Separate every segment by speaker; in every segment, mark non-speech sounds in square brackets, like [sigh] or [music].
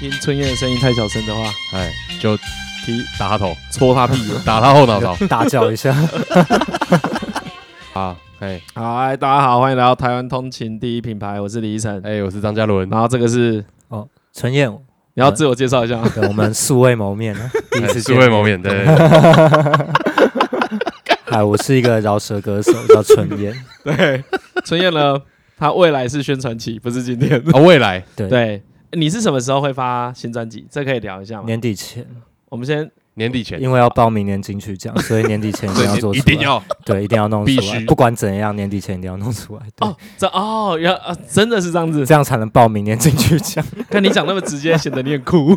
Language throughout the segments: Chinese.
Speaker 1: 听春燕的声音太小声的话，
Speaker 2: 哎，就踢打他头，
Speaker 1: 戳他屁股。
Speaker 2: [laughs] 打他后脑勺
Speaker 3: 大叫一下，
Speaker 2: 啊！哎
Speaker 1: 好，哎，大家好，欢迎来到台湾通勤第一品牌，我是李依晨。
Speaker 2: 哎，我是张嘉伦，嗯
Speaker 1: 然后这个是
Speaker 3: [laughs] 陈燕，
Speaker 1: 你要自我介绍一下
Speaker 2: [laughs]
Speaker 1: 吗，
Speaker 3: 对我们素未谋面啊，第一次
Speaker 2: 哎素
Speaker 3: 见
Speaker 2: 未
Speaker 3: 面。
Speaker 2: 谋面，对，
Speaker 3: [laughs]
Speaker 2: 对对
Speaker 3: 哎，我是一个饶舌歌手，叫陈燕。
Speaker 2: [laughs]
Speaker 1: 对，春燕呢，她未来是宣传期，不是今天。
Speaker 2: 啊，未来
Speaker 3: 对，
Speaker 1: 对，你是什么时候会发新专辑？这可以聊一下吗？
Speaker 3: 年底前，
Speaker 1: 我们先
Speaker 2: 年底前，
Speaker 3: 因为要报明年金曲奖，所以年底前一定要做啊
Speaker 2: 对，
Speaker 3: 出
Speaker 2: 一
Speaker 3: 来，
Speaker 2: 定要
Speaker 3: 对，一定要弄
Speaker 2: 必
Speaker 3: 出
Speaker 2: 须
Speaker 3: 来，不管怎样，年底前一定要弄出来，对
Speaker 1: 哦，，这哦，原来啊，真的是这样
Speaker 2: [laughs]
Speaker 1: 子。
Speaker 3: 这样才能报明年金曲奖。
Speaker 1: 看你讲那么直接，显得你很
Speaker 2: [laughs]
Speaker 1: 酷。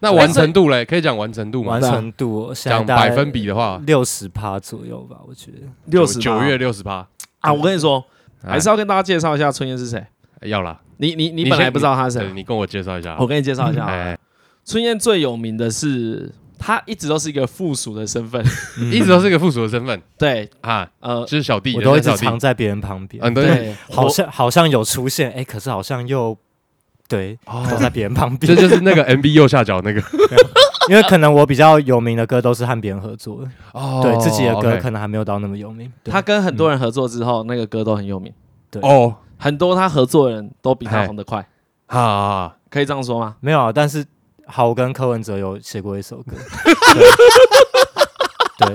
Speaker 2: 那完成度嘞，可以讲完成度吗
Speaker 3: 完？成度现在
Speaker 2: 讲
Speaker 3: 大概
Speaker 2: 百分比啊的话，
Speaker 3: 六十趴左右吧，我觉得。
Speaker 1: 六十
Speaker 2: 九月六十趴，
Speaker 1: 啊，我跟你说，
Speaker 2: 哎
Speaker 1: 还是要跟大家介绍一下春燕是谁。
Speaker 2: 要啦。
Speaker 1: 你你你
Speaker 2: 你
Speaker 1: 本来
Speaker 2: 先
Speaker 1: 不知道她是
Speaker 2: 对，
Speaker 1: 谁，
Speaker 2: 你跟我介绍一下。啊
Speaker 1: 我跟你介绍一下好了。啊
Speaker 2: 哎，
Speaker 1: 春燕最有名的是，她一直都是一个附属的身份，
Speaker 2: 一直都是一个附属的身份
Speaker 1: 对，
Speaker 2: 啊，
Speaker 1: 呃
Speaker 2: 就，是小弟，
Speaker 3: 嗯我都一
Speaker 2: 人家
Speaker 3: 直
Speaker 2: 小弟
Speaker 3: 藏，在别人旁边，
Speaker 2: 嗯，对，
Speaker 1: 对，
Speaker 3: 好
Speaker 1: 我
Speaker 3: 像好像有出现，哎，可是好像又对，
Speaker 2: 哦
Speaker 3: 都在别人旁边
Speaker 2: [laughs] 这。就是那个 MV 右下角
Speaker 3: [laughs]
Speaker 2: 那个
Speaker 3: 因为可能我比较有名的歌都是和别人合作的，
Speaker 2: 哦
Speaker 3: 对自己的歌
Speaker 2: OK
Speaker 3: 可能还没有到那么有名。对
Speaker 1: 她跟很多人合作之后，那个歌都很有名，
Speaker 2: 哦，
Speaker 1: 很多她合作的人都比她
Speaker 2: 嘿
Speaker 1: 红得快，
Speaker 2: 啊啊，啊
Speaker 1: 可以这样说吗？
Speaker 3: 没有啊，但是好，我跟柯文哲有写过一首歌。对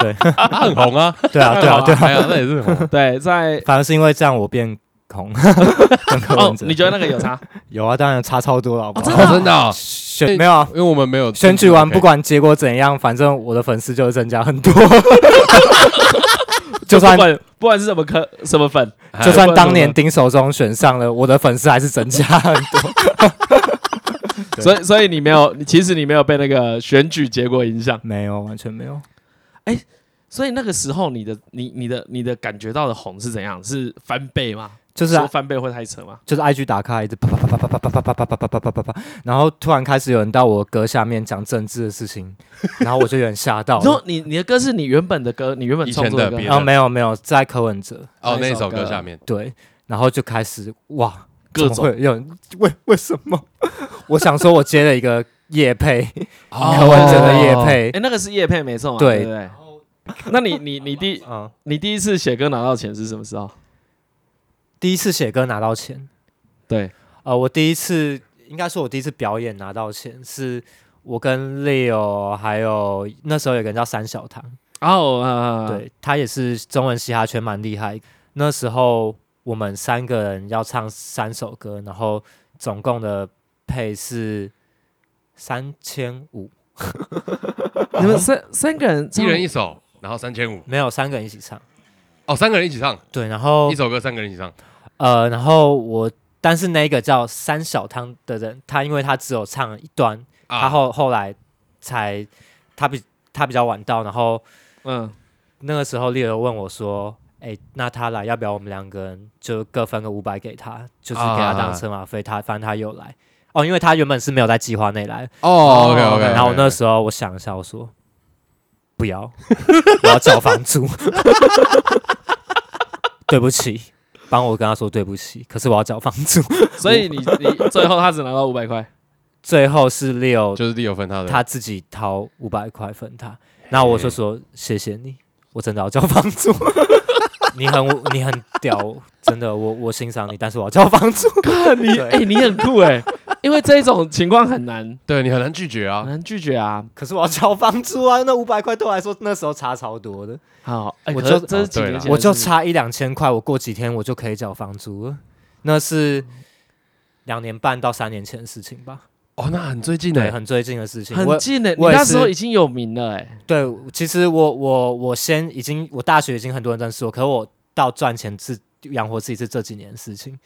Speaker 3: [laughs] 对对
Speaker 2: 啊他很红啊，
Speaker 3: 对啊对啊对啊，
Speaker 2: [laughs] 哎呀，那也是很红。
Speaker 1: 对，在
Speaker 3: 反而是因为这样我变红，跟柯
Speaker 1: 哦
Speaker 3: 文，哲
Speaker 1: 你觉得那个有差？
Speaker 3: 有啊？当然差超多了，好不好？
Speaker 2: 哦，真
Speaker 1: [laughs]
Speaker 2: 的啊，
Speaker 3: 选没有啊？
Speaker 2: 因为我们没有
Speaker 3: 选举完
Speaker 1: 嗯
Speaker 2: OK
Speaker 3: 不管结果怎样，反正我的粉丝就会增加
Speaker 1: [laughs]
Speaker 3: 很多。就
Speaker 1: 不
Speaker 3: 算
Speaker 1: 管不管是什么科什么粉，
Speaker 2: 哎
Speaker 3: 就算
Speaker 1: 不管
Speaker 3: 当
Speaker 1: 怎么
Speaker 3: 年丁守中选上了，我的粉丝还是增加很多。 [laughs] 对
Speaker 1: 所以所以你没有，你其实你没有被那个选举结果影响，
Speaker 3: 没有，完全没有。
Speaker 1: 所以那个时候你的你你的你的感觉到的红是怎样？是翻倍吗？
Speaker 3: 就是
Speaker 1: 说
Speaker 3: 啊，
Speaker 1: 翻倍会太扯吗？
Speaker 3: 就是 IG 打开，一直啪啪啪啪啪啪啪啪啪啪啪啪啪啪啪，然后突然开始有人到我歌下面讲政治的事情，然后我就有点吓到
Speaker 1: 你说你你的歌是你原本的歌，你原本
Speaker 2: 以前
Speaker 1: 创作
Speaker 2: 的
Speaker 1: 歌
Speaker 2: 别
Speaker 3: 然后没有没有，在柯文哲
Speaker 2: 哦
Speaker 1: 那
Speaker 2: 那
Speaker 1: 一
Speaker 2: 一
Speaker 1: 首
Speaker 2: 首
Speaker 1: 歌
Speaker 2: 歌下面，
Speaker 3: 对，然后就开始哇，
Speaker 1: 各
Speaker 3: 怎么
Speaker 1: 种
Speaker 3: 会有人为为什么？我想说，我接了一个叶配，
Speaker 2: 哦
Speaker 3: 柯文哲的叶
Speaker 1: 哎、
Speaker 3: 配，
Speaker 1: 那个是叶配没错嘛？对
Speaker 3: 对
Speaker 1: 不对？那你你你第
Speaker 3: 嗯，
Speaker 1: 你第一次写歌拿到钱是什么时候？
Speaker 3: 第一次写歌拿到钱，
Speaker 1: 对，
Speaker 3: 呃，我第一次应该说，我第一次表演拿到钱，是我跟 Leo 还有那时候有个人叫三小堂，
Speaker 1: 哦，啊，
Speaker 3: 对他也是中文嘻哈圈蛮厉害。那时候我们三个人要唱三首歌，然后总共的配是三千五，
Speaker 1: 你们三三个人，
Speaker 2: 一人一首，然后三千五，
Speaker 3: 没有三个人一起唱。
Speaker 2: 哦，三个人一起唱，
Speaker 3: 对，然后
Speaker 2: 一首歌三个人一起唱，
Speaker 3: 呃，然后我但是那个叫三小汤的人，他因为他只有唱一段，
Speaker 2: 啊
Speaker 3: 他后后来才他比他比较晚到，然后
Speaker 1: 嗯，
Speaker 3: 那个时候丽儿问我说：“哎、那他来，要不要我们两个人就各分个五百给他，就是给他当车马费？他反正他有来哦，因为他原本是没有在计划内来。
Speaker 2: 哦，OK OK，
Speaker 3: 然后我那时候我想一下，我说不要， [laughs] 我要交房租。 [laughs] 对不起，帮我跟他说对不起，可是我要交房租。
Speaker 1: 所以你你最后他只拿到五百块，
Speaker 3: 最后是 Leo
Speaker 2: 就是地有分他的，
Speaker 3: 他自己掏五百块分他，那我就说谢谢你，我真的要交房租。 [laughs] 你很你很屌，真的，我我欣赏你，但是我要交房 [laughs] 租。
Speaker 1: 看你，哎、你很酷哎、因为这种情况很难
Speaker 2: 对你很难拒绝
Speaker 1: 很
Speaker 3: 嗯
Speaker 2: 啊，
Speaker 1: 难拒绝啊。
Speaker 3: 可是我要交房租啊，那五百块对我来说那时候差超多的，
Speaker 1: 好，哎
Speaker 3: 我
Speaker 1: 可是
Speaker 3: 就
Speaker 1: 这是几
Speaker 2: 哦对
Speaker 1: 年
Speaker 2: 啦
Speaker 1: 前的
Speaker 3: 我就
Speaker 1: 事情
Speaker 3: 差一两千块，我过几天我就可以缴房租了。那是两年半到三年前的事情吧，
Speaker 2: 哦，那很最近
Speaker 3: 对，
Speaker 2: 的，
Speaker 3: 很最近的事情。
Speaker 1: 很
Speaker 3: 我
Speaker 1: 近欸的、你
Speaker 3: 我也
Speaker 1: 那时候
Speaker 3: 是
Speaker 1: 已经有名了哎、
Speaker 3: 对，其实我我我先已经，我大学已经很多人认识我，可我到赚钱自养活自己是这几年的事情。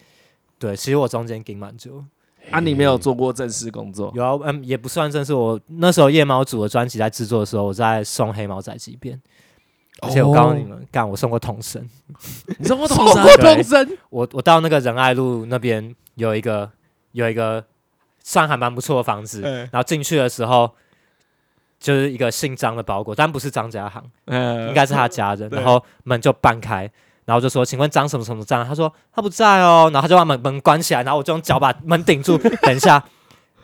Speaker 3: 对，其实我中间顶蛮久，
Speaker 1: 啊，你没有做过正式工作，
Speaker 3: 有啊，嗯，也不算正式。我那时候夜猫组的专辑在制作的时候，我在送黑猫仔几遍，而且我告诉你们，干我送过童声，
Speaker 1: 你做过
Speaker 2: 送
Speaker 1: 同
Speaker 2: 过
Speaker 1: 事啊
Speaker 3: 对
Speaker 2: 童声，
Speaker 3: 我我到那个仁爱路那边有一个有一个算还蛮不错的房子，
Speaker 1: 哎
Speaker 3: 然后进去的时候就是一个姓张的包裹，但不是张家行。
Speaker 1: [laughs] 呃
Speaker 3: 应该是他家人，
Speaker 1: 对
Speaker 3: 然后门就半开，然后就说：“请问张什么什么张？”他说：“他不在哦。”然后他就把门门关起来，然后我就用脚把门顶住。等一下，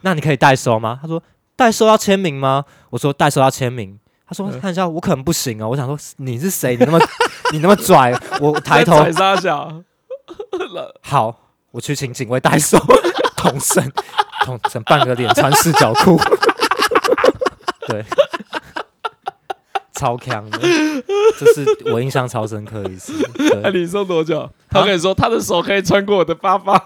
Speaker 3: 那你可以代收吗？他说：“代收要签名吗？”我说：“代收要签名。”他说：“看一下，我可能不行哦。”我想说：“你是谁？你那么 [laughs] 你那么拽？”我抬头
Speaker 1: 踩沙小，
Speaker 3: 好，我去请警卫代 [laughs] 收童神，童神半个脸穿四角裤， [laughs] 对，超强的，这是我印象超深刻的一次。
Speaker 1: 那
Speaker 3: 对，
Speaker 1: 哎你送多久？他跟你说他的手可以穿过我的爸爸，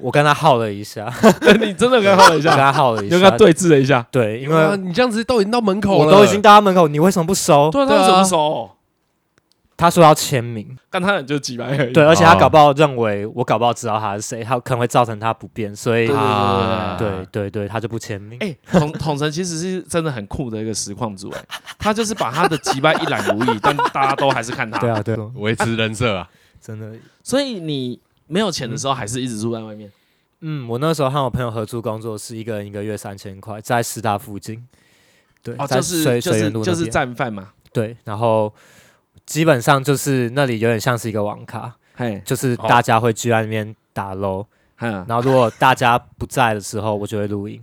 Speaker 3: 我跟他耗了一下，
Speaker 1: [laughs] 你真的跟他了一
Speaker 3: 我跟
Speaker 1: 下，
Speaker 3: 他耗了一
Speaker 1: [laughs] 你就跟
Speaker 3: 下
Speaker 1: 他，对峙了一下。
Speaker 3: 对，因
Speaker 2: 啊
Speaker 3: 为
Speaker 2: 你这样子都已经到门口
Speaker 3: 我
Speaker 2: 了，
Speaker 3: 都已经到他门口，你为什么不收？
Speaker 1: 对啊，他
Speaker 2: 对啊
Speaker 1: 们怎么熟？
Speaker 3: 他说要签名，
Speaker 1: 但他很就几百而已。
Speaker 3: 对，
Speaker 1: 对
Speaker 3: 而且他
Speaker 2: 哦
Speaker 3: 搞不好认为我搞不好知道他是谁，他可能会造成他不便，所以
Speaker 1: 对对
Speaker 2: 啊
Speaker 1: 对对
Speaker 3: 对对对，他就不签名。
Speaker 1: 哎、统统神其实是真的很酷的一个实况组、哎，他就是把他的击败一览无 [laughs] 遗，但大家都还是看他。
Speaker 3: 对啊，对啊，
Speaker 2: 维持人设啊，
Speaker 3: 真的
Speaker 1: 所以你没有钱的时候，还是一直住在外面。
Speaker 3: 嗯，我那时候和我朋友合租工作室，一个人一个月三千块，在师大附近，对，
Speaker 1: 哦，
Speaker 3: 在
Speaker 1: 就是
Speaker 3: 水
Speaker 1: 就
Speaker 3: 水
Speaker 1: 是
Speaker 3: 源路那
Speaker 1: 就是
Speaker 3: 边
Speaker 1: 战犯嘛。
Speaker 3: 对，然后基本上就是那里有点像是一个网咖，
Speaker 1: 嘿，
Speaker 3: 就是
Speaker 2: 哦
Speaker 3: 大家会聚在那边打 l
Speaker 1: 嗯，
Speaker 3: 然后如果大家不在的时候，我就会录音，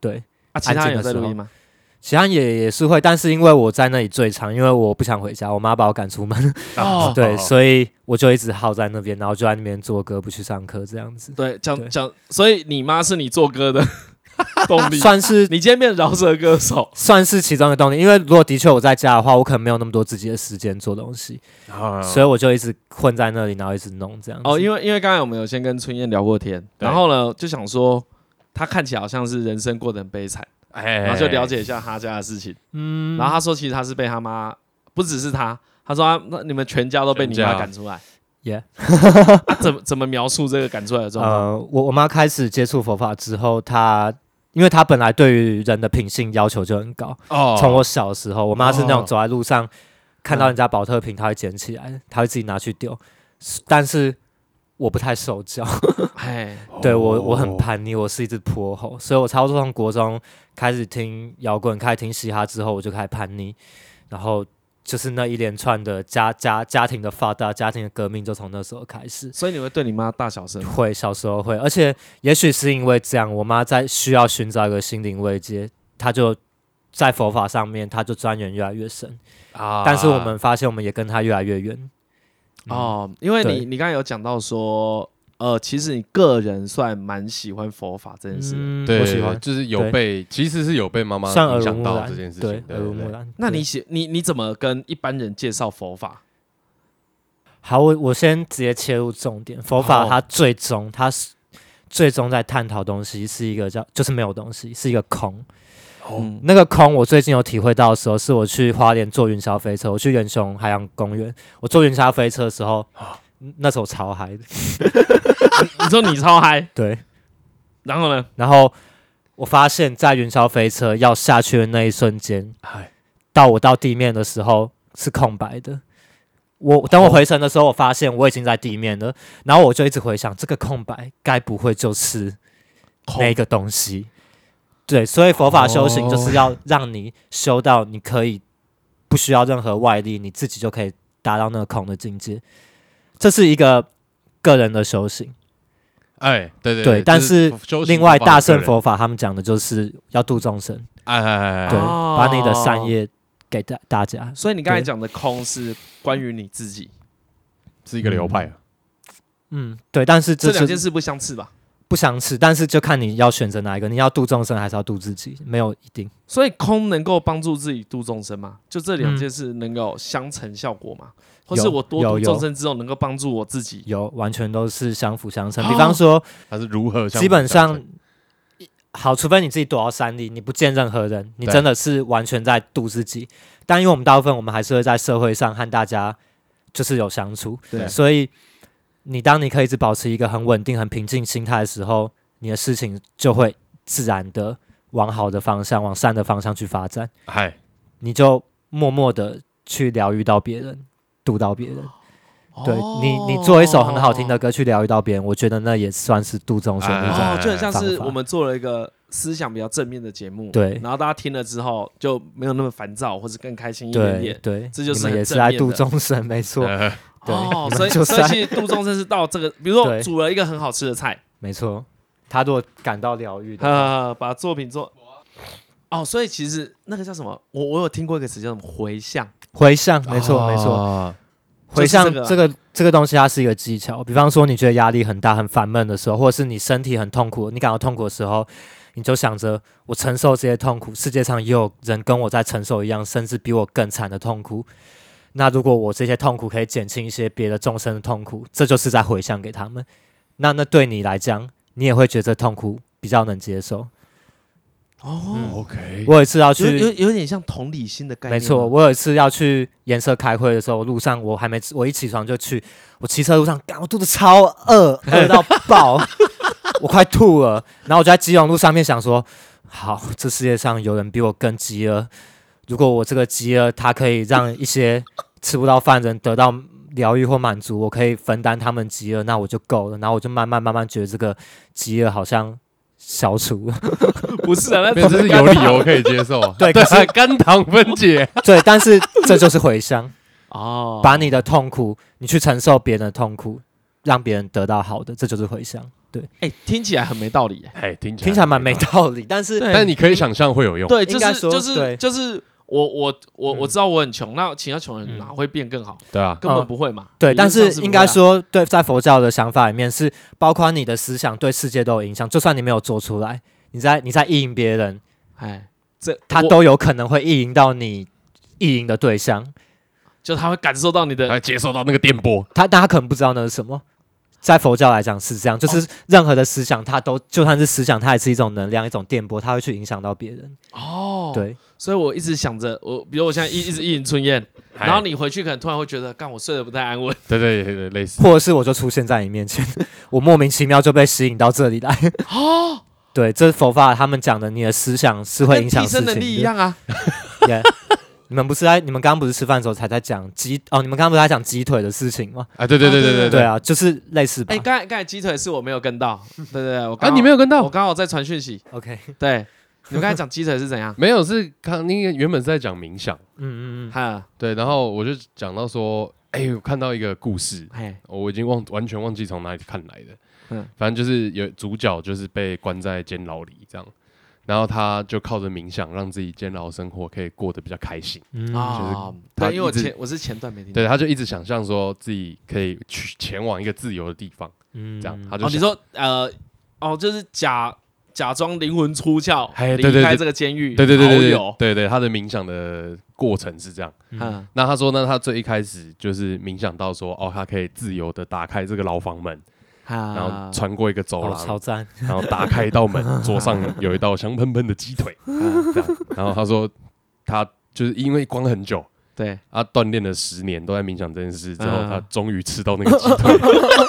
Speaker 3: 对，
Speaker 1: 啊，其他
Speaker 3: 安
Speaker 1: 人
Speaker 3: 静的
Speaker 1: 有在
Speaker 3: 时
Speaker 1: 录
Speaker 3: 候
Speaker 1: 音吗？
Speaker 3: 其他也也是会，但是因为我在那里最长，因为我不想回家，我妈把我赶出门，
Speaker 1: 哦
Speaker 2: 啊
Speaker 3: 对，所以我就一直耗在那边，然后就在那边做歌，不去上课这样子，
Speaker 1: 对，讲
Speaker 3: 对
Speaker 1: 讲，所以你妈是你做歌的动 [laughs] 力。
Speaker 3: 算是
Speaker 1: 你今天变饶舌歌手，
Speaker 3: 算是其中一个动力，因为如果的确我在家的话，我可能没有那么多自己的时间做东西，
Speaker 2: 啊
Speaker 3: 所以我就一直混在那里，然后一直弄这样子。
Speaker 1: 嗯哦，因为因为刚才我们有先跟春燕聊过天，
Speaker 2: 对
Speaker 1: 然后呢就想说他看起来好像是人生过得很悲惨，
Speaker 2: 哎
Speaker 1: 然后就了解一下他家的事情。
Speaker 3: 嗯，
Speaker 1: 然后他说其实他是被他妈，不只是他，他说啊他那你们全家都被你
Speaker 2: 全
Speaker 1: 妈
Speaker 2: 家
Speaker 1: 赶出来。
Speaker 3: Yeah
Speaker 1: [laughs] 啊怎么怎么描述这个赶出来的状况？
Speaker 3: 呃，我我妈开始接触佛法之后，她因为她本来对于人的品性要求就很高，
Speaker 2: 哦
Speaker 3: 从我小时候，我妈是那
Speaker 2: 哦
Speaker 3: 种走在路上、
Speaker 1: 嗯
Speaker 3: 看到人家保特瓶，她会捡起来，她会自己拿去丢，但是。我不太受教，
Speaker 1: 哎、
Speaker 3: 对我我
Speaker 2: 哦
Speaker 3: 很叛逆，我是一只泼猴，所以我差不多从国中开始听摇滚，开始听嘻哈之后，我就开始叛逆，然后就是那一连串的家家家庭的发达，家庭的革命就从那时候开始。
Speaker 1: 所以你会对你妈大小声。
Speaker 3: 会小时候会，而且也许是因为这样，我妈在需要寻找一个心灵慰藉，她就在佛法上面，她就钻研越来越深。
Speaker 2: 啊
Speaker 3: 但是我们发现，我们也跟她越来越远。
Speaker 1: 哦，因为你
Speaker 3: 嗯对
Speaker 1: 你刚才有讲到说，呃，其实你个人算蛮喜欢佛法这件事的。
Speaker 3: 嗯，
Speaker 2: 对
Speaker 3: 我喜欢，
Speaker 2: 就是有
Speaker 3: 对
Speaker 2: 被，其实是有被妈妈
Speaker 3: 像耳
Speaker 2: 影
Speaker 3: 濡
Speaker 2: 响
Speaker 3: 目
Speaker 2: 到
Speaker 3: 染
Speaker 2: 这件事情，
Speaker 3: 对，
Speaker 2: 对
Speaker 3: 耳濡目
Speaker 2: 对
Speaker 3: 染。
Speaker 1: 那
Speaker 3: 对
Speaker 1: 你喜你你怎么跟一般人介绍佛法？
Speaker 3: 好，我我先直接切入重点。佛法
Speaker 1: 好
Speaker 3: 它最终，它是最终在探讨东西是一个叫，就是没有东西，是一个空。
Speaker 1: 嗯，
Speaker 3: 那个空，我最近有体会到的时候，是我去花莲坐云霄飞车，我去远雄海洋公园，我坐云霄飞车的时候，那时候超嗨的，
Speaker 1: 你说你超嗨，
Speaker 3: 对。
Speaker 1: 然后呢？
Speaker 3: 然后我发现，在云霄飞车要下去的那一瞬间，
Speaker 2: 哎
Speaker 3: 到我到地面的时候是空白的。我
Speaker 2: 哦
Speaker 3: 等我回神的时候，我发现我已经在地面了，然后我就一直回想，这个空白该不会就是那个东西。对，所以佛法修行就是要让你修到你可以不需要任何外力，你自己就可以达到那个空的境界。这是一个个人的修行。
Speaker 2: 哎，对对
Speaker 3: 对但
Speaker 2: 就是修行
Speaker 3: 另外，
Speaker 2: 佛法
Speaker 3: 大
Speaker 2: 的个
Speaker 3: 乘
Speaker 2: 人，
Speaker 3: 佛法他们讲的就是要度众生，
Speaker 2: 哎哎哎，哎
Speaker 3: 对，
Speaker 1: 哦
Speaker 3: 把你的善业给大大家。
Speaker 1: 所以你刚才
Speaker 3: 对
Speaker 1: 讲的空是关于你自己，
Speaker 2: 是一个流派啊，
Speaker 3: 嗯，对，但是
Speaker 1: 这
Speaker 3: 这
Speaker 1: 两
Speaker 3: 就
Speaker 1: 件
Speaker 3: 是
Speaker 1: 事不相似吧？
Speaker 3: 不相似，但是就看你要选择哪一个，你要度众生还是要度自己，没有一定。
Speaker 1: 所以空能够帮助自己度众生吗？就这两件事能够相乘效果吗？或是
Speaker 3: 有
Speaker 1: 我多度
Speaker 3: 有有
Speaker 1: 众生之后能够帮助我自己？
Speaker 3: 有，完全都是相辅相成。
Speaker 1: 哦
Speaker 3: 比方说，
Speaker 2: 它是如何相
Speaker 3: 基本
Speaker 2: 辅相
Speaker 3: 上
Speaker 2: 成
Speaker 3: 好，除非你自己躲到山里，你不见任何人，你
Speaker 2: 对
Speaker 3: 真的是完全在度自己。但因为我们大部分我们还是会在社会上和大家就是有相处，
Speaker 2: 对
Speaker 3: 所以你当你可以一直保持一个很稳定、很平静心态的时候，你的事情就会自然的往好的方向、往善的方向去发展，
Speaker 2: 哎，
Speaker 3: 你就默默的去疗愈到别人，度到别人。
Speaker 1: 哦
Speaker 3: 对你，你做一首很好听的歌去疗愈到别人，我觉得那也算是度众生的一种
Speaker 1: 哦，就很像是
Speaker 3: 方法
Speaker 1: 我们做了一个思想比较正面的节目，
Speaker 3: 对
Speaker 1: 然后大家听了之后就没有那么烦躁，或是更开心一点
Speaker 3: 对
Speaker 1: 点。
Speaker 3: 对，
Speaker 1: 这就是
Speaker 3: 你们
Speaker 1: 很
Speaker 3: 也是
Speaker 1: 正
Speaker 3: 在
Speaker 1: 面
Speaker 3: 度
Speaker 1: 的
Speaker 2: 哎
Speaker 3: 众生，没错。对
Speaker 1: 哦，
Speaker 3: 你
Speaker 1: 所
Speaker 3: 们
Speaker 1: 以
Speaker 3: 就
Speaker 1: 所以
Speaker 3: 塞
Speaker 1: 其实杜仲甚至到这个，比如说
Speaker 3: 对
Speaker 1: 煮了一个很好吃的菜，
Speaker 3: 没错，啊他如果感到
Speaker 1: [laughs]
Speaker 3: 疗愈的话，
Speaker 1: 呃，把作品做。哦，所以其实那个叫什么？我我有听过一个词叫什么回向，
Speaker 3: 回向，没错没错，
Speaker 2: 错，
Speaker 3: 回
Speaker 1: 就
Speaker 3: 向
Speaker 1: 是这个
Speaker 3: 这个这个东西，它是一个技巧。比方说，你觉得压力很大、很烦闷的时候，或者是你身体很痛苦，你感到痛苦的时候，你就想着我承受这些痛苦，世界上也有人跟我在承受一样，甚至比我更惨的痛苦。那如果我这些痛苦可以减轻一些别的众生的痛苦，这就是在回向给他们。那那对你来讲，你也会觉得痛苦比较能接受。嗯
Speaker 2: 哦，OK，
Speaker 3: 我有一次要
Speaker 1: 有
Speaker 3: 去
Speaker 1: 有有点像同理心的概念
Speaker 3: 没
Speaker 1: 吗。
Speaker 3: 错，我有一次要去颜色开会的时候，路上我还没吃，我一起床就去，我骑车路上，干，我肚子超
Speaker 1: [laughs]
Speaker 3: 饿，饿到爆， [laughs] 我快吐了。然后我就在基隆路上面想说，好，这世界上有人比我更饥饿，如果我这个饥饿，它可以让一些吃不到饭的人得到疗愈或满足，我可以分担他们饥饿，那我就够了。然后我就慢慢慢慢觉得这个饥饿好像消除了，
Speaker 1: [laughs]
Speaker 3: [laughs]
Speaker 1: 不是啊，
Speaker 3: 呃
Speaker 1: 那
Speaker 2: 没有，这是有理由可以接受啊。
Speaker 3: 对可
Speaker 2: 对，肝糖分解，
Speaker 3: 对，但是这就是回乡。
Speaker 1: [laughs] 哦，
Speaker 3: 把你的痛苦，你去承受别人的痛苦，让别人得到好的，这就是回向。对，
Speaker 1: 哎、听起来很没道理耶。
Speaker 2: [laughs] 哎，听起
Speaker 3: 听起来蛮没，道
Speaker 1: 啊
Speaker 3: 理，但是
Speaker 2: 但你可以想象会有用。
Speaker 1: 对，就
Speaker 3: 应该
Speaker 1: 是
Speaker 3: 说
Speaker 1: 就是
Speaker 3: 对
Speaker 1: 就是我我我我
Speaker 3: 嗯
Speaker 1: 知道我很穷，那请教穷人
Speaker 3: 嗯
Speaker 1: 哪会变更好？
Speaker 2: 对啊，
Speaker 1: 根本
Speaker 3: 嗯
Speaker 1: 不会嘛。
Speaker 3: 对，
Speaker 1: 理论
Speaker 3: 但
Speaker 1: 上
Speaker 3: 是
Speaker 1: 是
Speaker 3: 应
Speaker 1: 不
Speaker 3: 该
Speaker 1: 会啊，
Speaker 3: 说，对，在佛教的想法里面是包括你的思想对世界都有影响，就算你没有做出来，你在你在意淫别人，
Speaker 1: 哎，这
Speaker 3: 他
Speaker 1: 我
Speaker 3: 都有可能会意淫到你意淫的对象，
Speaker 1: 哦就他会感受到你的
Speaker 3: 哎
Speaker 2: 还接受到那个电波，
Speaker 3: 他但他可能不知道那是什么。在佛教来讲是这样，
Speaker 1: 哦
Speaker 3: 就是任何的思想，它都就算是思想，它也是一种能量，一种电波，它会去影响到别人。
Speaker 1: 哦。，
Speaker 3: 对，
Speaker 1: 所以我一直想着，我比如我现在一一直意淫春燕，
Speaker 2: 哎
Speaker 1: 然后你回去可能突然会觉得，干我睡得不太安稳。
Speaker 2: 对对对对，类似
Speaker 3: 或者是我就出现在你面前， [laughs] 我莫名其妙就被吸引到这里来。哦，对，这是佛法他们讲的，你的思想是会
Speaker 1: 跟
Speaker 3: 影响
Speaker 1: 提
Speaker 3: 事
Speaker 1: 升
Speaker 3: 情
Speaker 1: [laughs]
Speaker 3: 的。
Speaker 1: 能力一样啊，
Speaker 3: Yeah 你们不是在你们刚刚不是吃饭的时候才在讲鸡哦？你们刚刚不是在讲鸡腿的事情吗？
Speaker 2: 啊，对对对对
Speaker 3: 对
Speaker 2: 对。
Speaker 3: 啊，就是类似吧
Speaker 1: 哎，。刚才刚才鸡腿是我没有跟到，对对对，我
Speaker 2: 啊，
Speaker 1: 刚好
Speaker 2: 你没有跟
Speaker 1: 我
Speaker 2: 到？？
Speaker 1: 刚好在传讯息，
Speaker 3: OK，
Speaker 1: 对，你们刚才讲鸡腿是怎样
Speaker 2: 没有，是刚那个原本是在讲冥想，
Speaker 3: 嗯嗯嗯，
Speaker 1: 哈，
Speaker 2: 对，然后我就讲到说，哎，我看到一个故事，
Speaker 1: 嘿，
Speaker 2: 我已经忘完全忘记从哪里看来的，
Speaker 1: 嗯
Speaker 2: 反正就是有主角就是被关在监牢里这样，然后他就靠着冥想让自己监牢生活可以过得比较开心，
Speaker 3: 嗯
Speaker 1: 啊，
Speaker 2: 他
Speaker 1: 对，因为我
Speaker 2: 一直
Speaker 1: 前我是前段没听到。
Speaker 2: 对，他就一直想象说自己可以去前往一个自由的地方，
Speaker 3: 嗯
Speaker 2: 这样他啊就
Speaker 1: 哦，你
Speaker 2: 想
Speaker 1: 说呃，哦，就是假假装灵魂出窍，
Speaker 2: 哎对
Speaker 1: 离
Speaker 2: 对
Speaker 1: 开
Speaker 2: 对
Speaker 1: 这个监狱，
Speaker 2: 对对对对
Speaker 1: 遨
Speaker 2: 对
Speaker 1: 游，
Speaker 2: 对对，他的冥想的过程是这样。
Speaker 1: 嗯，
Speaker 2: 那他说呢，他最一开始就是冥想到说，哦，他可以自由的打开这个牢房门，然后
Speaker 1: 啊，
Speaker 2: 穿过一个走
Speaker 3: 哦，
Speaker 2: 廊，
Speaker 3: 超赞，
Speaker 2: 然后打开一道门，桌上
Speaker 1: [laughs]
Speaker 2: 有一道香喷喷的鸡腿，啊这样然后他说他就是因为关很久。 [laughs]
Speaker 1: 对，
Speaker 2: 他锻炼了十年，都在冥想这件事之后，
Speaker 1: 嗯
Speaker 2: 他终于吃到那个鸡腿。 [laughs]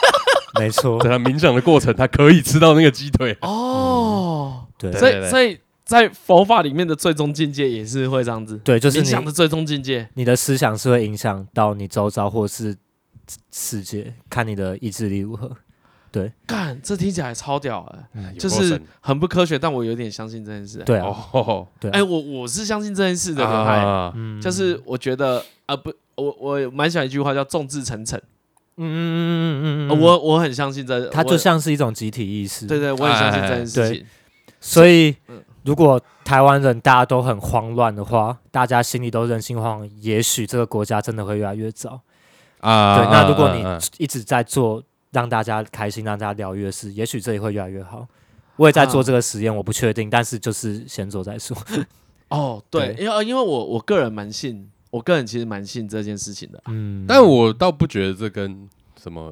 Speaker 3: 没
Speaker 1: [laughs]
Speaker 3: 错，
Speaker 2: 在他冥想的过程，他可以吃到那个鸡腿。
Speaker 1: 哦，
Speaker 3: 对
Speaker 2: 对
Speaker 1: 所
Speaker 2: 嗯对
Speaker 1: 以所以在佛法里面的最终境界也是会这样子，
Speaker 3: 对，就是
Speaker 1: 冥想
Speaker 3: 你
Speaker 1: 的最终境界，
Speaker 3: 你的思想是会影响到你周遭或是世界，看你的意志力如何。
Speaker 1: 干，这听起来超屌哎，
Speaker 2: 有够
Speaker 1: 就是
Speaker 2: 神
Speaker 1: 很不科学，但我有点相信这件事。
Speaker 3: 对啊，
Speaker 2: 哦，
Speaker 3: 对啊
Speaker 1: 哎，我我是相信这件事的，可爱
Speaker 2: 啊，
Speaker 3: 嗯
Speaker 1: 就是我觉得啊不。我我蛮喜欢一句话叫“众志成城呃
Speaker 3: 嗯嗯嗯嗯嗯”，嗯，
Speaker 1: 我我很相信这，
Speaker 3: 它
Speaker 1: 我
Speaker 3: 就像是一种集体意识。
Speaker 1: 对对，我很相信这件事
Speaker 3: 哎
Speaker 1: 情。
Speaker 3: 所以
Speaker 1: 嗯，
Speaker 3: 如果台湾人大家都很慌乱的话，大家心里都人心惶惶，也许这个国家真的会越来越糟。
Speaker 2: 啊，
Speaker 3: 对，那如果
Speaker 2: 啊
Speaker 3: 你
Speaker 2: 啊
Speaker 3: 一直在做让大家开心、让大家疗愈的事，也许这里会越来越好。我也在
Speaker 2: 啊
Speaker 3: 做这个实验，我不确定，但是就是先做再说。
Speaker 2: 嗯
Speaker 1: 哦，对，
Speaker 3: 对
Speaker 1: 因为呃因为我我个人蛮信，我个人其实蛮信这件事情的。
Speaker 3: 嗯，
Speaker 2: 但我倒不觉得这跟什么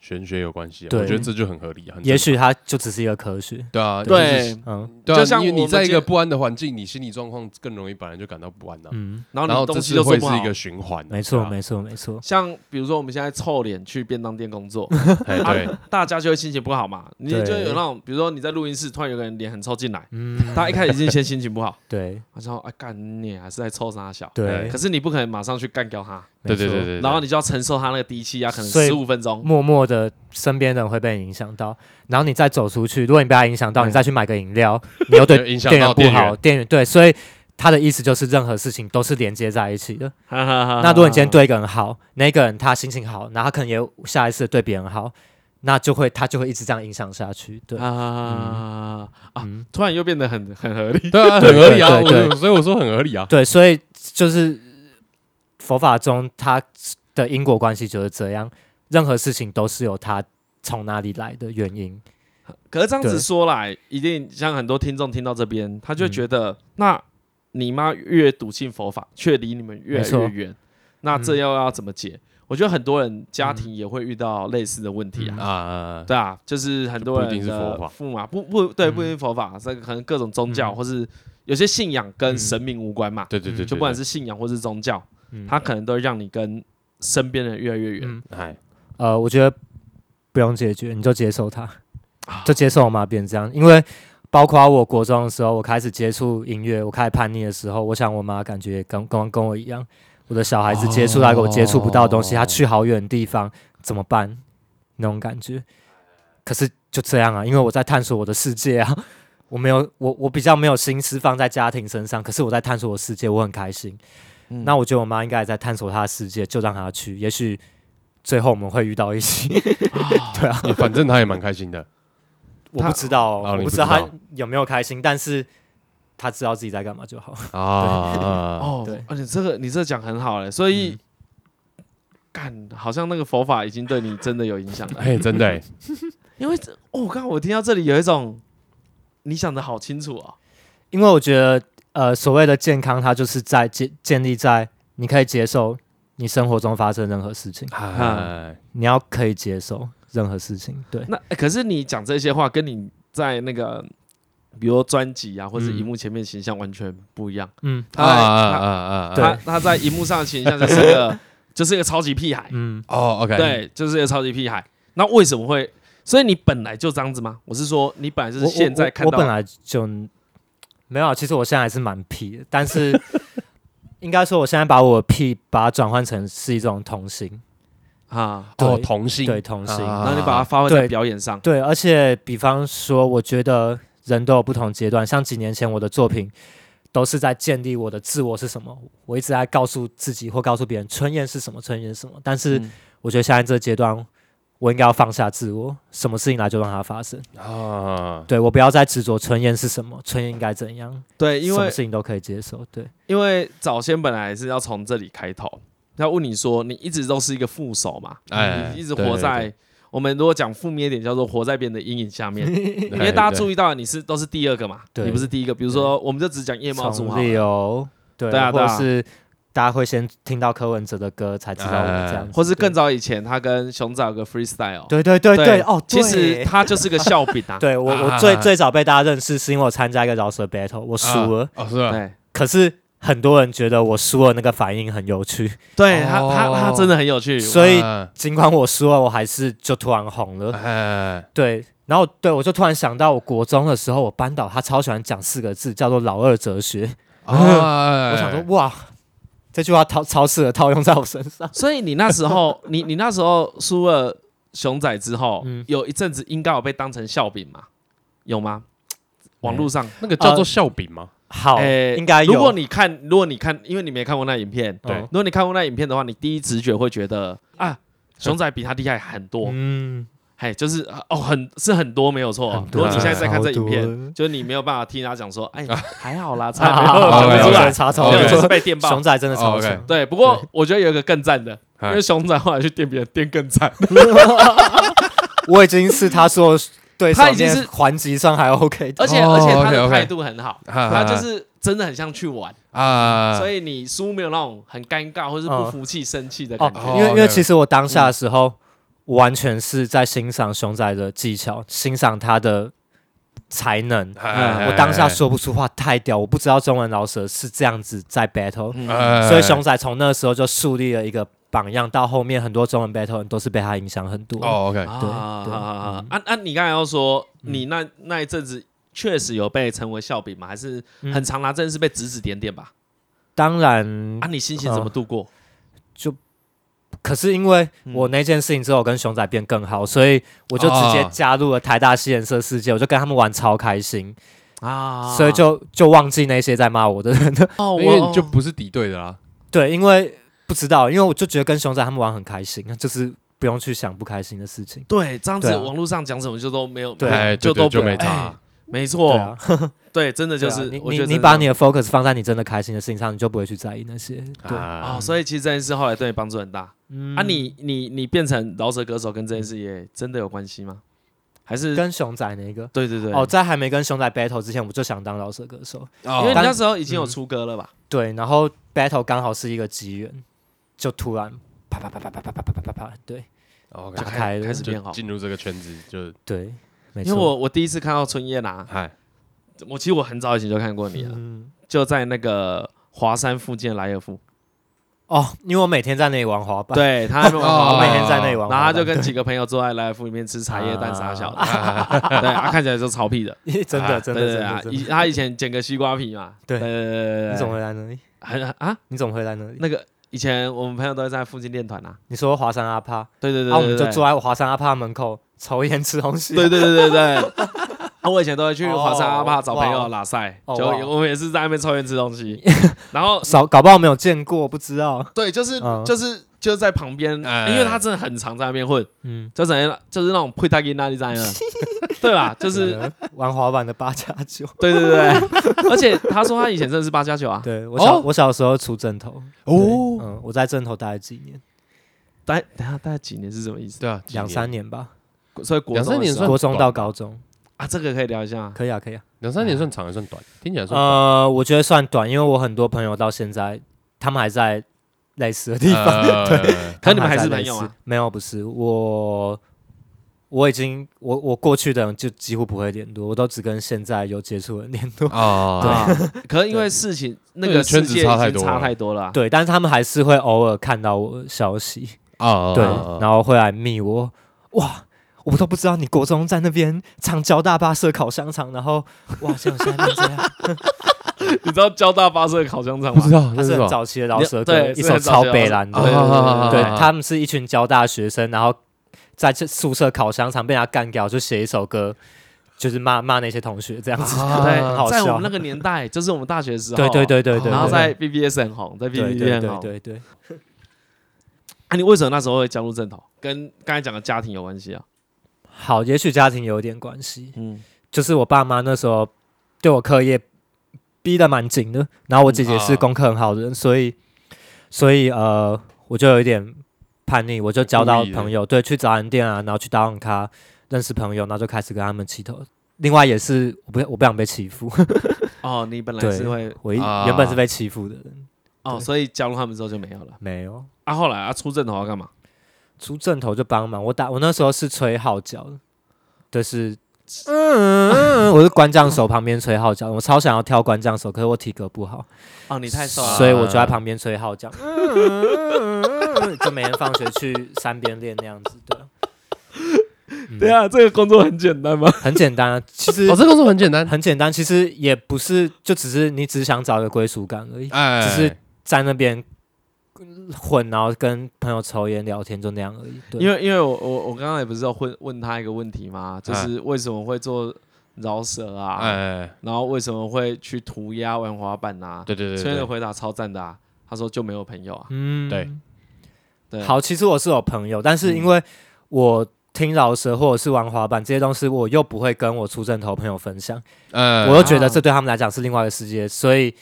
Speaker 2: 玄学有关系啊，
Speaker 3: 对
Speaker 2: 我觉得这就很合理啊。很正常
Speaker 3: 也许它就只是一个科学。
Speaker 2: 对啊，就是
Speaker 1: 对，
Speaker 3: 嗯
Speaker 2: 对
Speaker 1: 就
Speaker 2: 啊，
Speaker 1: 像
Speaker 2: 因为
Speaker 1: 我们
Speaker 2: 你在一
Speaker 1: 今
Speaker 2: 个不安的环境，你心理状况更容易本来就感到不安呐。
Speaker 3: 嗯，
Speaker 1: 然
Speaker 2: 然
Speaker 1: 后你
Speaker 2: 后这
Speaker 1: 东西
Speaker 2: 是
Speaker 1: 就做
Speaker 2: 会
Speaker 1: 不
Speaker 2: 是
Speaker 1: 好
Speaker 2: 一个。循环啊，
Speaker 3: 没错，
Speaker 2: 对啊
Speaker 3: 没错，没错。
Speaker 1: 像比如说我们现在臭脸去便当店工作， [laughs]
Speaker 2: 哎对，
Speaker 1: 大家就会心情不好嘛。你
Speaker 3: 对
Speaker 1: 就有那种，比如说你在录音室突然有个人脸很臭进来，
Speaker 3: 嗯，
Speaker 1: 他一开始已经先心情不好，
Speaker 3: 对
Speaker 1: 他说：“哎干你还是在臭啥小。”哎
Speaker 3: 对
Speaker 1: 可，是你不可能马上去干掉他，
Speaker 2: 对
Speaker 3: 没
Speaker 2: 对
Speaker 3: 错
Speaker 2: 对对，对
Speaker 1: 然后你就要承受他那个低气压，可能
Speaker 3: 所以嗯
Speaker 1: 十五分钟。
Speaker 3: 默默的身边人会被你影响到，然后你再走出去，如果你被他影响到，
Speaker 1: 对
Speaker 2: [laughs]
Speaker 3: 你再去买个饮料，你又对
Speaker 2: 嗯就影响
Speaker 3: 店员
Speaker 2: 到
Speaker 3: 不
Speaker 2: 店员
Speaker 3: 好，店员对，所以他的意思就是任何事情都是连接在一起的。
Speaker 1: 哈哈
Speaker 2: 啊
Speaker 1: 哈。
Speaker 3: 那如果你今天对一个人好，那个人他心情好，然后他可能也下一次对别人好，那就会他就会一直这样影响下去。对，
Speaker 1: 啊啊
Speaker 3: 嗯，
Speaker 1: 突然又变得很很合理，
Speaker 2: 对啊，很合理啊，
Speaker 3: 对对对
Speaker 2: 我 [laughs] 所以我说很合理啊。
Speaker 3: 对，所以就是佛法中它的因果关系就是这样，任何事情都是有它从哪里来的原因。
Speaker 1: 可是这样子
Speaker 3: 对
Speaker 1: 说来，一定像很多听众听到这边，他就觉
Speaker 3: 嗯
Speaker 1: 得，那你妈越笃信佛法，却离你们越来
Speaker 3: 没错
Speaker 1: 越远，
Speaker 2: 嗯
Speaker 1: 那这又要怎么解？我觉得很多人家庭也会遇到类似的问题啊。
Speaker 2: 啊，
Speaker 1: 对啊，就是很多
Speaker 2: 就不一
Speaker 1: 人
Speaker 2: 定是佛法嗯
Speaker 1: 的父母啊，不不对，
Speaker 3: 嗯
Speaker 1: 不一定是佛法，这个可能各种宗教，或是有些信仰跟神明无关嘛，
Speaker 2: 对对对，
Speaker 1: 嗯就不管
Speaker 2: 是
Speaker 1: 是信仰或是宗教，
Speaker 3: 嗯，
Speaker 1: 它可能都会让你跟身边的人越来越远。
Speaker 3: 嗯
Speaker 2: 哎，
Speaker 3: 呃，我觉得不用解决，你就接受它，就接受嘛，变成这样。因为包括我国中的时候，我开始接触音乐，我开始叛逆的时候，我想我妈感觉也跟跟跟我一样，我的小孩子接触到一个我接触不到的东西，他去好远的地方怎么办？那种感觉。可是就这样啊，因为我在探索我的世界啊。我没有，我我比较没有心思放在家庭身上，可是我在探索我世界，我很开心。
Speaker 1: 嗯
Speaker 3: 那我觉得我妈应该也在探索她的世界，就让她去，也许最后我们会遇到一起。 [laughs] 对啊，
Speaker 2: 哎反正他也蛮开
Speaker 3: [laughs]
Speaker 2: 心的。
Speaker 3: 我不知道哦，
Speaker 2: 哦
Speaker 3: 我
Speaker 2: 你
Speaker 3: 不
Speaker 2: 不
Speaker 3: 知道
Speaker 2: 知道
Speaker 3: 她有没有开心，但是她知道自己在干嘛就好。 [laughs]
Speaker 2: 啊，
Speaker 1: 哦，
Speaker 3: 对
Speaker 1: 而且这个你这个讲很好嘞，欸所以
Speaker 2: 嗯
Speaker 1: 干好像那个佛法已经对你真的有影响了，
Speaker 2: 哎，真
Speaker 3: [laughs]
Speaker 2: 的欸，
Speaker 1: 因为这哦，我刚刚我听到这里有一种你想的好清楚哦，
Speaker 3: 因为我觉得，呃，所谓的健康，它就是在建建立在你可以接受你生活中发生任何事情，
Speaker 2: 哎，
Speaker 3: 你要可以接受任何事情。对，
Speaker 1: 嗯那、欸可是你讲这些话跟你在那个比如说专辑啊或者荧幕前面的形象完全不一样，
Speaker 3: 嗯
Speaker 1: 他
Speaker 2: 嗯啊啊
Speaker 1: 他
Speaker 2: 啊啊，
Speaker 1: 他
Speaker 2: 啊
Speaker 1: 他在荧幕上的形象就是
Speaker 2: [laughs]
Speaker 1: 个就是一个超级屁孩，
Speaker 3: 嗯，
Speaker 2: 哦，OK，，
Speaker 1: 对，就是一个超级屁孩，那为什么会？所以你本来就这样子吗？我是说，你本来就是
Speaker 3: 我
Speaker 1: 现在看
Speaker 3: 我
Speaker 1: 到
Speaker 3: 我我本来就没有啊，其实我现在还是蛮屁的，但是应该说，我现在把我的屁把它转换成是一种童心，
Speaker 1: 啊，
Speaker 2: 哦，
Speaker 3: 对
Speaker 2: 同性，
Speaker 3: 对童心，
Speaker 2: 啊
Speaker 1: 然后你把它发挥在
Speaker 3: 对
Speaker 1: 表演上，
Speaker 3: 对，而且比方说，我觉得人都有不同阶段，像几年前我的作品。都是在建立我的自我是什么，我一直在告诉自己或告诉别人春燕是什么，春燕是什么。但是
Speaker 1: 嗯
Speaker 3: 我觉得现在这个阶段，我应该要放下自我，什么事情来就让它发生。
Speaker 2: 啊，
Speaker 3: 对我不要再执着春燕是什么，春燕应该怎样，
Speaker 1: 对，因
Speaker 3: 什
Speaker 1: 为
Speaker 3: 么事情都可以接受。对，
Speaker 1: 因为早先本来是要从这里开头，要问你说，你一直都是一个副手嘛，
Speaker 2: 哎
Speaker 1: 你一直
Speaker 2: 对
Speaker 1: 活
Speaker 2: 对
Speaker 1: 在我们如果讲负面一点，叫做活在别人的阴影下面，
Speaker 2: 因
Speaker 1: 因为大家
Speaker 2: 意
Speaker 1: 注意到你是都是第二个嘛，
Speaker 3: 对
Speaker 1: 你不是第一个。比如说，我们就只讲夜猫族好
Speaker 3: 从
Speaker 1: 了
Speaker 3: 理由，对
Speaker 1: 对啊
Speaker 3: 或
Speaker 1: 对啊
Speaker 3: 者是大家会先听到柯文哲的歌才知道我们这样
Speaker 1: 呃
Speaker 3: 子，
Speaker 1: 或是更
Speaker 3: 对
Speaker 1: 早以前他跟熊仔有个 freestyle，
Speaker 3: 对对对对哦，
Speaker 1: 其
Speaker 3: 对
Speaker 1: 实他就是个笑柄啊，
Speaker 3: [laughs]
Speaker 1: 啊
Speaker 3: 对我我
Speaker 2: 啊
Speaker 3: 最
Speaker 2: 啊啊
Speaker 3: 最早被大家认识是因为我参加一个饶舌 battle，我输了，
Speaker 2: 哦，是吧？
Speaker 1: 对
Speaker 3: 可是很多人觉得我输了那个反应很有趣， [laughs]
Speaker 1: 对，他他
Speaker 2: 哦
Speaker 1: 他真的很有趣，
Speaker 3: 所以
Speaker 2: 哎
Speaker 3: 尽管我输了，我还是就突然红
Speaker 1: 啊
Speaker 3: 了， [laughs]
Speaker 2: 哎，
Speaker 3: 对。然后对我就突然想到，我国中的时候，我班导他超喜欢讲四个字，叫做“老二哲学”。
Speaker 2: 我
Speaker 1: 哎
Speaker 2: 哎
Speaker 3: 我想说，哇，这句话超超适合套用在我身
Speaker 1: [laughs]
Speaker 3: 上。
Speaker 1: 所以你那时候，
Speaker 3: [laughs]
Speaker 1: 你你那时候输了熊仔之后，
Speaker 3: 嗯
Speaker 1: 有一阵子应该有被当成笑柄嘛？有吗？网络上，
Speaker 2: 那个叫
Speaker 3: 呃
Speaker 2: 做笑柄吗？
Speaker 3: 好，
Speaker 1: 诶
Speaker 3: 哦哎应该有。
Speaker 1: 如果你看，如果你看，因为你没看过那影片，
Speaker 3: 对
Speaker 1: 如果你看过那影片的话，你第一直觉会觉得啊，熊仔比他厉害很多，
Speaker 3: 嗯，
Speaker 1: 嘿，就是哦，很是很多没有错
Speaker 3: 很。
Speaker 1: 如
Speaker 3: 多
Speaker 1: 果你现在在看这影
Speaker 3: 超
Speaker 1: 片，
Speaker 3: 多
Speaker 1: 就是你没有办法听他讲说，
Speaker 3: [laughs]
Speaker 1: 哎，还好啦，差
Speaker 3: 查 [laughs]
Speaker 1: 没有讲不出
Speaker 2: 好
Speaker 1: 来，
Speaker 3: 查
Speaker 2: 好
Speaker 3: 超
Speaker 2: 好
Speaker 3: [laughs]
Speaker 1: 对，
Speaker 2: 好
Speaker 1: 就
Speaker 3: 多
Speaker 1: 是，被电爆
Speaker 3: 熊。仔真的超
Speaker 2: 哦
Speaker 3: 强
Speaker 2: ，OK。
Speaker 1: 对，不过我觉得有一个更赞的，
Speaker 2: 哎
Speaker 1: 因为熊仔后来去电别人，电更赞。
Speaker 3: [laughs] 我已经是他说对手
Speaker 1: 他已经是
Speaker 3: 面环级上还 OK 的，
Speaker 1: 而且
Speaker 2: 哦
Speaker 1: 而且他的
Speaker 2: OK，OK
Speaker 1: 态度很好，
Speaker 3: 啊
Speaker 1: 他
Speaker 2: 哈哈
Speaker 1: 就是真的很像去玩，
Speaker 2: 啊，
Speaker 1: 所
Speaker 2: 以
Speaker 1: 以你输没有那种很尴尬或是不服气、生气的
Speaker 3: 哦
Speaker 1: 感，
Speaker 2: 哦
Speaker 1: 觉。
Speaker 3: 因为因为
Speaker 2: OK
Speaker 3: 其实我当下的时候，我完全是在欣赏熊仔的技巧，欣赏他的才能。
Speaker 1: 哎
Speaker 3: 嗯我当下，说不出话，太屌！我不知道中文老舍是这样子在 battle，
Speaker 1: 嗯
Speaker 2: 哎
Speaker 3: 所以熊仔从那时候就树立了一个榜样，到后面很多中文 battle 人都是被他影响很多。
Speaker 2: 哦，OK，
Speaker 1: 啊
Speaker 3: 对对
Speaker 1: 啊
Speaker 3: 嗯
Speaker 1: 啊！啊你刚才要说你那那一阵子确实有被成为笑柄吗？还是
Speaker 3: 嗯
Speaker 1: 很常拿这件事被指指点点吧？
Speaker 3: 当然
Speaker 1: 啊，，你心情怎么度过？
Speaker 3: 可是因为
Speaker 1: 嗯
Speaker 3: 我那件事情之后，我跟熊仔变更好，所以我就直接
Speaker 2: 哦
Speaker 3: 加入了台大西人社世界，我就跟他们玩超开心。
Speaker 1: 啊
Speaker 3: 所以就就忘记那些在骂我的人了。
Speaker 1: 哦，
Speaker 2: 因为
Speaker 1: 我
Speaker 2: 你就不是敌对的啦。
Speaker 3: 对，因为不知道，因为我就觉得跟熊仔他们玩很开心，就是不用去想不开心的事情。
Speaker 1: 对这样子，
Speaker 3: 对啊
Speaker 1: 网络上讲什么就都没有，
Speaker 3: 对
Speaker 2: 哎，
Speaker 1: 就
Speaker 2: 对
Speaker 1: 都
Speaker 2: 对就
Speaker 1: 不
Speaker 2: 没
Speaker 1: 哎
Speaker 2: 差。
Speaker 1: 没
Speaker 3: 对
Speaker 1: 错
Speaker 3: 啊，，
Speaker 1: 对，真的就
Speaker 3: 对啊
Speaker 1: 是
Speaker 3: 你
Speaker 1: 我觉得真
Speaker 3: 你你
Speaker 1: 的
Speaker 3: 把你的 focus 放在你真的开心的事情上，你就不会去在意那些。对，
Speaker 2: 啊
Speaker 1: 哦，所以其实这件事后来对你帮助很大
Speaker 3: 嗯
Speaker 1: 啊。你你你变成饶舌歌手跟这件事也真的有关系吗？还是
Speaker 3: 跟熊仔那个
Speaker 1: 对对对
Speaker 3: 哦，在还没跟熊仔 battle 之前，我就想当饶舌歌手。
Speaker 2: 哦
Speaker 1: 因为你
Speaker 3: 当
Speaker 1: 那时候已经有
Speaker 3: 嗯
Speaker 1: 出歌了吧？
Speaker 3: 对，然后 battle 刚好是一个机缘，就突然啪啪啪啪啪啪啪啪啪啪，对
Speaker 2: 哦，OK，
Speaker 3: 打开了
Speaker 1: 开始变
Speaker 2: 就
Speaker 1: 好。
Speaker 2: 进入这个圈子就哎
Speaker 3: 对，没
Speaker 1: 因为
Speaker 3: 错。
Speaker 1: 我我第一次看到春叶拿，
Speaker 2: 嗨，
Speaker 1: 我其实我很早以前就看过你了，
Speaker 3: 嗯
Speaker 1: 就在那个华山附近的莱尔富，
Speaker 3: 哦，因为我每天在那里玩滑板，
Speaker 1: 对他还没有
Speaker 3: 我
Speaker 2: 哦
Speaker 3: 每天在那里玩滑板，
Speaker 1: 然后他就跟几个朋友坐在莱尔富里面吃茶叶
Speaker 3: 啊
Speaker 1: 蛋啥小的，对，他看起来就超屁的，
Speaker 3: 对 [laughs] 真的
Speaker 2: 啊
Speaker 3: 啊真
Speaker 1: 对
Speaker 3: 的
Speaker 1: 对对
Speaker 3: 真的
Speaker 1: 啊，
Speaker 3: 真
Speaker 1: 以
Speaker 3: 的，
Speaker 1: 他以前捡个西瓜皮嘛，
Speaker 3: 对
Speaker 1: 对对对
Speaker 3: 你
Speaker 1: 对
Speaker 3: 怎
Speaker 1: 对，
Speaker 3: 么会来那里？
Speaker 1: 很啊
Speaker 3: 你怎么会来那里？
Speaker 1: 那个以前我们朋友都会在附近练团啊，
Speaker 3: 你说华山阿帕，
Speaker 1: 对对对，
Speaker 3: 然后我们
Speaker 1: 对
Speaker 3: 就坐，在华山阿帕门口抽烟吃东西，啊
Speaker 1: 对对对对对对。啊 [laughs] 我以前都会去
Speaker 3: 哦
Speaker 1: 华山阿帕找朋
Speaker 3: 哇
Speaker 1: 友拉塞，
Speaker 3: 哦
Speaker 1: 就
Speaker 3: 哇
Speaker 1: 我们也是在那边抽烟吃东 [laughs] 西，然后
Speaker 3: 少搞不好没有见过，不知道。
Speaker 1: 对，就是、
Speaker 3: 嗯
Speaker 1: 就是就是在旁边，
Speaker 2: 哎
Speaker 1: 因为他真的很常在那边混，
Speaker 3: 嗯，
Speaker 1: 就整天就是那种配大音那里在 [laughs] 那，对吧？就是哦
Speaker 3: 玩滑板的八加九。
Speaker 1: 对对对，而且他说他以前真的是八加九啊，
Speaker 3: 对我小、
Speaker 2: 哦
Speaker 3: 我小时候出正头，对
Speaker 2: 哦，
Speaker 3: 嗯，我在正头待了几年，
Speaker 1: 待等一下大概几年是什么意思？
Speaker 2: 对啊，几
Speaker 3: 两三
Speaker 2: 年
Speaker 3: 年吧，
Speaker 1: 所以国中的
Speaker 2: 两三年
Speaker 1: 时候
Speaker 2: 算
Speaker 3: 国中
Speaker 2: 短
Speaker 3: 到高中，
Speaker 1: 啊，这个可以聊一下吗。
Speaker 3: 可以啊，可以啊。
Speaker 2: 两三年算长还算短，听起来算短
Speaker 3: 呃，我觉得算短，因为我很多朋友到现在他们还在类似的地方，
Speaker 2: 呃对，
Speaker 1: 可
Speaker 3: [laughs] 他
Speaker 1: 你们还
Speaker 3: 在
Speaker 1: 是朋
Speaker 3: 类
Speaker 1: 友
Speaker 3: 似
Speaker 1: 啊？
Speaker 3: 没有，不是我。我已经，我我过去的人就几乎不会联络，我都只跟现在有接触的人联络。
Speaker 2: 啊，
Speaker 1: 啊，可是因为事情那个世
Speaker 2: 圈子
Speaker 1: 界已
Speaker 2: 差太
Speaker 1: 经
Speaker 2: 多
Speaker 1: 差
Speaker 2: 了
Speaker 1: 太多了啊，
Speaker 3: [laughs] 对，但是他们还是会偶尔看到我的消息。
Speaker 2: 啊，
Speaker 3: 对，
Speaker 2: 啊
Speaker 3: 然后会来密我，哇，我都不知道你国中在那边唱交大巴社烤香肠，然后哇，像现在变这样，
Speaker 1: 你知道交大巴士的烤香肠
Speaker 2: 不
Speaker 1: 吗
Speaker 2: 知？道
Speaker 3: 他
Speaker 2: 这
Speaker 3: 是
Speaker 2: 什
Speaker 3: 很
Speaker 2: 么？
Speaker 3: 早期的饶舌歌，
Speaker 1: 对
Speaker 3: 一
Speaker 1: 是
Speaker 3: 首
Speaker 1: 很早
Speaker 3: 超
Speaker 1: 期的
Speaker 3: 北蓝
Speaker 1: 饶舌
Speaker 3: 的，
Speaker 1: 歌
Speaker 2: 啊
Speaker 3: 对
Speaker 1: 对
Speaker 3: 他们是一群交大学生，然后在这宿舍烤香肠被他干掉，就写一首歌，就是骂骂那些同学这样子，很啊 [laughs] 好
Speaker 1: 对，在我
Speaker 3: 笑
Speaker 1: 们那。个年代，就是我们大学的时候，
Speaker 3: 对对，对对对，
Speaker 1: 然后
Speaker 3: 对
Speaker 1: 在 BBS 很红，在
Speaker 3: 对
Speaker 1: BBS
Speaker 3: 对
Speaker 1: 很
Speaker 3: 对
Speaker 1: 红，
Speaker 3: 对对，
Speaker 1: 啊，你为什么那时候会加入正统？跟刚才讲的家庭有关系啊？
Speaker 3: 好，也许家庭有一点关系，
Speaker 1: 嗯，
Speaker 3: 就是我爸妈那时候对我课业逼得蛮紧的，然后我姐姐是功课很好的人，所以所以呃，我就有一点叛逆，我就交到
Speaker 2: 故意的
Speaker 3: 朋友，对，去早餐店啊，然后去打网咖认识朋友，然后就开始跟他们起头。另外也是我不我不想被欺负， [laughs]
Speaker 1: 哦，你本来
Speaker 3: 对
Speaker 1: 是会
Speaker 3: 我一、
Speaker 2: 啊
Speaker 3: 原本是被欺负的人，
Speaker 1: 哦，所以加入他们之后就没有了。
Speaker 3: 没有
Speaker 1: 啊，后来啊出正头要干嘛？
Speaker 3: 出正头就帮忙。我打我那时候是吹号角的，就是。嗯 [laughs] 我是官将手旁边吹号角，我超想要跳官将手，可是我体格不好，
Speaker 1: 哦，你太瘦了，
Speaker 3: 所以我就在旁边吹号角，就每天放学去山边练那样子，对啊，
Speaker 1: 对啊，这个工作很简单吗？
Speaker 3: 很简单啊，其实
Speaker 2: 哦，这工作很
Speaker 3: [laughs]
Speaker 2: 简单，
Speaker 3: 很简单，其实也不是，就只是你只想找一个归属感而已，
Speaker 2: 哎，
Speaker 3: 只是在那边嗯混，然后跟朋友抽烟聊天，就那样而已，对，
Speaker 1: 因
Speaker 3: 为
Speaker 1: 为因为我我我刚刚也不是要问问他一个问题吗？
Speaker 3: 哎
Speaker 1: 就是为什么会做饶舌啊？
Speaker 2: 哎，
Speaker 1: 然后为什么会去涂鸦玩滑板啊？
Speaker 2: 对对对
Speaker 1: 崔
Speaker 2: 对
Speaker 1: 的
Speaker 2: 对，
Speaker 1: 回答超赞的啊，他说就没有朋友啊。
Speaker 3: 嗯
Speaker 2: 对
Speaker 1: 对，，
Speaker 3: 好，其实我是有朋友，但是因为我听饶舌或者是玩滑板这些东西，我又不会跟我出正头朋友分享。
Speaker 2: 哎，
Speaker 3: 我又觉得这对他们来讲是另外一个世界，所以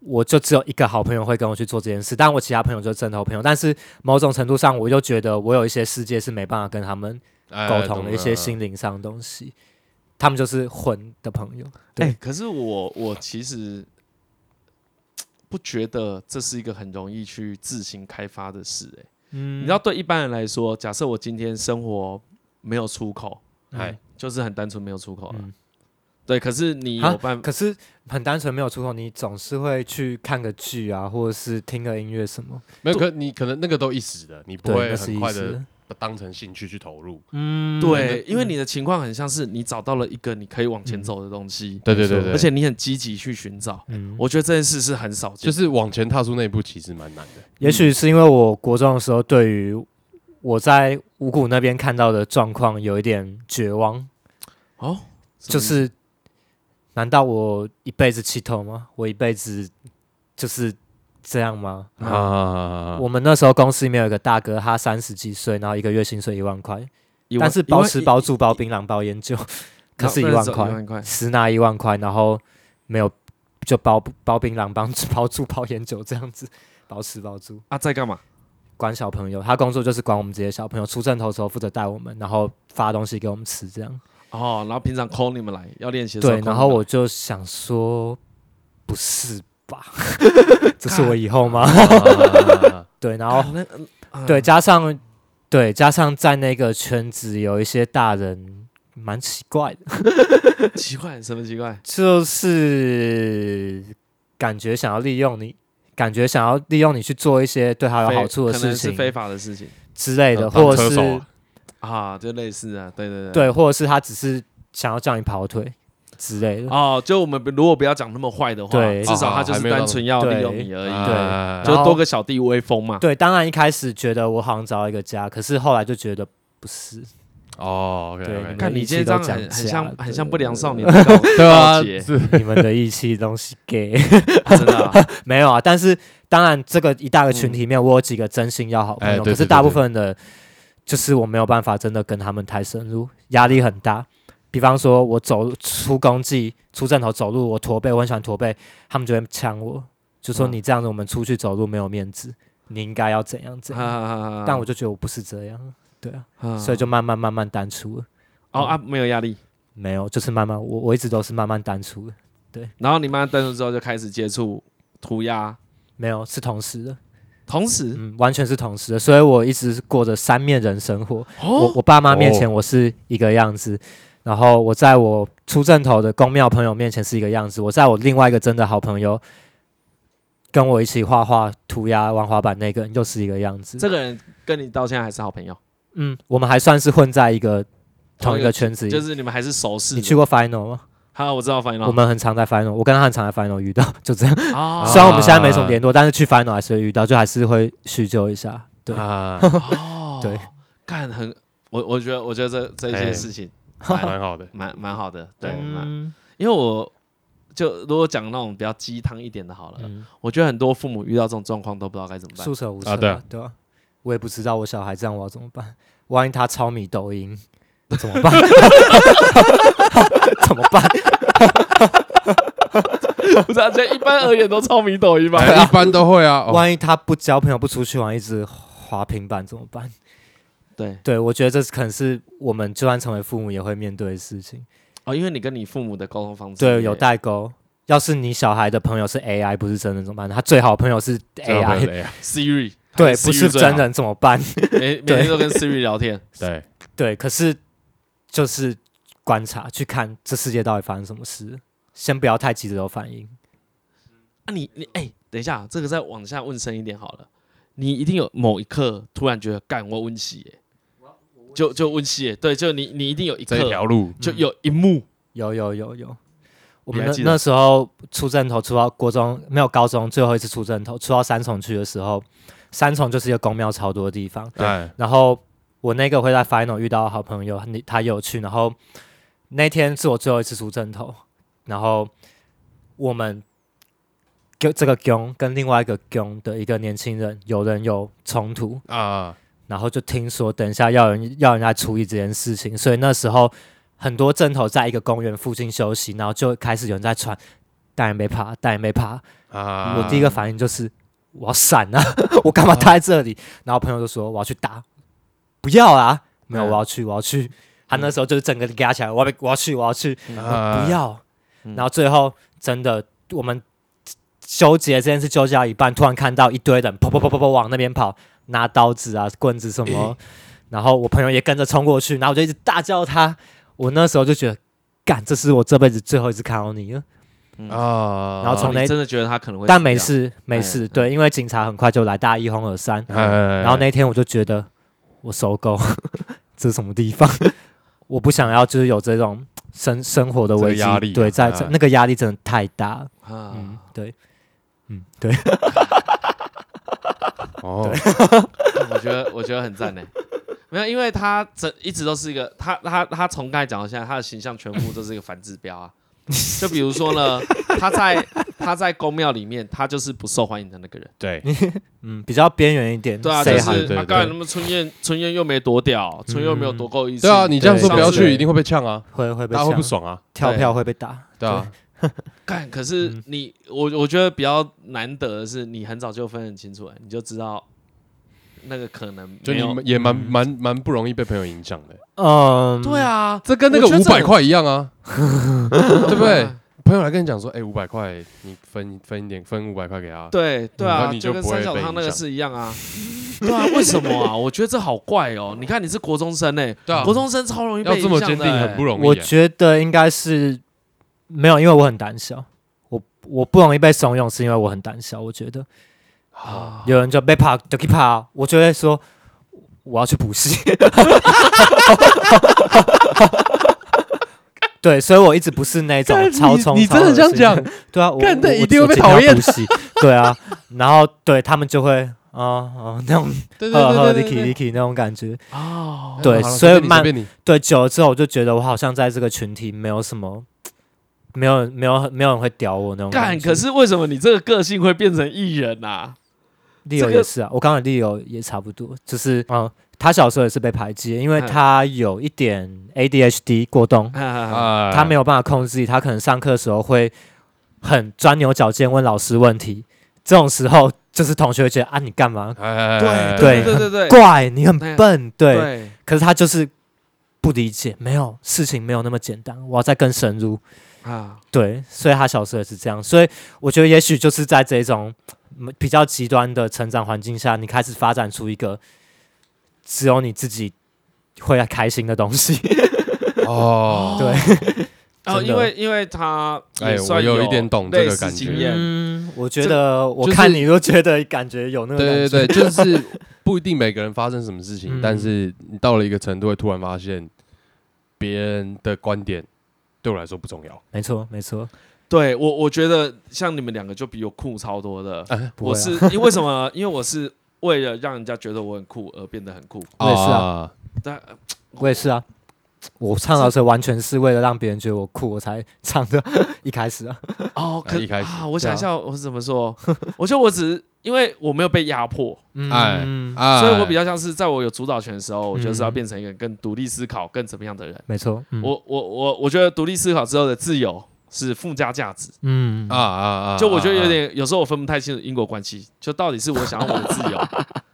Speaker 3: 我就只有一个好朋友会跟我去做这件事，但我其他朋友就是正头朋友。但是某种程度上，我又觉得我有一些世界是没办法跟他们
Speaker 2: 哎
Speaker 3: 沟通
Speaker 2: 懂
Speaker 3: 的
Speaker 2: 了
Speaker 3: 一些心灵上的东西，他们就是混的朋友。对
Speaker 1: 哎，可是我我其实不觉得这是一个很容易去自行开发的事，哎。
Speaker 3: 嗯
Speaker 1: 你知道，对一般人来说，假设我今天生活没有出口，
Speaker 2: 哎，
Speaker 1: 就是很单纯没有出口了。
Speaker 3: 嗯
Speaker 1: 对，可是你
Speaker 3: 啊
Speaker 1: 有办法，
Speaker 3: 可是很单纯没有出口，你总是会去看个剧啊，或者是听个音乐什么，
Speaker 2: 没有，可你可能那个都一时的，你不
Speaker 3: 对，
Speaker 2: 会
Speaker 3: 那是
Speaker 2: 很
Speaker 3: 意
Speaker 2: 快的
Speaker 3: 思。
Speaker 2: 当成兴趣去投入。
Speaker 3: 嗯，嗯
Speaker 1: 对，因为你的情况很像是你找到了一个你可以往前走的东西，
Speaker 2: 对
Speaker 3: 没
Speaker 2: 对
Speaker 3: 错
Speaker 2: 对对，
Speaker 1: 而且你很积极去寻找。
Speaker 3: 嗯，
Speaker 1: 我觉得这件事是很少见
Speaker 2: 就
Speaker 1: 的，
Speaker 2: 是往前踏出那一步，其实蛮难的。
Speaker 3: 也许是因为我国中的时候，对于我在五谷那边看到的状况有一点绝望，
Speaker 1: 哦，
Speaker 3: 就
Speaker 1: 什么意思
Speaker 3: 是难道我一辈子气头吗？我一辈子就是这样吗？
Speaker 2: 啊啊啊啊啊
Speaker 3: [laughs] 我们那时候公司里面有一个大哥，他三十几岁，然后一个月薪水一万块，
Speaker 1: 一万
Speaker 3: 但是包吃包住包槟榔包烟
Speaker 1: [laughs]
Speaker 3: 酒，可是一万
Speaker 1: 一
Speaker 3: 块，
Speaker 1: 万块，
Speaker 3: 实拿一万块，然后没有就包包槟榔包包住包烟酒这样子，包吃包住。
Speaker 1: 啊，在干嘛？
Speaker 3: 管小朋友，他工作就是管我们这些小朋友，出阵头的时候负责带我们，然后发东西给我们吃，这样。
Speaker 1: 哦，然后平常 call 你们来要练习的时候
Speaker 3: 对，
Speaker 1: call
Speaker 3: 然后
Speaker 1: 你们
Speaker 3: 我就想说，不是吧？ [laughs] 这是我以后吗？
Speaker 2: 啊
Speaker 3: 对，然后
Speaker 1: 来啊那
Speaker 3: 对，，加上对，加上在那个圈子有一些大人蛮奇怪的，
Speaker 1: 嗯 [laughs] 奇怪什么奇怪？
Speaker 3: 就是感觉想要利用你，感觉想要利用你去做一些对他有
Speaker 1: 非
Speaker 3: 好处的
Speaker 1: 可能
Speaker 3: 事
Speaker 1: 是
Speaker 3: 情
Speaker 1: 非呃法的事情
Speaker 3: 之类的，
Speaker 2: 当当
Speaker 3: 或
Speaker 2: 车
Speaker 3: 者
Speaker 2: 手
Speaker 3: 是
Speaker 2: 啊
Speaker 1: 啊，就类似啊，对对对，
Speaker 3: 对，或者是他只是想要叫你跑腿之类的。
Speaker 1: 哦，就我们不如果不要讲那么坏的话，
Speaker 3: 对
Speaker 1: 至少
Speaker 2: 哦
Speaker 1: 他就
Speaker 2: 还
Speaker 1: 是
Speaker 2: 没有
Speaker 1: 单纯要
Speaker 3: 到
Speaker 1: 利用你而已，
Speaker 3: 对
Speaker 2: 啊
Speaker 1: 就
Speaker 3: 然后
Speaker 1: 多个小弟威风嘛。
Speaker 3: 对，当然一开始觉得我好像找到一个家，可是后来就觉得不
Speaker 2: [laughs]
Speaker 3: 是，
Speaker 2: 哦，
Speaker 3: 对你
Speaker 2: OK，OK
Speaker 3: 们
Speaker 1: 看你今天这样很
Speaker 3: 一
Speaker 1: 很
Speaker 3: 起都讲假
Speaker 1: 像
Speaker 3: 的
Speaker 1: 很像不良少年
Speaker 3: [laughs]
Speaker 1: 的告
Speaker 2: 对啊
Speaker 1: 告诫，
Speaker 2: 是
Speaker 3: 你们的义气东西给 [laughs]
Speaker 1: 真的啊
Speaker 3: 没有啊。但是当然，这个一大个群体里面，我有几个真心要好朋
Speaker 2: 嗯哎
Speaker 3: 友，
Speaker 2: 对
Speaker 3: 可是
Speaker 2: 对对
Speaker 3: 大部
Speaker 2: 对
Speaker 3: 分的，就是我没有办法真的跟他们太深入，压力很大。比方说，我走出公祭、出阵头走路，我驼背，我很喜欢驼背，他们就会呛我，就说
Speaker 1: 嗯
Speaker 3: 你这样子，我们出去走路没有面子，你应该要怎样怎
Speaker 1: 啊
Speaker 3: 样。
Speaker 1: 啊啊啊
Speaker 3: 但我就觉得我不是这样，对啊，
Speaker 1: 啊
Speaker 3: 所以就慢慢慢慢淡出了。
Speaker 1: 哦啊没有压力，
Speaker 3: 没有，就是慢慢，我我一直都是慢慢淡出的，
Speaker 1: 然后你慢慢登出之后就开始接触涂鸦，
Speaker 3: 没有是同时的，
Speaker 1: 同时
Speaker 3: 嗯，完全是同时的，所以我一直过着三面人生活。我
Speaker 1: 哦
Speaker 3: 我爸妈面前我是一个样子，然后我在我出阵头的公庙朋友面前是一个样子，我在我另外一个真的好朋友跟我一起画画、涂鸦、玩滑板那个人又是一个样子。
Speaker 1: 这个人跟你到现在还是好朋友，
Speaker 3: 嗯，我们还算是混在一个同一个圈子里。
Speaker 1: 就是你啊们还是熟识
Speaker 3: 你
Speaker 1: 的。
Speaker 3: 去过 final 吗？
Speaker 1: 好，我知道反应了。
Speaker 3: 我们很常在 final，我跟他很常在 final 遇到，就这样。
Speaker 1: 啊
Speaker 3: 虽然我们现在没什么联络，但是去 final 还是会遇到，就还是会叙旧一下。对， [laughs]
Speaker 2: 啊，
Speaker 1: 哦，
Speaker 3: 对，
Speaker 1: 干很，我我觉得我觉得这这一些
Speaker 2: 哎
Speaker 1: 事情蛮
Speaker 2: [laughs] 蛮
Speaker 3: [laughs]
Speaker 2: 好的，
Speaker 1: 蛮蛮好的，对，蛮
Speaker 3: 嗯
Speaker 1: 因为我就如果讲那种比较鸡汤一点的好了，
Speaker 3: 嗯，
Speaker 1: 我觉得很多父母遇到这种状况都不知道该怎么办
Speaker 3: 束。手无策
Speaker 2: 啊对啊
Speaker 3: 对啊，我也不知道我小孩这样我要怎么办，万一他抄你抖音怎么办？ [laughs] 怎么办？
Speaker 1: [laughs] 不是啊，这一般而言都超迷抖音吧？
Speaker 2: 哎一般都会啊，哦
Speaker 3: [laughs] 万一他不交朋友不出去玩，一直滑平板怎么办？
Speaker 1: 对
Speaker 3: 对，我觉得这是可能是我们就算成为父母也会面对的事情。
Speaker 1: 哦，因为你跟你父母的沟通方式
Speaker 3: 对，有
Speaker 1: 大
Speaker 3: 代沟。要是你小孩的朋友是 AI，不是真人怎么办？他最好的朋友是
Speaker 2: 这样会
Speaker 3: AI，
Speaker 2: 累啊
Speaker 1: Siri，
Speaker 3: 对，
Speaker 1: 还
Speaker 3: 不是
Speaker 1: Siri 最
Speaker 3: 真
Speaker 1: 好，
Speaker 3: 人怎么办？
Speaker 1: 每每天都跟 Siri 聊天。
Speaker 2: 对，
Speaker 3: 对，可是就是观察去看这世界到底发生什么事，先不要太急着有反应。
Speaker 1: 啊你，你哎、等一下，这个再往下问深一点好了。你一定有某一刻突然觉得，干我温习耶，就就温习耶，对，就你你一定有一
Speaker 2: 这一
Speaker 1: 刻
Speaker 2: 条路
Speaker 1: 就
Speaker 3: 嗯
Speaker 1: 有一幕，
Speaker 3: 有有有有，我
Speaker 1: 你
Speaker 3: 们
Speaker 1: 还
Speaker 3: 那
Speaker 1: 记得
Speaker 3: 那时候出阵头出到国中没有高中最后一次出阵头出到三重去的时候，三重就是一个公庙超多的地方，
Speaker 2: 哎，
Speaker 3: 然后我那个会在 final 遇到的好朋友，你他也有去，然后那天是我最后一次出阵头，然后我们跟这个囧跟另外一个囧的一个年轻人有人有冲突，
Speaker 2: 啊，
Speaker 3: 然后就听说等一下要人要人来处理这件事情，所以那时候很多阵头在一个公园附近休息，然后就开始有人在传但也没爬，但也没爬。
Speaker 2: 啊，
Speaker 3: 我第一个反应就是我要闪啊， [laughs] 我干嘛待在这里？然后朋友就说我要去打，不要啊，没有，
Speaker 1: 嗯
Speaker 3: 我要去，我要去。他那时候就是整个压起来，我要被我要去，我要去，
Speaker 2: 啊
Speaker 3: 不要
Speaker 1: 嗯。
Speaker 3: 然后最后真的，我们纠结这件事纠结到一半，突然看到一堆人砰砰砰砰砰往那边跑，拿刀子啊、棍子什么，然后我朋友也跟着冲过去，然后我就一直大叫他。我那时候就觉得，干，这是我这辈子最后一次看到你了。
Speaker 2: 啊，
Speaker 3: 然后从
Speaker 1: 你
Speaker 3: 那
Speaker 1: 真的觉得他可能会，
Speaker 3: 但没，事，没
Speaker 1: 哎
Speaker 3: 事，
Speaker 1: 嗯
Speaker 3: 对，因为警察很快就来，大家一哄而散。
Speaker 2: 哎，
Speaker 3: 然后那天我就觉得我受够， [laughs] 这是什么地方？ [laughs] 我不想要，就是有这种生生活的
Speaker 2: 这个
Speaker 3: 危机，
Speaker 2: 压力
Speaker 3: 对，
Speaker 2: 啊
Speaker 3: 在
Speaker 2: 哎
Speaker 3: 在那个压力真的太大了。
Speaker 1: 啊、
Speaker 3: 嗯，对，嗯，对，
Speaker 2: 哦，
Speaker 1: 我觉得我 [laughs] 觉得很赞呢。没有，因
Speaker 3: [laughs]
Speaker 1: 为他整一直都是一个他他他从刚才讲到现在，他的形象全部都是一个反指标啊。就比如说呢，他在他在公庙里面，他就是不受欢迎的那个人。
Speaker 2: 对，
Speaker 3: [laughs] 嗯，比较边缘一点，
Speaker 1: 对啊，就
Speaker 3: say
Speaker 1: 是
Speaker 3: hi
Speaker 2: 对对
Speaker 1: 他刚才那么春燕，春燕又没多屌，春燕又没有夺够一次。
Speaker 2: 对啊，你这样说
Speaker 1: 对
Speaker 2: 不要
Speaker 1: 上次
Speaker 2: 去，一定会被呛啊，
Speaker 3: 会会被
Speaker 2: 大家会
Speaker 3: 呛
Speaker 2: 不，爽啊，
Speaker 3: 跳票会被打，
Speaker 2: 对啊，
Speaker 1: 干，可
Speaker 2: 嗯
Speaker 1: 是你我我觉得比较难得的是，你很早就分很清楚了，你就知道那个可能
Speaker 2: 就
Speaker 1: 没有
Speaker 2: 你。也蛮蛮蛮不容易被朋友影响的，
Speaker 3: 嗯，
Speaker 1: 对啊，
Speaker 2: 这跟那个
Speaker 1: 我觉得
Speaker 2: 五
Speaker 1: 这很
Speaker 2: 百块一样啊，对不对
Speaker 1: 对？
Speaker 2: 朋友来跟你讲说，哎，五百块，你分分一点，分五百块给他，
Speaker 1: [laughs] 对对
Speaker 2: 嗯那
Speaker 1: 啊，
Speaker 2: 你
Speaker 1: 就
Speaker 2: 就
Speaker 1: 跟
Speaker 2: 不会
Speaker 1: 三小
Speaker 2: 被
Speaker 1: 汤那
Speaker 2: 影
Speaker 1: 个
Speaker 2: 响
Speaker 1: 是一样啊。对啊，为什么啊？我觉得这好怪哦。你看你是国中生哎，
Speaker 2: 对啊
Speaker 1: 国中生超容易
Speaker 2: 要
Speaker 1: 被
Speaker 2: 这
Speaker 1: 影
Speaker 2: 么
Speaker 1: 响
Speaker 2: 坚
Speaker 1: 的
Speaker 2: 定很
Speaker 1: 欸
Speaker 2: 不。容
Speaker 3: 我
Speaker 2: 易啊，
Speaker 3: 觉得应该是没有，因为我很胆小，我我不容易被怂恿，是因为我很胆小。我觉得
Speaker 2: 啊
Speaker 3: 有人就被怕就去怕，我就会说我要去补习。 [laughs] 对，所以我一直不是那种超冲。
Speaker 2: 你你真的
Speaker 3: 超
Speaker 2: 这
Speaker 3: 恶
Speaker 2: 样
Speaker 3: 心
Speaker 2: 讲？
Speaker 3: 对啊，我
Speaker 2: 干
Speaker 3: 我
Speaker 2: 这
Speaker 3: 我
Speaker 2: 一定
Speaker 3: 我
Speaker 2: 会被
Speaker 3: 尽量
Speaker 2: 讨厌
Speaker 3: 补习。对啊，然后对他们就会啊啊那种哦
Speaker 2: 对对
Speaker 3: 呵呵
Speaker 2: 对
Speaker 3: l i k
Speaker 2: 对
Speaker 3: y l
Speaker 2: 对
Speaker 3: i k y 那种感觉。
Speaker 1: 哦，
Speaker 3: 对
Speaker 2: 哎好了
Speaker 3: 所以
Speaker 2: 随便你
Speaker 3: 慢
Speaker 2: 随便你
Speaker 3: 对，久了之后我就觉得我好像在这个群体没有什么，没有没有没有人会屌我那种
Speaker 1: 干，
Speaker 3: 感觉。
Speaker 1: 可是为什么你这个个性会变成艺人啊？ [laughs]
Speaker 3: 利友
Speaker 1: 这个
Speaker 3: 也是啊，我刚刚利友也差不多，就是嗯，他小时候也是被排挤的，因为
Speaker 1: 嗯
Speaker 3: 他有一点 ADHD 过动，
Speaker 1: 啊，
Speaker 2: 啊，
Speaker 3: 他没有办法控制自己，他可能上课的时候会很钻牛角尖问老师问题，这种时候就是同学会觉得啊你干嘛
Speaker 2: 哎，
Speaker 1: 对
Speaker 3: 对
Speaker 1: 对对对
Speaker 3: 怪你很
Speaker 1: 那样
Speaker 3: 笨，对，
Speaker 1: 对，
Speaker 3: 可是他就是不理解，没有事情没有那么简单，我要再更深入。
Speaker 1: 啊，
Speaker 3: 对，所以他小时候也是这样，所以我觉得也许就是在这种嗯比较极端的成长环境下，你开始发展出一个只有你自己会开心的东西。 [laughs]
Speaker 2: 哦，
Speaker 3: 对，
Speaker 1: 哦，
Speaker 3: 真的
Speaker 1: 因为因为他也
Speaker 2: 哎
Speaker 1: 算
Speaker 2: 我有一点懂这个
Speaker 1: 类似
Speaker 2: 感觉
Speaker 1: 经验，
Speaker 3: 嗯，我觉
Speaker 1: 这
Speaker 3: 得我
Speaker 2: 就是
Speaker 3: 看你都觉得感觉有那个对
Speaker 2: 对对对，就是不一定每个人发生什么事情，
Speaker 3: 嗯
Speaker 2: 但是你到了一个程度，会突然发现别人的观点对我来说不重要。
Speaker 3: 没错没错，
Speaker 1: 对我我觉得像你们两个就比我酷超多的，
Speaker 3: 不
Speaker 1: 我
Speaker 3: 会啊
Speaker 1: 是因为什么？ [laughs] 因为我是为了让人家觉得我很酷而变得很酷，
Speaker 3: 我也是啊
Speaker 2: 啊，
Speaker 1: 但
Speaker 3: 我也是啊。我唱老师完全是为了让别人觉得我酷，我才 [laughs] 唱的。一开始啊，
Speaker 1: 哦，可
Speaker 2: 啊一开始
Speaker 1: 啊，我想一下我是怎么 [laughs] 说，我觉得我只是因为我没有被压迫，
Speaker 2: 哎
Speaker 3: 嗯，
Speaker 2: 啊
Speaker 1: 所以我比较像是在我有主导权的时候，我就是要
Speaker 3: 嗯
Speaker 1: 变成一个更独立思考、更怎么样的人。
Speaker 3: 没错，嗯
Speaker 1: 我我我我觉得独立思考之后的自由是附加价值。
Speaker 3: 嗯
Speaker 2: 啊啊啊，
Speaker 1: 就我觉得有
Speaker 2: 啊
Speaker 1: 点，有时候我分不太清楚因果关系，就到底是我想要我的自
Speaker 2: [laughs]
Speaker 1: 由，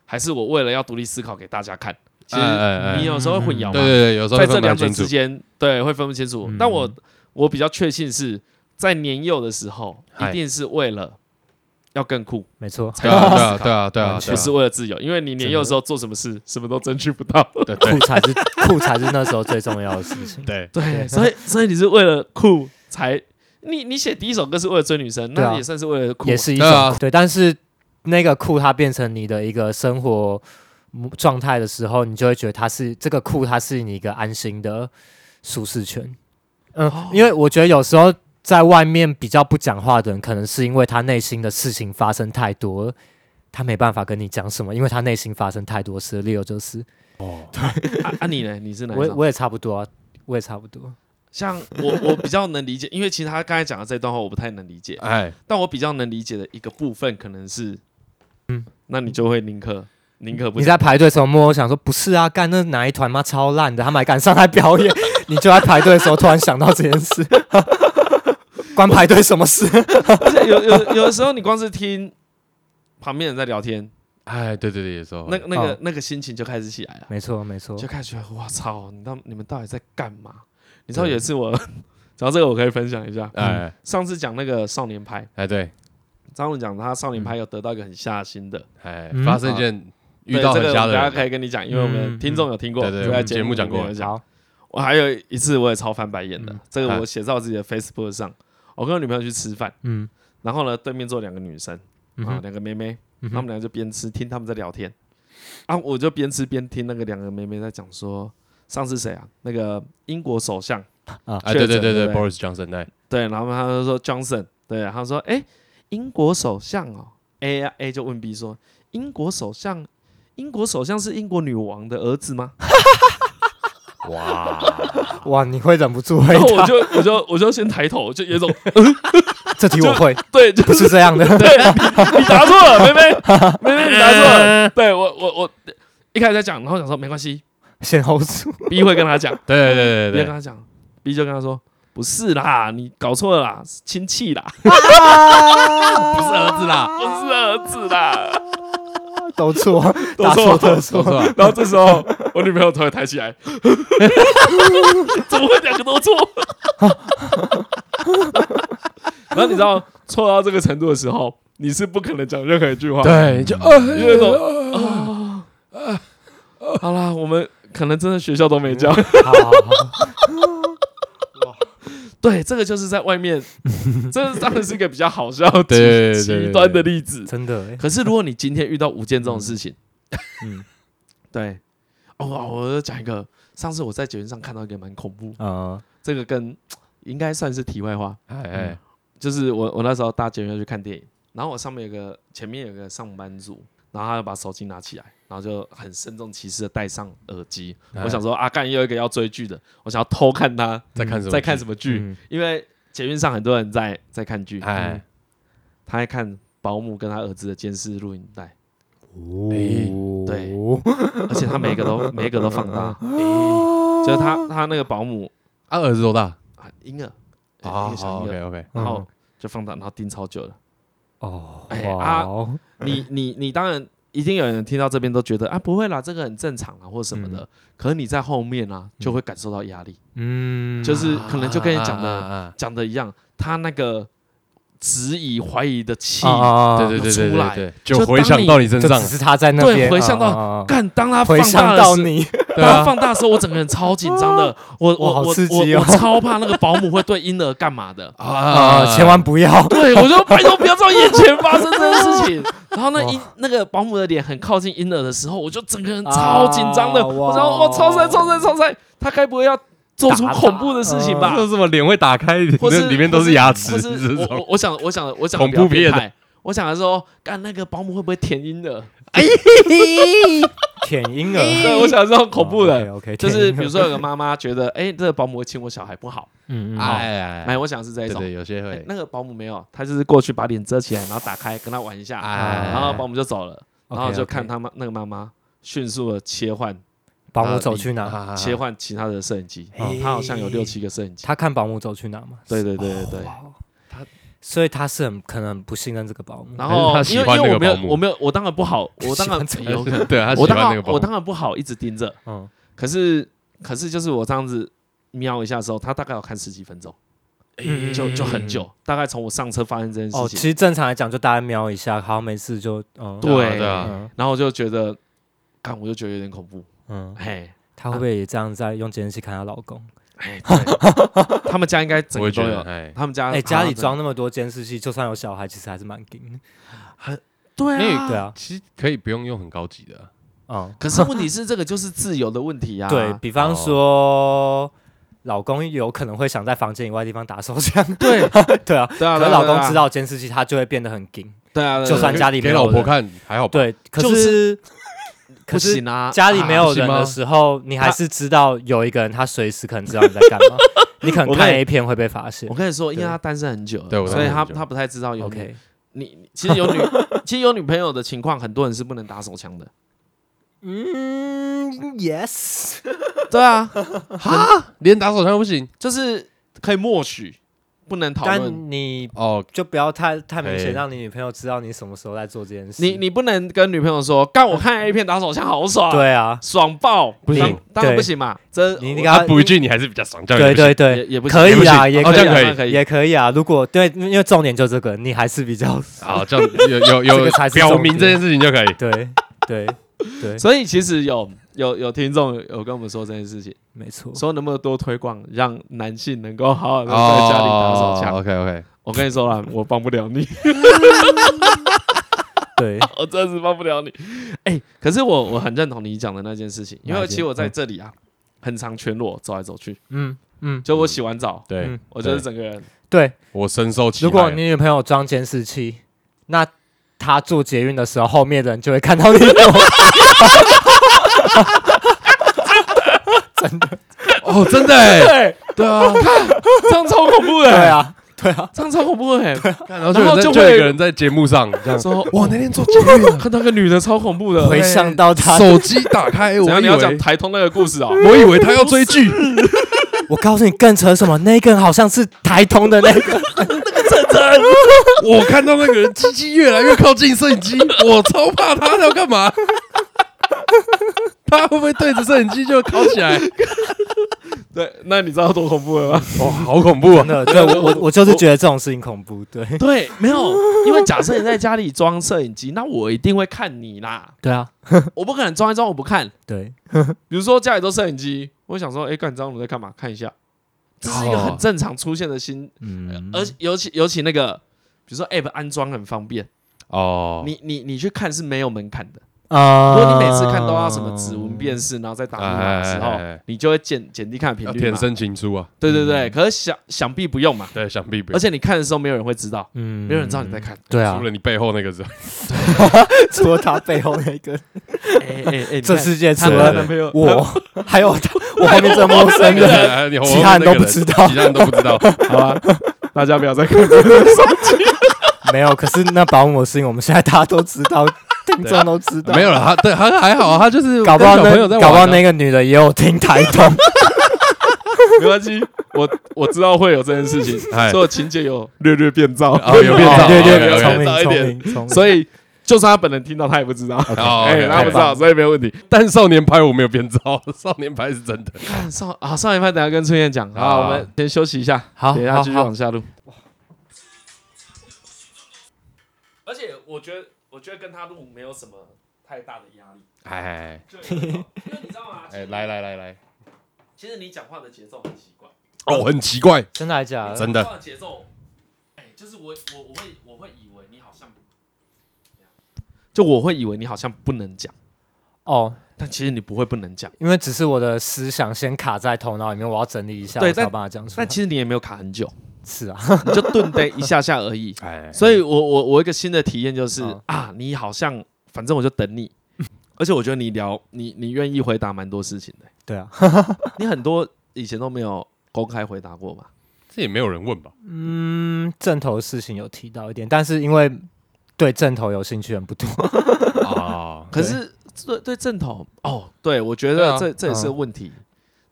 Speaker 1: 还是我为了要独立思考给大家看。其
Speaker 2: 哎
Speaker 1: 实
Speaker 2: 哎哎
Speaker 1: 你有时候会混淆
Speaker 2: 对
Speaker 1: 嘛，
Speaker 2: 对对，有时候
Speaker 1: 在
Speaker 2: 会
Speaker 1: 这
Speaker 2: 分不
Speaker 1: 两
Speaker 2: 太
Speaker 1: 者
Speaker 2: 清
Speaker 1: 之
Speaker 2: 楚。
Speaker 1: 间，对，会分不清楚
Speaker 3: 嗯。
Speaker 1: 但我我比较确信是在年幼的时候，
Speaker 2: 嗨
Speaker 1: 一定是为了要更酷
Speaker 3: 没错，
Speaker 1: 才
Speaker 2: 对
Speaker 1: 要
Speaker 2: 啊
Speaker 1: 独立思 [laughs]
Speaker 2: 对啊对
Speaker 1: 考，
Speaker 2: 啊对啊，
Speaker 3: 完
Speaker 2: 对
Speaker 1: 不
Speaker 2: 啊
Speaker 1: 是为了自由，因为你年幼的时候做什么事，什么都争取不到。
Speaker 2: 对对
Speaker 3: 酷才是酷才是那时候最重要的事情。
Speaker 2: 对，
Speaker 1: 对， [laughs] 所以所以你是为了酷才。你你写第一首歌是为了追女生，
Speaker 3: 对啊
Speaker 1: 那也算是为了酷嘛，
Speaker 3: 也是一种
Speaker 2: 对啊
Speaker 3: 对，但是那个酷它变成你的一个生活嗯状态的时候，你就会觉得它是这个酷，它是你一个安心的舒适圈。嗯，
Speaker 1: 哦
Speaker 3: 因为我觉得有时候在外面比较不讲话的人，可能是因为他内心的事情发生太多了。他没办法跟你讲什么，因为他内心发生太多事。例如就是，
Speaker 2: 哦，
Speaker 1: 啊啊你呢？你是哪一
Speaker 3: 我也
Speaker 1: 种
Speaker 3: 我也差不多、啊，我也差不多。
Speaker 1: 像
Speaker 2: [laughs]
Speaker 1: 我，我比较能理解，因为其实他刚才讲的这段话我不太能理解，
Speaker 2: 哎，
Speaker 1: 但我比较能理解的一个部分可能是，嗯，那你就会宁可宁可不
Speaker 3: 你在排队的时候默默想说，不是啊，干那哪一团妈超烂的，他们还敢上来
Speaker 1: [laughs]
Speaker 3: 表演，你就在排队的时候突然想到这件事，关排队什么事？
Speaker 1: 而且有有有的时候你光是听旁边人在聊天，
Speaker 2: 哎，对对对，有时候
Speaker 1: 那那个
Speaker 3: 哦
Speaker 1: 那个心情就开始起来了，
Speaker 3: 没错，没
Speaker 2: 哦
Speaker 3: 错
Speaker 1: 就，开始觉得我操，你到你们到底在干嘛？你知道有一次我， [laughs] 讲到这个我可以分享一下，
Speaker 2: 哎
Speaker 1: 上次讲那个少年派，
Speaker 2: 哎对，
Speaker 1: 张文讲他少
Speaker 2: 嗯
Speaker 1: 年派有得到一个很下心的，
Speaker 2: 哎
Speaker 3: 嗯，
Speaker 2: 发生一件遇
Speaker 1: 对
Speaker 2: 到
Speaker 1: 这
Speaker 2: 很
Speaker 1: 个
Speaker 2: 瞎
Speaker 1: 我等下
Speaker 2: 的
Speaker 1: 可
Speaker 2: 人，
Speaker 1: 以跟你讲，因为我
Speaker 3: 嗯
Speaker 1: 们
Speaker 3: 嗯
Speaker 1: 听众有听过，
Speaker 2: 对对
Speaker 1: 就
Speaker 2: 我
Speaker 1: 在
Speaker 2: 们
Speaker 1: 节
Speaker 2: 节目讲
Speaker 1: 里面
Speaker 2: 过
Speaker 1: 有讲。
Speaker 3: 好，
Speaker 1: 我还有一次我也超翻白眼的，
Speaker 3: 嗯
Speaker 1: 这个
Speaker 2: 啊
Speaker 1: 我写在我自己的 Facebook 上。我跟我女朋友去吃饭，
Speaker 3: 嗯
Speaker 1: 然后呢，对面坐两个女生
Speaker 3: 嗯
Speaker 1: 啊，
Speaker 3: 哼
Speaker 1: 两个妹妹，
Speaker 3: 嗯
Speaker 1: 她们
Speaker 3: 哼
Speaker 1: 俩就边吃听她们在聊天，啊，我就边吃边听那个两个妹妹在讲说，上次谁啊？那个英国首相
Speaker 2: 哎，对对对
Speaker 1: 确诊对
Speaker 2: 对
Speaker 1: 不对
Speaker 2: ，Boris Johnson 哎对，
Speaker 1: 对，然后她就说 Johnson，对，她说哎，英国首相哦，A 啊 A 就问 B 说，英国首相，英国首相是英国女王的儿子吗？
Speaker 2: 哇，
Speaker 3: 哇，你会忍不住欸回
Speaker 1: 然后
Speaker 3: 答
Speaker 1: [laughs] 我，就我就我就先抬头，就有一种
Speaker 3: [laughs] 这题
Speaker 1: [laughs]
Speaker 3: 我会，
Speaker 1: 对，就
Speaker 3: 不是这样的。
Speaker 1: 对，你你答错
Speaker 2: [laughs]
Speaker 1: 了，妹妹，妹妹你答错了。
Speaker 2: 嗯
Speaker 1: 对我我我一开始在讲，然后想说没关系
Speaker 3: 先 hold 住，
Speaker 1: ，B 会跟他讲，
Speaker 2: 对 [laughs] 对对
Speaker 1: B 会跟
Speaker 2: 对对，
Speaker 1: 他讲，B 就跟他说不是啦，你搞错了啦，是亲戚啦，
Speaker 2: 不是儿子啦， [laughs]
Speaker 1: 不是儿子啦。
Speaker 3: 都
Speaker 1: [laughs]
Speaker 3: 错，
Speaker 1: 都
Speaker 3: 打
Speaker 1: 错
Speaker 3: 都
Speaker 2: 说
Speaker 3: 错，
Speaker 2: 错了，
Speaker 1: 然后这时候我女朋友突然抬起
Speaker 2: [laughs]
Speaker 1: 来，怎么会两个都错？ [laughs] 然后你知道错到这个程度的时候，你是不可能讲任何一句话的。
Speaker 2: 对，就
Speaker 1: 因为那种啊，好啦，我们可能真的学校都没
Speaker 2: 嗯
Speaker 1: 教。
Speaker 3: 好好好
Speaker 1: [laughs] 对，这个就是在外
Speaker 2: [laughs]
Speaker 1: 面，这当然是一个比较好笑、
Speaker 2: 对对
Speaker 1: 极
Speaker 2: 对对
Speaker 1: 极端的例子。
Speaker 3: 真的欸，
Speaker 1: 可是如果你今天遇到五件这种事情，
Speaker 3: 嗯
Speaker 1: [laughs] 对，哦，我讲一个，上次我在捷运上看到一个蛮恐怖，
Speaker 3: 嗯
Speaker 1: 这个跟应该算是题外话，
Speaker 2: 哎哎，
Speaker 1: 就是我我那时候搭捷运要去看电影，然后我上面有个前面有个上班族，然后他就把手机拿起来，然后就很慎重其事的戴上耳机。
Speaker 2: 哎
Speaker 1: 我想说啊，干又有一个要追剧的，我想要偷看他
Speaker 2: 在看什么？
Speaker 1: 嗯在看什么剧，
Speaker 3: 嗯
Speaker 1: 因为捷运上很多人在在看剧，嗯
Speaker 2: 哎，
Speaker 1: 他在看保姆跟他儿子的监视录影带，
Speaker 3: 哦，
Speaker 1: 哎对而且他每一个都每一个都放大，
Speaker 2: 哎
Speaker 3: 哦
Speaker 1: 就是他他那个保姆
Speaker 2: 他儿子多大？
Speaker 1: 啊婴儿呃一
Speaker 2: 啊
Speaker 1: 个小婴儿，
Speaker 2: ，OK OK，
Speaker 1: 然后
Speaker 3: 嗯
Speaker 1: 就放大，然后盯超久了。
Speaker 3: 哦，
Speaker 1: 哎
Speaker 3: 哇
Speaker 1: 啊
Speaker 3: 哦，
Speaker 1: 你你你当然一定有人听到这边都觉得啊不会啦，这个很正常啊或什么的。可是你在后面啊就会感受到压力，
Speaker 3: 嗯， [laughs]
Speaker 1: 就是可能就跟你讲
Speaker 3: 啊
Speaker 1: 的
Speaker 2: 的，
Speaker 1: 讲的一样，他那个质疑怀疑的气，
Speaker 3: 啊
Speaker 2: 对对对对
Speaker 1: 出来
Speaker 2: 对对，就
Speaker 1: 就
Speaker 2: 回
Speaker 1: 当
Speaker 2: 想
Speaker 1: 你
Speaker 2: 到你身
Speaker 3: 就
Speaker 2: 上
Speaker 3: 只，是他在那
Speaker 1: 对
Speaker 3: 边啊
Speaker 1: 回想到
Speaker 3: 到
Speaker 1: 干、当他放
Speaker 3: 回
Speaker 1: 大
Speaker 3: 想
Speaker 1: 的
Speaker 3: 到
Speaker 1: 时候。
Speaker 3: 你，
Speaker 2: 对
Speaker 1: 当他
Speaker 2: 啊，。
Speaker 1: 放大的时候，我整个人超紧张的，我我
Speaker 3: 哇好
Speaker 1: 我
Speaker 3: 刺
Speaker 1: 我
Speaker 3: 激哦
Speaker 1: 我超怕那个保姆会对婴儿干嘛的
Speaker 2: 啊
Speaker 3: 啊，千万不要，
Speaker 1: 对，
Speaker 2: [laughs]
Speaker 1: 我就拜托不要在我眼前发生这件事情。然后那婴那个保姆的脸很靠近婴儿的时候，我就整个人超紧张的，
Speaker 3: 啊
Speaker 1: 我
Speaker 3: 哇
Speaker 1: 然后我超帅超帅超帅，他该不会要做出恐怖的事情
Speaker 2: [laughs]
Speaker 1: 吧？
Speaker 2: 这是什么脸会打开，
Speaker 1: 或是
Speaker 2: 那里面都是牙齿
Speaker 1: 或
Speaker 2: 这
Speaker 1: 是我
Speaker 2: 种
Speaker 1: 我，我想我想我想
Speaker 2: 恐怖片
Speaker 1: 变态，我想的说，干那个保姆会不会舔婴
Speaker 2: [laughs]
Speaker 1: 儿？
Speaker 3: 舔婴儿，哦
Speaker 1: 对，我想这种恐怖的，
Speaker 3: ，OK，
Speaker 1: 就是比如说有个妈妈觉得，哎，这个保姆会亲我小孩不好，
Speaker 3: 嗯嗯
Speaker 2: 哎
Speaker 3: 嗯，
Speaker 2: 哎哎
Speaker 1: 哎，我想是这一
Speaker 2: 对
Speaker 1: 种。
Speaker 2: 对，有些
Speaker 1: 哎
Speaker 2: 会，
Speaker 1: 那个保姆没有，她就是过去把脸遮起来，然后打开跟他玩一下，
Speaker 2: 哎
Speaker 1: 然后保姆就走了，然后
Speaker 3: OK，
Speaker 1: 就
Speaker 3: OK
Speaker 1: 看他妈那个妈妈迅速的切换
Speaker 3: 保姆走去哪？
Speaker 2: 啊 [laughs]
Speaker 1: 切换其他的摄影机，哦
Speaker 3: 嘿
Speaker 1: 她好像有六七个摄影机，
Speaker 3: 他看保姆走去哪嘛？
Speaker 1: 对对对对对。
Speaker 3: 哦所以他是很可能很不信任这个保姆。
Speaker 1: 然
Speaker 2: 还是
Speaker 1: 后
Speaker 2: 她
Speaker 1: 因
Speaker 2: 喜
Speaker 1: 为
Speaker 2: 欢
Speaker 1: 因为我没
Speaker 2: 那个
Speaker 1: 有
Speaker 2: 保姆
Speaker 1: 我没有我当然不好，我当
Speaker 3: 喜
Speaker 1: 然
Speaker 3: 欢这个
Speaker 2: [laughs]
Speaker 1: 有可能
Speaker 2: 对啊，他
Speaker 1: 我
Speaker 2: 喜
Speaker 1: 当
Speaker 2: 欢那个
Speaker 1: 然
Speaker 2: 保姆
Speaker 1: 我当然不好一直盯着，
Speaker 3: 嗯，
Speaker 1: 可是可是就是我这样子瞄一下的时候，她大概有看十几分钟，
Speaker 3: 嗯
Speaker 1: 就就很久，大概从我上车发现这件
Speaker 3: 哦，
Speaker 1: 事
Speaker 3: 其
Speaker 1: 情，
Speaker 3: 实正常来讲就大家瞄一下，好没事就嗯，
Speaker 2: 对啊
Speaker 1: 对
Speaker 2: 对啊，
Speaker 3: 嗯
Speaker 1: 然后我就觉得，看我就觉得有点恐怖，
Speaker 3: 嗯，
Speaker 1: 嘿。
Speaker 3: 她会不会也这样在用监视器看她老公？
Speaker 1: 哎，对， [laughs] 他们家应该整
Speaker 2: 我
Speaker 1: 个
Speaker 2: 也觉
Speaker 1: 都
Speaker 2: 得
Speaker 1: 有，
Speaker 2: 哎，
Speaker 1: 啊他们家
Speaker 3: 哎，家里装那么多监视器，就算有小孩，其实还是蛮紧。
Speaker 1: 对
Speaker 2: 因为
Speaker 1: 啊，
Speaker 3: 对。啊，
Speaker 2: 其实可以不用用很高级的，
Speaker 3: 嗯，
Speaker 1: 可是问题是，这个就是自由的问题啊。哦
Speaker 3: 对比方说，老公有可能会想在房间以外的地方打手枪，
Speaker 1: 对
Speaker 3: [laughs] 对啊，
Speaker 1: 对啊，
Speaker 3: 可
Speaker 1: 对啊
Speaker 3: 是老公知，道监视器，他就会变得很紧。
Speaker 1: 对啊对啊，对啊
Speaker 3: 就算家里没
Speaker 2: 给
Speaker 3: 有
Speaker 2: 老婆
Speaker 3: 人
Speaker 2: 看还好吧，
Speaker 3: 对，可
Speaker 1: 哦就是不
Speaker 3: [laughs] 可是
Speaker 1: 行啊，
Speaker 3: 家里没有
Speaker 2: 啊
Speaker 3: 人
Speaker 2: 行吗
Speaker 3: 的时候，你还
Speaker 1: 他
Speaker 3: 是知道有一个人，他随时可能知道你在干
Speaker 1: [laughs]
Speaker 3: 嘛，你可能
Speaker 1: 我跟
Speaker 3: 看
Speaker 1: 你
Speaker 3: A 片会被发现
Speaker 1: 我。跟你说，因为他单身很久了，
Speaker 2: 对我
Speaker 1: 所以
Speaker 2: 单身
Speaker 1: 他
Speaker 2: 很久
Speaker 1: 他不太知道有女
Speaker 3: OK，
Speaker 1: 你你其实有
Speaker 3: [laughs]
Speaker 1: 女其实有女朋友的情况，很多人是不能打手枪的。
Speaker 3: 嗯，Yes，
Speaker 1: 对啊，
Speaker 2: 连打手枪都不行
Speaker 1: 就是可以默许，不能讨论。
Speaker 3: 但你
Speaker 2: 哦，
Speaker 3: 就不要太太明显，
Speaker 2: 哎
Speaker 3: 让你女朋友知道你什么时候在做这件事。
Speaker 1: 你你不能跟女朋友说，干我看 A 片打手枪好爽，，
Speaker 3: 嗯对啊，
Speaker 1: 爽爆，
Speaker 2: 不行
Speaker 1: 当当然
Speaker 3: 对
Speaker 1: 不行嘛，这
Speaker 3: 你你
Speaker 1: 我
Speaker 3: 给
Speaker 2: 啊他补一句你还是比较爽，这样
Speaker 3: 对
Speaker 2: 也不行
Speaker 1: 啊也也不行
Speaker 3: 对对，可
Speaker 2: 也不
Speaker 3: 以啊，
Speaker 2: 行
Speaker 3: 也
Speaker 2: 哦
Speaker 3: 可
Speaker 2: 这
Speaker 3: 以
Speaker 2: 样
Speaker 3: 啊，
Speaker 2: 可以
Speaker 1: 可以
Speaker 3: 也可以啊。如果对，因为重点就这个，你还是比较
Speaker 2: 好，啊这样有
Speaker 1: [laughs]
Speaker 2: 有
Speaker 3: 这
Speaker 2: 有
Speaker 3: 个才是
Speaker 2: 表
Speaker 3: 重
Speaker 2: 明
Speaker 3: 点。
Speaker 2: 这件事情就可以
Speaker 3: 对对对，
Speaker 1: 所以其实有有有听众有跟我们说这件事情，[laughs]
Speaker 3: 没错。
Speaker 1: 说能不能多推广，让男性能够好好的 [laughs] 在家里打手枪。嗯
Speaker 2: OK OK，
Speaker 1: 我跟你说啦，我帮不了你， [laughs]
Speaker 3: 对，
Speaker 1: 我真的是帮不了你。哎、可是我我很认同你讲的那件事情，因
Speaker 3: 哪
Speaker 1: 为
Speaker 3: 一件
Speaker 1: 其实我在这里啊，很常全裸走来走去，
Speaker 3: 嗯嗯，
Speaker 1: 就我洗完澡，
Speaker 2: 对
Speaker 3: 嗯，
Speaker 1: 我就是整个人
Speaker 3: 对。
Speaker 2: 我深受其
Speaker 3: 如
Speaker 2: 害。
Speaker 3: 果你女朋友装监视器，那她做捷运的时候，后面的人就会看到你裸。真的，
Speaker 2: 哦，真
Speaker 1: [laughs]
Speaker 2: 的哎，
Speaker 3: [laughs]
Speaker 1: 对，
Speaker 2: 对啊，
Speaker 1: 这样超恐怖的、
Speaker 3: 对
Speaker 1: 欸，
Speaker 3: 啊，对啊，
Speaker 1: 这样超恐怖的、欸。 [laughs]
Speaker 2: 看 [laughs] 然后就有
Speaker 1: 然后就
Speaker 2: 人在就有
Speaker 1: 会
Speaker 2: 一个人在节目上这样
Speaker 1: 说
Speaker 2: 说，哇，那天做节
Speaker 3: [laughs]
Speaker 2: 目
Speaker 1: 看到个女的超恐怖的，
Speaker 3: 回想到他，
Speaker 2: 手机打 [laughs] 开，
Speaker 1: 怎
Speaker 2: 我
Speaker 1: 样？
Speaker 2: 以
Speaker 1: 你要讲
Speaker 2: 为
Speaker 1: 台通那个故事哦、
Speaker 2: 我以为他要追 [laughs] 剧，
Speaker 3: 我告诉你更扯什么，那个人好像是台通的那 [laughs] 个，
Speaker 2: 我看到那个人鸡鸡越来越靠近摄影机，我超怕他要干嘛？ [laughs] 他会不会对着摄影机就靠起来？
Speaker 1: 对，那你知道多恐怖了吗？
Speaker 2: 哇， [laughs] 好恐怖啊！
Speaker 3: 对我我我就是觉得这种事情恐怖，对
Speaker 1: [laughs] 对，没有，因为假设你在家里装摄影机，那我一定会看你啦，
Speaker 3: 对啊，
Speaker 1: 我不可能装一装我不看。
Speaker 3: 对，
Speaker 1: 比如说家里都摄影机，我想说，哎、干张鲁在干嘛？看一下，这是一个很正常出现的新，
Speaker 3: 嗯，
Speaker 1: 而且尤其尤其那个，比如说 App 安装很方便，
Speaker 2: 哦，
Speaker 1: 你你你去看是没有门槛的。
Speaker 3: 啊
Speaker 1: 如果你每次看都要什么指纹辨识，然后再打密码的时
Speaker 2: 哎哎哎
Speaker 1: 候
Speaker 2: 哎，
Speaker 1: 你就会减减低看的
Speaker 2: 要
Speaker 1: 频率
Speaker 2: 天
Speaker 1: 嘛。
Speaker 2: 生情书啊，
Speaker 1: 对对对，可是想想必不用嘛，
Speaker 2: 对，想必不
Speaker 1: 而，且你看的时候没有人会知道，
Speaker 3: 嗯
Speaker 1: 没有人知道你在，看。
Speaker 3: 对啊
Speaker 2: 除，了你背后那
Speaker 3: [laughs]
Speaker 2: 个人，
Speaker 3: 除了他背后那个，
Speaker 1: 哎哎哎，
Speaker 3: [laughs] 这世界除
Speaker 1: 他
Speaker 2: 们
Speaker 1: 的
Speaker 3: 了
Speaker 1: 男朋友，
Speaker 3: 我，还有他，我后面这个陌生人，
Speaker 2: 哎 [laughs] 你
Speaker 3: 啊其他人都不知道
Speaker 2: 其他人都不知道。
Speaker 1: 好 [laughs] 吧，大家不要再看。
Speaker 3: [laughs] 没有，可是那保姆的事情，我们现在大家都知道，听众都知道。
Speaker 2: 没有了，他对他还好啊，他就是
Speaker 3: 搞不好
Speaker 2: 跟小朋友在
Speaker 3: 那
Speaker 2: 玩啊
Speaker 3: 搞不好那个女的也有听台通，
Speaker 1: [laughs] 没关系，我我知道会有这件事 [laughs] 情，
Speaker 2: 哎
Speaker 1: 所以我情节有略略变造，
Speaker 2: 哦有 [laughs] 变造
Speaker 3: 对对
Speaker 2: 哦有
Speaker 3: 对，
Speaker 2: 变
Speaker 3: 聪
Speaker 1: 造一
Speaker 3: 明
Speaker 1: 点
Speaker 3: 聪明聪明。
Speaker 1: [laughs] 所以就算他本人听到，他也不 [laughs] 知道。
Speaker 2: 哦
Speaker 1: 哎，
Speaker 2: ，OK，
Speaker 1: 他不知道，所以没有问题。
Speaker 2: 但少年派我没有编造，少年派是真
Speaker 1: [laughs]
Speaker 2: 的。
Speaker 1: 看上啊，上一番等下跟春燕讲
Speaker 2: 好
Speaker 1: 好，我们先休息一下，
Speaker 3: 好
Speaker 1: 等一下
Speaker 3: 好
Speaker 1: 继续
Speaker 3: 好
Speaker 1: 往下录。而且我觉得，我觉得跟他录没有什么太大的压力，
Speaker 2: 哎
Speaker 1: 就因 [laughs] 为你知道吗？
Speaker 2: 哎，来来来来，
Speaker 1: 其实你讲话的节奏很奇怪，
Speaker 2: 哦，很奇怪，
Speaker 3: 真的还假的？
Speaker 2: 真
Speaker 1: 讲
Speaker 2: 的
Speaker 1: 话的节奏，哎，就是我我我会我会以为你好像，就我会以为你好像不能讲，
Speaker 3: 哦，
Speaker 1: 但其实你不会不能讲，
Speaker 3: 因为只是我的思想先卡在头脑里面，我要整理一下，
Speaker 1: 对
Speaker 3: 我才
Speaker 1: 但
Speaker 3: 有办法讲出来
Speaker 1: 但。其实你也没有卡很久，
Speaker 3: 是
Speaker 2: [laughs]
Speaker 3: 啊，
Speaker 1: 你就顿呆一下下而已。
Speaker 2: 哎，
Speaker 1: 所以我我我一个新的体验就是、
Speaker 3: 嗯
Speaker 1: 啊，你好像反正我就等你，而且我觉得你聊你你愿意回答蛮多事情的、
Speaker 3: 对啊，
Speaker 1: 你很多以前都没有公开回答过嘛，
Speaker 2: 这也没有人问吧？
Speaker 3: 嗯，正头的事情有提到一点，但是因为对正头有兴趣的人不
Speaker 2: [laughs]
Speaker 3: 多，
Speaker 2: 啊，
Speaker 1: 可是对对正统哦，对我觉
Speaker 2: 对
Speaker 1: 得
Speaker 2: 啊
Speaker 1: 这、这也是个
Speaker 3: 嗯
Speaker 1: 问题，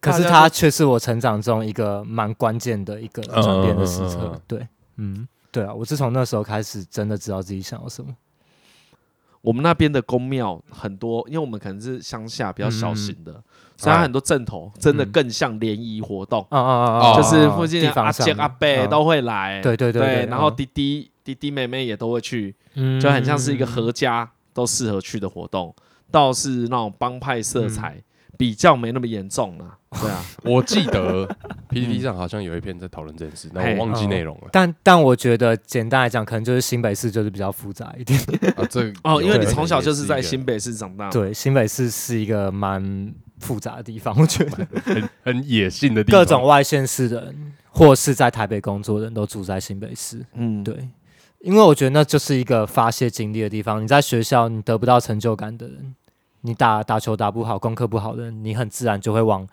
Speaker 3: 可是
Speaker 1: 大家
Speaker 3: 它却是我成长中一个蛮关键的一个转变的时
Speaker 2: 嗯嗯嗯嗯
Speaker 3: 刻
Speaker 2: 嗯。
Speaker 3: 对，嗯，对啊，我自从那时候开始，真的知道自己想要什么。
Speaker 1: 我们那边的公庙很多，因为我们可能是乡下比较小型的，所以它
Speaker 2: 哎
Speaker 1: 很多正统真的更像联谊活动，
Speaker 3: 啊啊啊
Speaker 2: 哦
Speaker 3: 啊！
Speaker 1: 就是附近
Speaker 3: 地
Speaker 1: 的
Speaker 3: 方
Speaker 1: 阿
Speaker 3: 上啊哦
Speaker 1: 健阿伯都会来，
Speaker 3: 对对
Speaker 1: 对
Speaker 3: 对对，
Speaker 1: 然后
Speaker 3: 嗯
Speaker 1: 弟弟、弟弟妹妹也都会去，
Speaker 3: 嗯
Speaker 1: 就很像是一个合家都适合去的活动，倒是那种帮派色彩、比较没那么严重啦、对啊，
Speaker 2: [laughs] 我记
Speaker 1: [laughs]
Speaker 2: 得 PPT 上好像有一篇在讨论这件事，但我忘记内容了。
Speaker 3: 但但我觉得简单来讲，可能就是新北市就是比较复杂一点。
Speaker 2: 啊，这
Speaker 1: 哦，因为你
Speaker 2: 有可能
Speaker 1: 从小
Speaker 2: 也
Speaker 1: 就是在
Speaker 2: 一个
Speaker 1: 新北市长大嘛，
Speaker 3: 对，新北市是一个蛮复杂的地方，我觉得
Speaker 2: 很很野性的地方，
Speaker 3: 各种外县市的人或是在台北工作的人都住在新北市。
Speaker 1: 嗯，
Speaker 3: 对，因为我觉得那就是一个发泄精力的地方。你在学校你得不到成就感的人，你打打球打不好，功课不好的人，你很自然就会往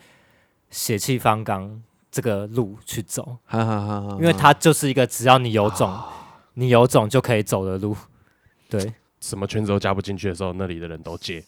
Speaker 3: 血气方刚这个路去走，
Speaker 1: 哈哈哈哈哈，
Speaker 3: 因为它就是一个只要你有种，你有种就可以走的路。对，
Speaker 2: 什么圈子都加不进去的时候，那里的人都接。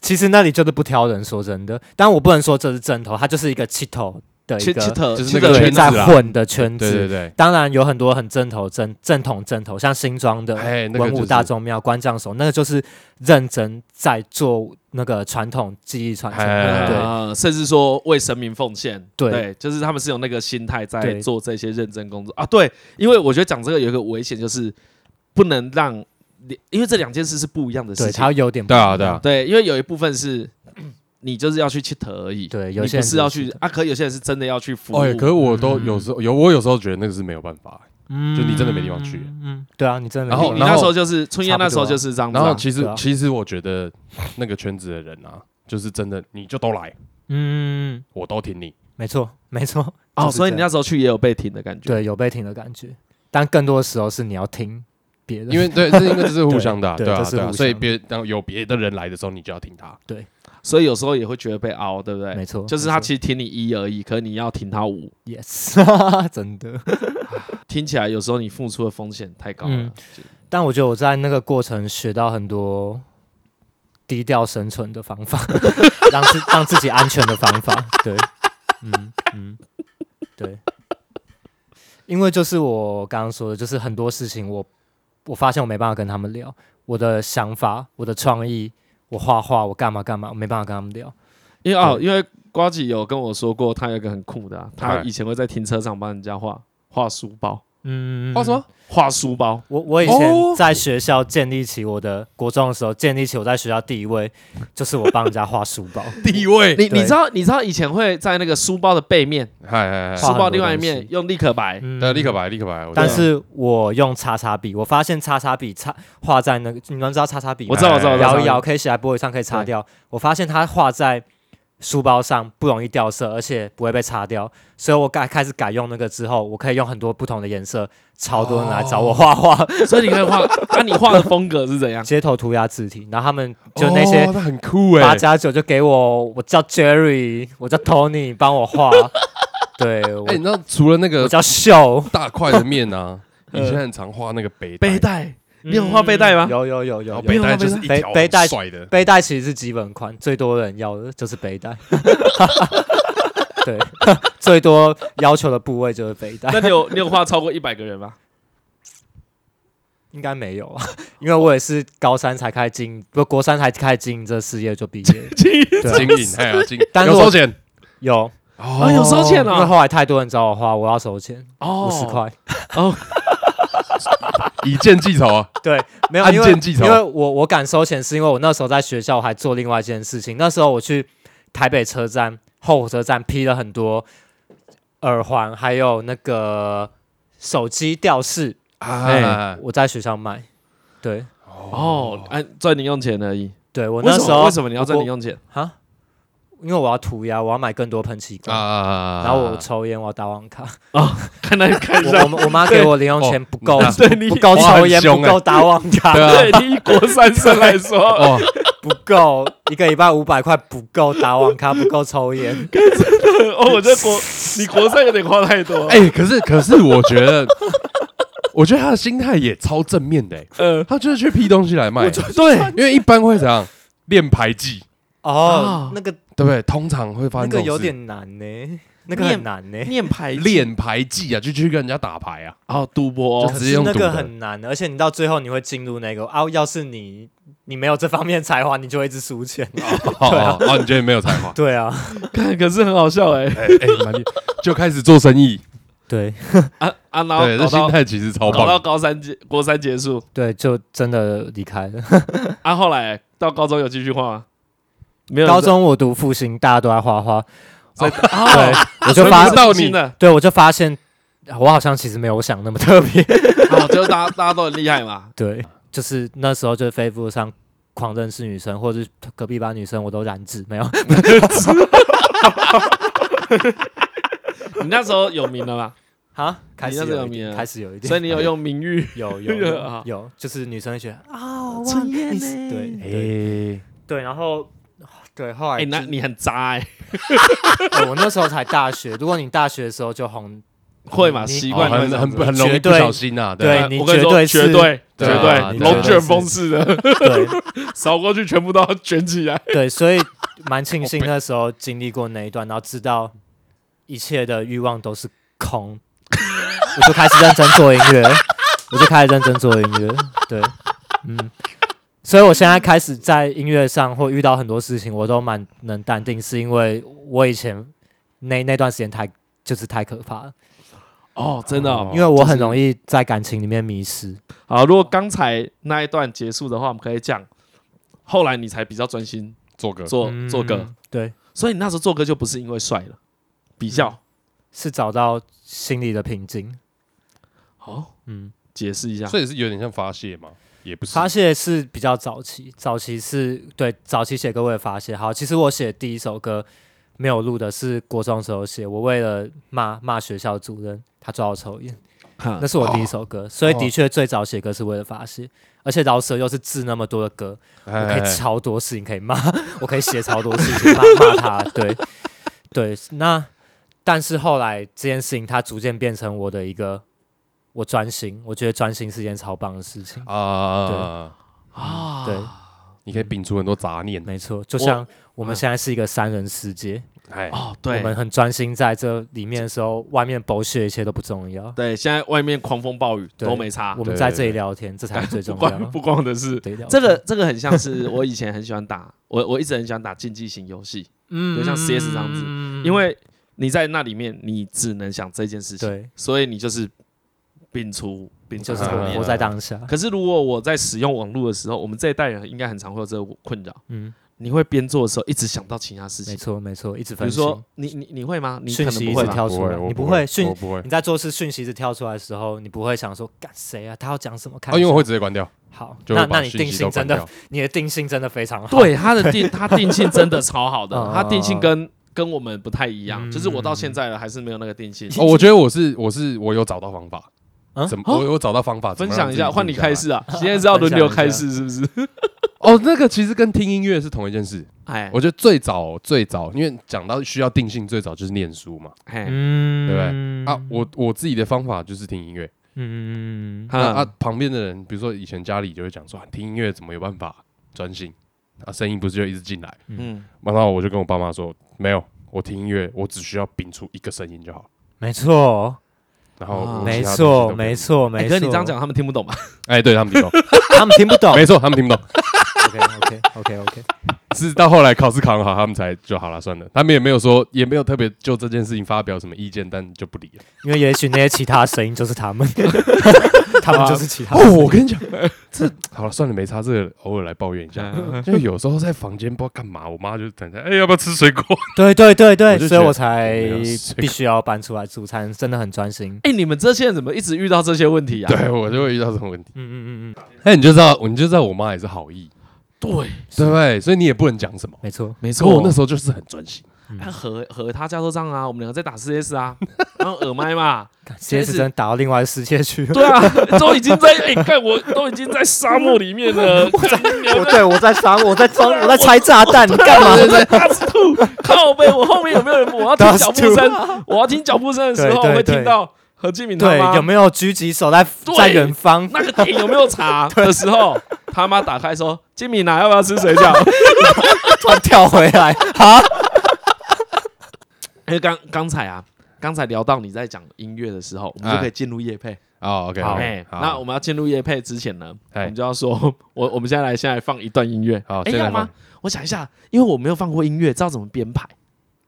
Speaker 3: 其实那里就是不挑人，说真的，但我不能说这是正头，它就是一个气头的一
Speaker 1: 去去
Speaker 3: 个啊
Speaker 1: 特
Speaker 2: 就是
Speaker 1: 去
Speaker 2: 那个
Speaker 1: 特
Speaker 3: 对
Speaker 2: 圈子
Speaker 3: 在
Speaker 2: 啦
Speaker 3: 混的
Speaker 1: 嗯
Speaker 3: 圈
Speaker 2: 对
Speaker 3: 子
Speaker 2: 对。对，
Speaker 3: 当然有很多很正头正正统正头，像新庄的
Speaker 2: 哎那个
Speaker 3: 文
Speaker 2: 就
Speaker 3: 武
Speaker 2: 是
Speaker 3: 大众庙、关将手，那个就是认真在做那个传统技艺传承。
Speaker 2: 哎，
Speaker 3: 对
Speaker 1: 呃，甚至说为神明奉献，
Speaker 3: 对
Speaker 1: 就是他们是有那个心态在
Speaker 3: 对
Speaker 1: 做这些认真工作啊。对，因为我觉得讲这个有一个危险，就是不能让，因为这两件事是不一样的事
Speaker 3: 对，
Speaker 1: 情
Speaker 3: 它。有点不
Speaker 2: 对啊
Speaker 3: 一样
Speaker 2: 对啊，
Speaker 1: 对，因为有一部分是 [clears throat] 你就是要去切头而已，
Speaker 3: 对有
Speaker 1: 你
Speaker 3: 些
Speaker 1: 不
Speaker 3: 人
Speaker 1: 是要
Speaker 3: 就是
Speaker 1: 去
Speaker 3: 这样
Speaker 1: 啊，可有些人是真的要去服务。
Speaker 2: 哦，可是我都有时候有，我有时候觉得那个是没有办法。
Speaker 3: 嗯
Speaker 2: 就你真的没地方去
Speaker 3: 嗯，对啊，你真的没
Speaker 2: 然
Speaker 3: 地
Speaker 2: 后
Speaker 3: 方
Speaker 1: 你
Speaker 3: 去。
Speaker 1: 那时候就是春燕，
Speaker 3: 差不多
Speaker 1: 那时候就是这样子
Speaker 2: 然
Speaker 1: 啊、
Speaker 2: 后其实
Speaker 3: 对啊
Speaker 2: 其实我觉得那个圈子的人啊，就是真的你就都来，
Speaker 3: 嗯，
Speaker 2: 我
Speaker 3: [laughs]
Speaker 2: 都挺你。
Speaker 3: 没错没错。
Speaker 1: 哦，
Speaker 3: 就是
Speaker 1: 所以你
Speaker 3: 这样
Speaker 1: 那时候去也有被停的感觉。
Speaker 3: 对有被听的感觉，但更多的时候是你要听别人，
Speaker 2: 因为对，这应该这是互相的啊，
Speaker 3: 对
Speaker 2: 对啊，
Speaker 3: 这是
Speaker 2: 对啊，
Speaker 3: 互
Speaker 2: 所以
Speaker 3: 相
Speaker 2: 别当有别的人来的时候，你就要听他。 [laughs]
Speaker 1: 所以有时候也会觉得被凹，对不对？
Speaker 3: 没错，
Speaker 1: 哎就是他其实听你一而已，可是你要听他五，
Speaker 3: 没错 yes，真 [laughs] 的。
Speaker 1: 听起来有时候你付出的风险太高了。
Speaker 3: 嗯
Speaker 1: 就
Speaker 3: 但我觉得我在那个过程学到很多低调生存的方法， [laughs] 让自让自己安全的方法。对，嗯嗯，对，因为就是我刚刚说的，就是很多事情我我发现我没办法跟他们聊，我的想法、我的创意、我画画、我干嘛干嘛，我没办法跟他们聊。
Speaker 1: 因为哦，因为瓜吉有跟我说过，他有一个很酷的啊、他
Speaker 2: 哎
Speaker 1: 以前会在停车场帮人家画画书包，
Speaker 3: 嗯，
Speaker 2: 画什么？
Speaker 1: 画书包。
Speaker 3: 我我以前
Speaker 2: 哦
Speaker 3: 在学校建立起我的国中的时候，建立起我在学校地位，就是我帮人家画书
Speaker 1: [laughs]
Speaker 3: 包。
Speaker 2: 地位？
Speaker 1: 你你
Speaker 3: 对
Speaker 1: 知道你知道以前会在那个书包的背面，
Speaker 2: 嗨嗨
Speaker 1: 书
Speaker 3: 哎画
Speaker 2: 嗨！
Speaker 1: 包
Speaker 3: 很多
Speaker 1: 另外一
Speaker 3: 东西
Speaker 1: 面用立可白，
Speaker 3: 嗯
Speaker 2: 对，立刻白，立刻白。我
Speaker 3: 但
Speaker 2: 知道
Speaker 3: 是我用叉叉笔，我发现叉叉笔插画在那个，你们知道叉叉笔吗？
Speaker 1: 我知道我知道，我知道
Speaker 3: 摇一摇，可以写在玻璃上，可以擦掉。我发现它画在书包上不容易掉色，而且不会被擦掉，所以我改开始改用那个之后，我可以用很多不同的颜色，超多人来找
Speaker 1: 哦
Speaker 3: 我画画， [laughs]
Speaker 1: 所以你可以画，那、你画的风格是怎样？
Speaker 3: 街头涂鸦字体，然后他们就那些
Speaker 2: 哦那很酷哎
Speaker 3: 八，加九就给我，我叫 Jerry，我叫 Tony，帮
Speaker 1: [laughs]
Speaker 3: 我画，对我
Speaker 2: 哎，你知道除了那
Speaker 3: 我
Speaker 2: 个
Speaker 3: 叫秀，
Speaker 2: 大块的
Speaker 3: [laughs]
Speaker 2: 面啊，以前很常画那个北
Speaker 1: 背带， [laughs] 你有画背带吗
Speaker 3: 嗯有有有有
Speaker 2: 然
Speaker 3: 有
Speaker 2: 后。北
Speaker 1: 没
Speaker 2: 带
Speaker 1: 有
Speaker 2: 就是一条
Speaker 3: 背背带
Speaker 2: 很帅的，
Speaker 3: 背带其实是基本款，最多人要的就是
Speaker 1: [laughs]
Speaker 3: 背带。 [laughs] 对， [laughs] 最多要求的部位就是背带，
Speaker 1: 那你有你有画超过一百个人
Speaker 3: [laughs]
Speaker 1: 吗？
Speaker 3: 应该没有啊，因为我也是高三才开始经营，不国三才开始经营这事业就毕业了。对
Speaker 2: 经营，
Speaker 3: [laughs]
Speaker 2: 哎呀，经
Speaker 3: 但是
Speaker 2: 有
Speaker 3: 我
Speaker 2: 收钱
Speaker 3: 有
Speaker 2: 哦
Speaker 3: [laughs]
Speaker 1: 啊，有收钱
Speaker 3: 因为
Speaker 1: 了
Speaker 3: 后来太多人找我花，我要收钱
Speaker 1: 哦，
Speaker 3: 五十。块。
Speaker 2: 以见记仇啊，
Speaker 3: 对，没有
Speaker 2: 按
Speaker 3: 因为
Speaker 2: 键计
Speaker 3: 因
Speaker 2: 酬
Speaker 3: 为我我敢收钱，是因为我那时候在学校还做另外一件事情。那时候我去台北车站后火车站批了很多耳环，还有那个手机吊饰，
Speaker 2: 哎，
Speaker 3: 我在学校卖。对
Speaker 1: 哦，哎，赚零用钱而已。
Speaker 3: 对，我
Speaker 1: 为
Speaker 3: 那
Speaker 1: 什
Speaker 3: 时
Speaker 1: 么
Speaker 3: 候
Speaker 1: 为什么你要赚零用钱？
Speaker 3: 啊，因为我要涂鸦，我要买更多喷漆罐，
Speaker 2: 啊
Speaker 3: 然后我
Speaker 2: [laughs]
Speaker 3: 抽烟，我要打网卡。
Speaker 1: 看来看一
Speaker 3: 我
Speaker 1: 下
Speaker 3: 我，妈我妈给我零用钱不够，
Speaker 2: 哦
Speaker 1: [laughs] 对你
Speaker 3: 不够
Speaker 2: 哇
Speaker 3: 抽
Speaker 2: 很
Speaker 3: 烟，
Speaker 2: 凶
Speaker 3: 不
Speaker 2: 欸
Speaker 3: 够打网卡，
Speaker 2: 对啊
Speaker 1: 对你以国三生来
Speaker 3: [laughs]
Speaker 1: 说，
Speaker 2: 哦，
Speaker 3: 不够一个礼拜五百块不够打网咖，不够抽烟。
Speaker 1: 哦，我觉得国你国三有点花太多。
Speaker 2: [laughs] 哎，可是可是我觉得，我觉得他的心态也超正面的，哎
Speaker 1: 呃，
Speaker 2: 他就是去批东西来卖，
Speaker 1: 对，
Speaker 2: 因为一般会
Speaker 3: [laughs]
Speaker 2: 怎样练牌技，
Speaker 1: 啊
Speaker 3: 哦，那个
Speaker 2: 对不对？通常会发
Speaker 3: 那
Speaker 2: 生
Speaker 3: 个
Speaker 2: 这种
Speaker 3: 有
Speaker 2: 事
Speaker 3: 点难呢，那个很难呢。
Speaker 1: 念牌技
Speaker 2: 练牌技啊，就去跟人家打牌
Speaker 3: [laughs]
Speaker 2: 啊，
Speaker 1: 哦，赌博
Speaker 2: 就
Speaker 3: 可
Speaker 2: 直
Speaker 3: 是
Speaker 2: 接用
Speaker 3: 那
Speaker 2: 赌
Speaker 3: 个
Speaker 2: 的
Speaker 3: 很难，而且你到最后你会进入那个啊，要是你你没有这方面才华，你就会一直输钱。？
Speaker 2: 哦哦哦，你觉得没有才
Speaker 3: [laughs]
Speaker 2: 华
Speaker 3: 对啊，
Speaker 1: 看可是很好笑哎。
Speaker 2: 哎哎，蛮厉就开始做生意，
Speaker 3: 对
Speaker 1: 啊啊，然
Speaker 2: 对，这
Speaker 1: 后
Speaker 2: 心
Speaker 1: 搞到
Speaker 2: 态其实超
Speaker 1: 搞到
Speaker 2: 棒。
Speaker 1: 高三结国三结束，
Speaker 3: 对，就真的离开了。
Speaker 1: 啊，后来到高中有继续画吗？没有人
Speaker 3: 高
Speaker 1: 在，
Speaker 3: 中我读复兴，大家都在画画，对
Speaker 1: 哦，，
Speaker 3: 我就
Speaker 2: 所以
Speaker 3: 发
Speaker 2: 你是，到你
Speaker 1: 的，
Speaker 3: 对我就发现我好像其实没有想那么特别。
Speaker 1: [laughs] 哦，就是大家大家都很厉害嘛。
Speaker 3: 对，就是那时候就 Facebook 上狂认识女生，或者是隔壁班女生，我都染指没有。
Speaker 1: 你那时候有名了嘛？
Speaker 3: 啊，开始
Speaker 1: 那时候
Speaker 3: 有
Speaker 1: 有
Speaker 3: 一
Speaker 1: 名
Speaker 3: 点，
Speaker 1: 啊
Speaker 3: 开始有一点，
Speaker 1: 所以你有用名誉 [laughs]
Speaker 3: 有有
Speaker 1: 有
Speaker 3: 有
Speaker 1: 啊
Speaker 3: 有，就是女生会觉得啊，哇
Speaker 1: 春燕
Speaker 3: 你是
Speaker 1: 呢
Speaker 3: 对对
Speaker 2: 哎，
Speaker 3: 对，然后对后来
Speaker 1: 哎，
Speaker 3: 就
Speaker 1: 那
Speaker 3: 是
Speaker 1: 你很渣哎，
Speaker 3: 对我那时候才大学，如果你大学的时候就红，
Speaker 1: 会嘛？
Speaker 3: 你
Speaker 1: 习
Speaker 2: 哦
Speaker 1: 惯
Speaker 2: 很
Speaker 1: 这
Speaker 2: 很
Speaker 1: 样子
Speaker 2: 很容易
Speaker 3: 绝
Speaker 2: 不
Speaker 3: 对
Speaker 2: 小心呐，
Speaker 3: 对
Speaker 1: 啊
Speaker 3: 你
Speaker 1: 我跟你
Speaker 3: 绝
Speaker 1: 说，
Speaker 3: 对
Speaker 1: 绝
Speaker 3: 是
Speaker 1: 对绝
Speaker 2: 对啊
Speaker 1: 对，
Speaker 2: 你
Speaker 1: 龙
Speaker 2: 绝对
Speaker 1: 卷
Speaker 3: 是
Speaker 1: 风似的 [laughs]
Speaker 3: 对
Speaker 1: 扫过去，全部都要卷起来。 [laughs]
Speaker 3: 对，所以蛮庆幸那时候经历过那一段，然后知道一切的欲望都是空，我就开始认真做音乐，我就开始认真做音乐，对，嗯，所以我现在开始在音乐上或遇到很多事情，我都蛮能淡定，是因为我以前那那段时间太就是太可怕了，
Speaker 1: 哦，真的哦
Speaker 3: 因为我很容易在感情里面迷失，
Speaker 1: 好。如果刚才那一段结束的话，我们可以讲后来你才比较专心
Speaker 2: 做个
Speaker 1: 做
Speaker 3: 嗯
Speaker 1: 做歌，
Speaker 3: 对，
Speaker 1: 所以你那时候做歌就不是因为帅了，比较
Speaker 3: 是找到心里的平静，
Speaker 1: 哦，
Speaker 3: 嗯。
Speaker 1: 解释一下。
Speaker 2: 所以是有点像发泄嘛，也不是
Speaker 3: 发泄是比较早期，早期是对早期写歌为了发泄。好，其实我写第一首歌没有录的是国中时候写，我为了骂骂学校主任，他抓我抽烟，
Speaker 2: 嗯
Speaker 1: 哈
Speaker 3: 那是我第一首
Speaker 2: 哦
Speaker 3: 歌，所以的确最早写歌是为了发泄，而且饶舌又是字那么多的歌，我可
Speaker 2: 哎
Speaker 3: 以超多事情可以骂， [laughs] 我可以写超多事
Speaker 2: [laughs]
Speaker 3: 情骂骂他，对对。那但是后来这件事情，它逐渐变成我的一个我专心，我觉得专心是件超棒的事情。
Speaker 2: 啊，
Speaker 1: 啊，
Speaker 3: 对，
Speaker 2: 你可以摒除很多杂念。
Speaker 3: 没错，就像我们现在是一个三人世界，
Speaker 2: 哎，
Speaker 1: 哦，
Speaker 3: 我
Speaker 1: 嗯对
Speaker 3: 们很专心在这里面的时候，外面博学一切都不重要。
Speaker 1: 对，现在外面狂风暴雨
Speaker 3: 对
Speaker 1: 都没差
Speaker 3: 我，们
Speaker 2: 对
Speaker 3: 在
Speaker 2: 对
Speaker 3: 这里
Speaker 2: 对
Speaker 3: 聊天，这
Speaker 1: [laughs]
Speaker 3: 才是最
Speaker 1: 不
Speaker 3: 重要
Speaker 1: 光
Speaker 3: 的。
Speaker 1: 不光的是
Speaker 3: 对聊
Speaker 1: 这个
Speaker 3: 天，
Speaker 1: 这个很像
Speaker 3: [laughs]
Speaker 1: 是我以前很喜欢打，我我一直很喜欢打竞技型游戏，
Speaker 3: 嗯
Speaker 1: 就像 CS 这样子
Speaker 2: 嗯
Speaker 3: 子
Speaker 1: 因为你在那里面你只能想这件事情，
Speaker 3: 对，
Speaker 1: 所以你就是摒除摒除
Speaker 3: 就是
Speaker 1: 杂
Speaker 2: 嗯
Speaker 1: 念
Speaker 3: 活在当下。
Speaker 1: 可是如果我在使用网络的时候，我们这一代人应该很常会有这个困扰，
Speaker 3: 嗯，
Speaker 1: 你会边做的时候一直想到其他事情
Speaker 3: 没，错没错，一直
Speaker 1: 比
Speaker 3: 分
Speaker 1: 如
Speaker 3: 心。
Speaker 1: 说你你你会吗？你可
Speaker 3: 讯
Speaker 1: 能
Speaker 3: 息
Speaker 1: 不
Speaker 3: 一
Speaker 1: 会
Speaker 3: 直
Speaker 1: 吧
Speaker 3: 跳
Speaker 2: 哎不
Speaker 3: 出来，
Speaker 2: 会，我
Speaker 3: 你
Speaker 2: 不
Speaker 3: 会讯
Speaker 2: 我，不会。
Speaker 3: 你在做事讯息一直跳出来的时候，你不会想说干谁啊，他要讲什么？看
Speaker 2: 啊，因为我会
Speaker 3: 一下
Speaker 2: 直接关掉，
Speaker 3: 好，
Speaker 2: 就
Speaker 3: 那
Speaker 2: 会
Speaker 3: 那
Speaker 2: 把
Speaker 3: 你
Speaker 2: 讯
Speaker 3: 定
Speaker 2: 息
Speaker 3: 性
Speaker 2: 都
Speaker 3: 真
Speaker 2: 关
Speaker 3: 的，
Speaker 2: 掉。
Speaker 3: 你的定性真的非常好。
Speaker 1: 对他的定，他定性真的超好的
Speaker 3: [laughs] 嗯，
Speaker 1: 他定性跟跟我们不太一样，
Speaker 3: 嗯
Speaker 1: 就是我到现在了还是没有那个定
Speaker 3: [laughs]
Speaker 1: 性。
Speaker 2: 哦，我觉得我是我是我有找到方法
Speaker 3: 啊，
Speaker 2: 怎么
Speaker 1: 哦
Speaker 2: 我有找到方法？怎
Speaker 1: 分
Speaker 2: 么
Speaker 1: 享
Speaker 2: 让
Speaker 1: 一
Speaker 2: 自己
Speaker 1: 下，换
Speaker 2: 静
Speaker 1: 你
Speaker 2: 下来
Speaker 1: 开。始
Speaker 3: [laughs]
Speaker 1: 啊！现在是要轮流开始是不是？
Speaker 2: 哦，那个其实跟听音乐是同一件事。
Speaker 1: 哎，
Speaker 2: 我觉得最早最早，因为讲到需要定性，最早就是念书嘛。
Speaker 1: 哎，
Speaker 3: 嗯，
Speaker 2: 对不啊，我我自己的方法就是听音乐。
Speaker 3: 嗯，
Speaker 2: 那啊
Speaker 1: 啊，，
Speaker 2: 旁边的人，比如说以前家里就会讲说，啊听音乐怎么有办法专心？啊，声音不是就一直进来？
Speaker 1: 嗯，
Speaker 2: 然后我就跟我爸妈说，没有，我听音乐，我只需要摒除一个声音就好。
Speaker 3: 没错，
Speaker 2: 然后
Speaker 1: 啊
Speaker 2: 我
Speaker 3: 没
Speaker 2: 其他东西都
Speaker 3: 错，
Speaker 2: 不用
Speaker 3: 没，错，
Speaker 1: 哎，
Speaker 3: 没
Speaker 1: 可
Speaker 3: 错。
Speaker 1: 是你这样，讲他们听不懂吧？
Speaker 2: 哎，对他们听不懂，
Speaker 3: 他们听不懂。
Speaker 2: 没错，他们听不懂，
Speaker 3: OK OK OK OK，
Speaker 2: 是到后来考试考得好，他们才就好了，算了。他们也没有说，也没有特别就这件事情发表什么意见，但就不理了。
Speaker 3: 因为也许那些其他声音就是他 [laughs] 们，他们就是其他。
Speaker 2: 哦，我跟你讲，这好了，算了，没差，这个偶尔来抱怨一下。因为有时候在房间不知道干嘛，我妈就等着，哎、要不要吃水果？
Speaker 3: 对对对
Speaker 2: 我
Speaker 3: 对，
Speaker 2: 就
Speaker 3: 所以
Speaker 2: 觉得
Speaker 3: 我才
Speaker 2: 没有谁
Speaker 3: 必须要搬出来住，才能真的很专心。
Speaker 1: [laughs] 哎，你们这些人怎么一直遇到这些问题啊？
Speaker 2: 对我就会遇到这种问题。
Speaker 3: 嗯嗯嗯嗯，
Speaker 2: 那你就知道，你就知道我妈也是好意，
Speaker 1: 对，
Speaker 2: 对不对？所以你也不能讲什么。
Speaker 3: 没错。
Speaker 1: 没
Speaker 2: 所以我
Speaker 1: 错
Speaker 2: 那。时候就是很专心，
Speaker 3: 嗯
Speaker 1: 他和和他加州账啊，我们两个在打 CS 啊，然后耳麦嘛，
Speaker 3: CS 真的打到另外世界去了。
Speaker 1: 对啊， [laughs] 都已经在哎，看我都已经在沙漠里面了，干你娘
Speaker 3: 我对我在杀，我在装，我在拆炸 [laughs] 弹，你干嘛？
Speaker 1: 我在大尺度，靠背，我后面有没有人？我要听脚步声，我要听脚步声的时候，
Speaker 3: 对对
Speaker 1: 会听到何敬明他
Speaker 3: 对，
Speaker 1: 妈
Speaker 3: 有没有狙击手在
Speaker 1: 对
Speaker 3: 在远 [laughs] 方？
Speaker 1: 那个点有没有
Speaker 3: [laughs]
Speaker 1: 查的时候，他妈打开说：“金敏啊，要不要吃水饺 [laughs]
Speaker 3: 突然跳回来，啊！？”
Speaker 1: 因为刚刚才啊，刚才聊到你在讲音乐的时候，我们就可以进入夜配。
Speaker 2: 哦，OK，
Speaker 3: 哎好
Speaker 1: 哎，
Speaker 2: 好，
Speaker 1: 那我们要进入夜配之前呢，我
Speaker 2: 哎
Speaker 1: 们就要说， [laughs] 我我们现在来现在放一段音乐。
Speaker 2: 好
Speaker 1: 哎，
Speaker 2: 现
Speaker 1: 要
Speaker 2: 在
Speaker 1: 吗
Speaker 2: 放？
Speaker 1: 我想一下，因为我没有放过音乐，知道怎么编排。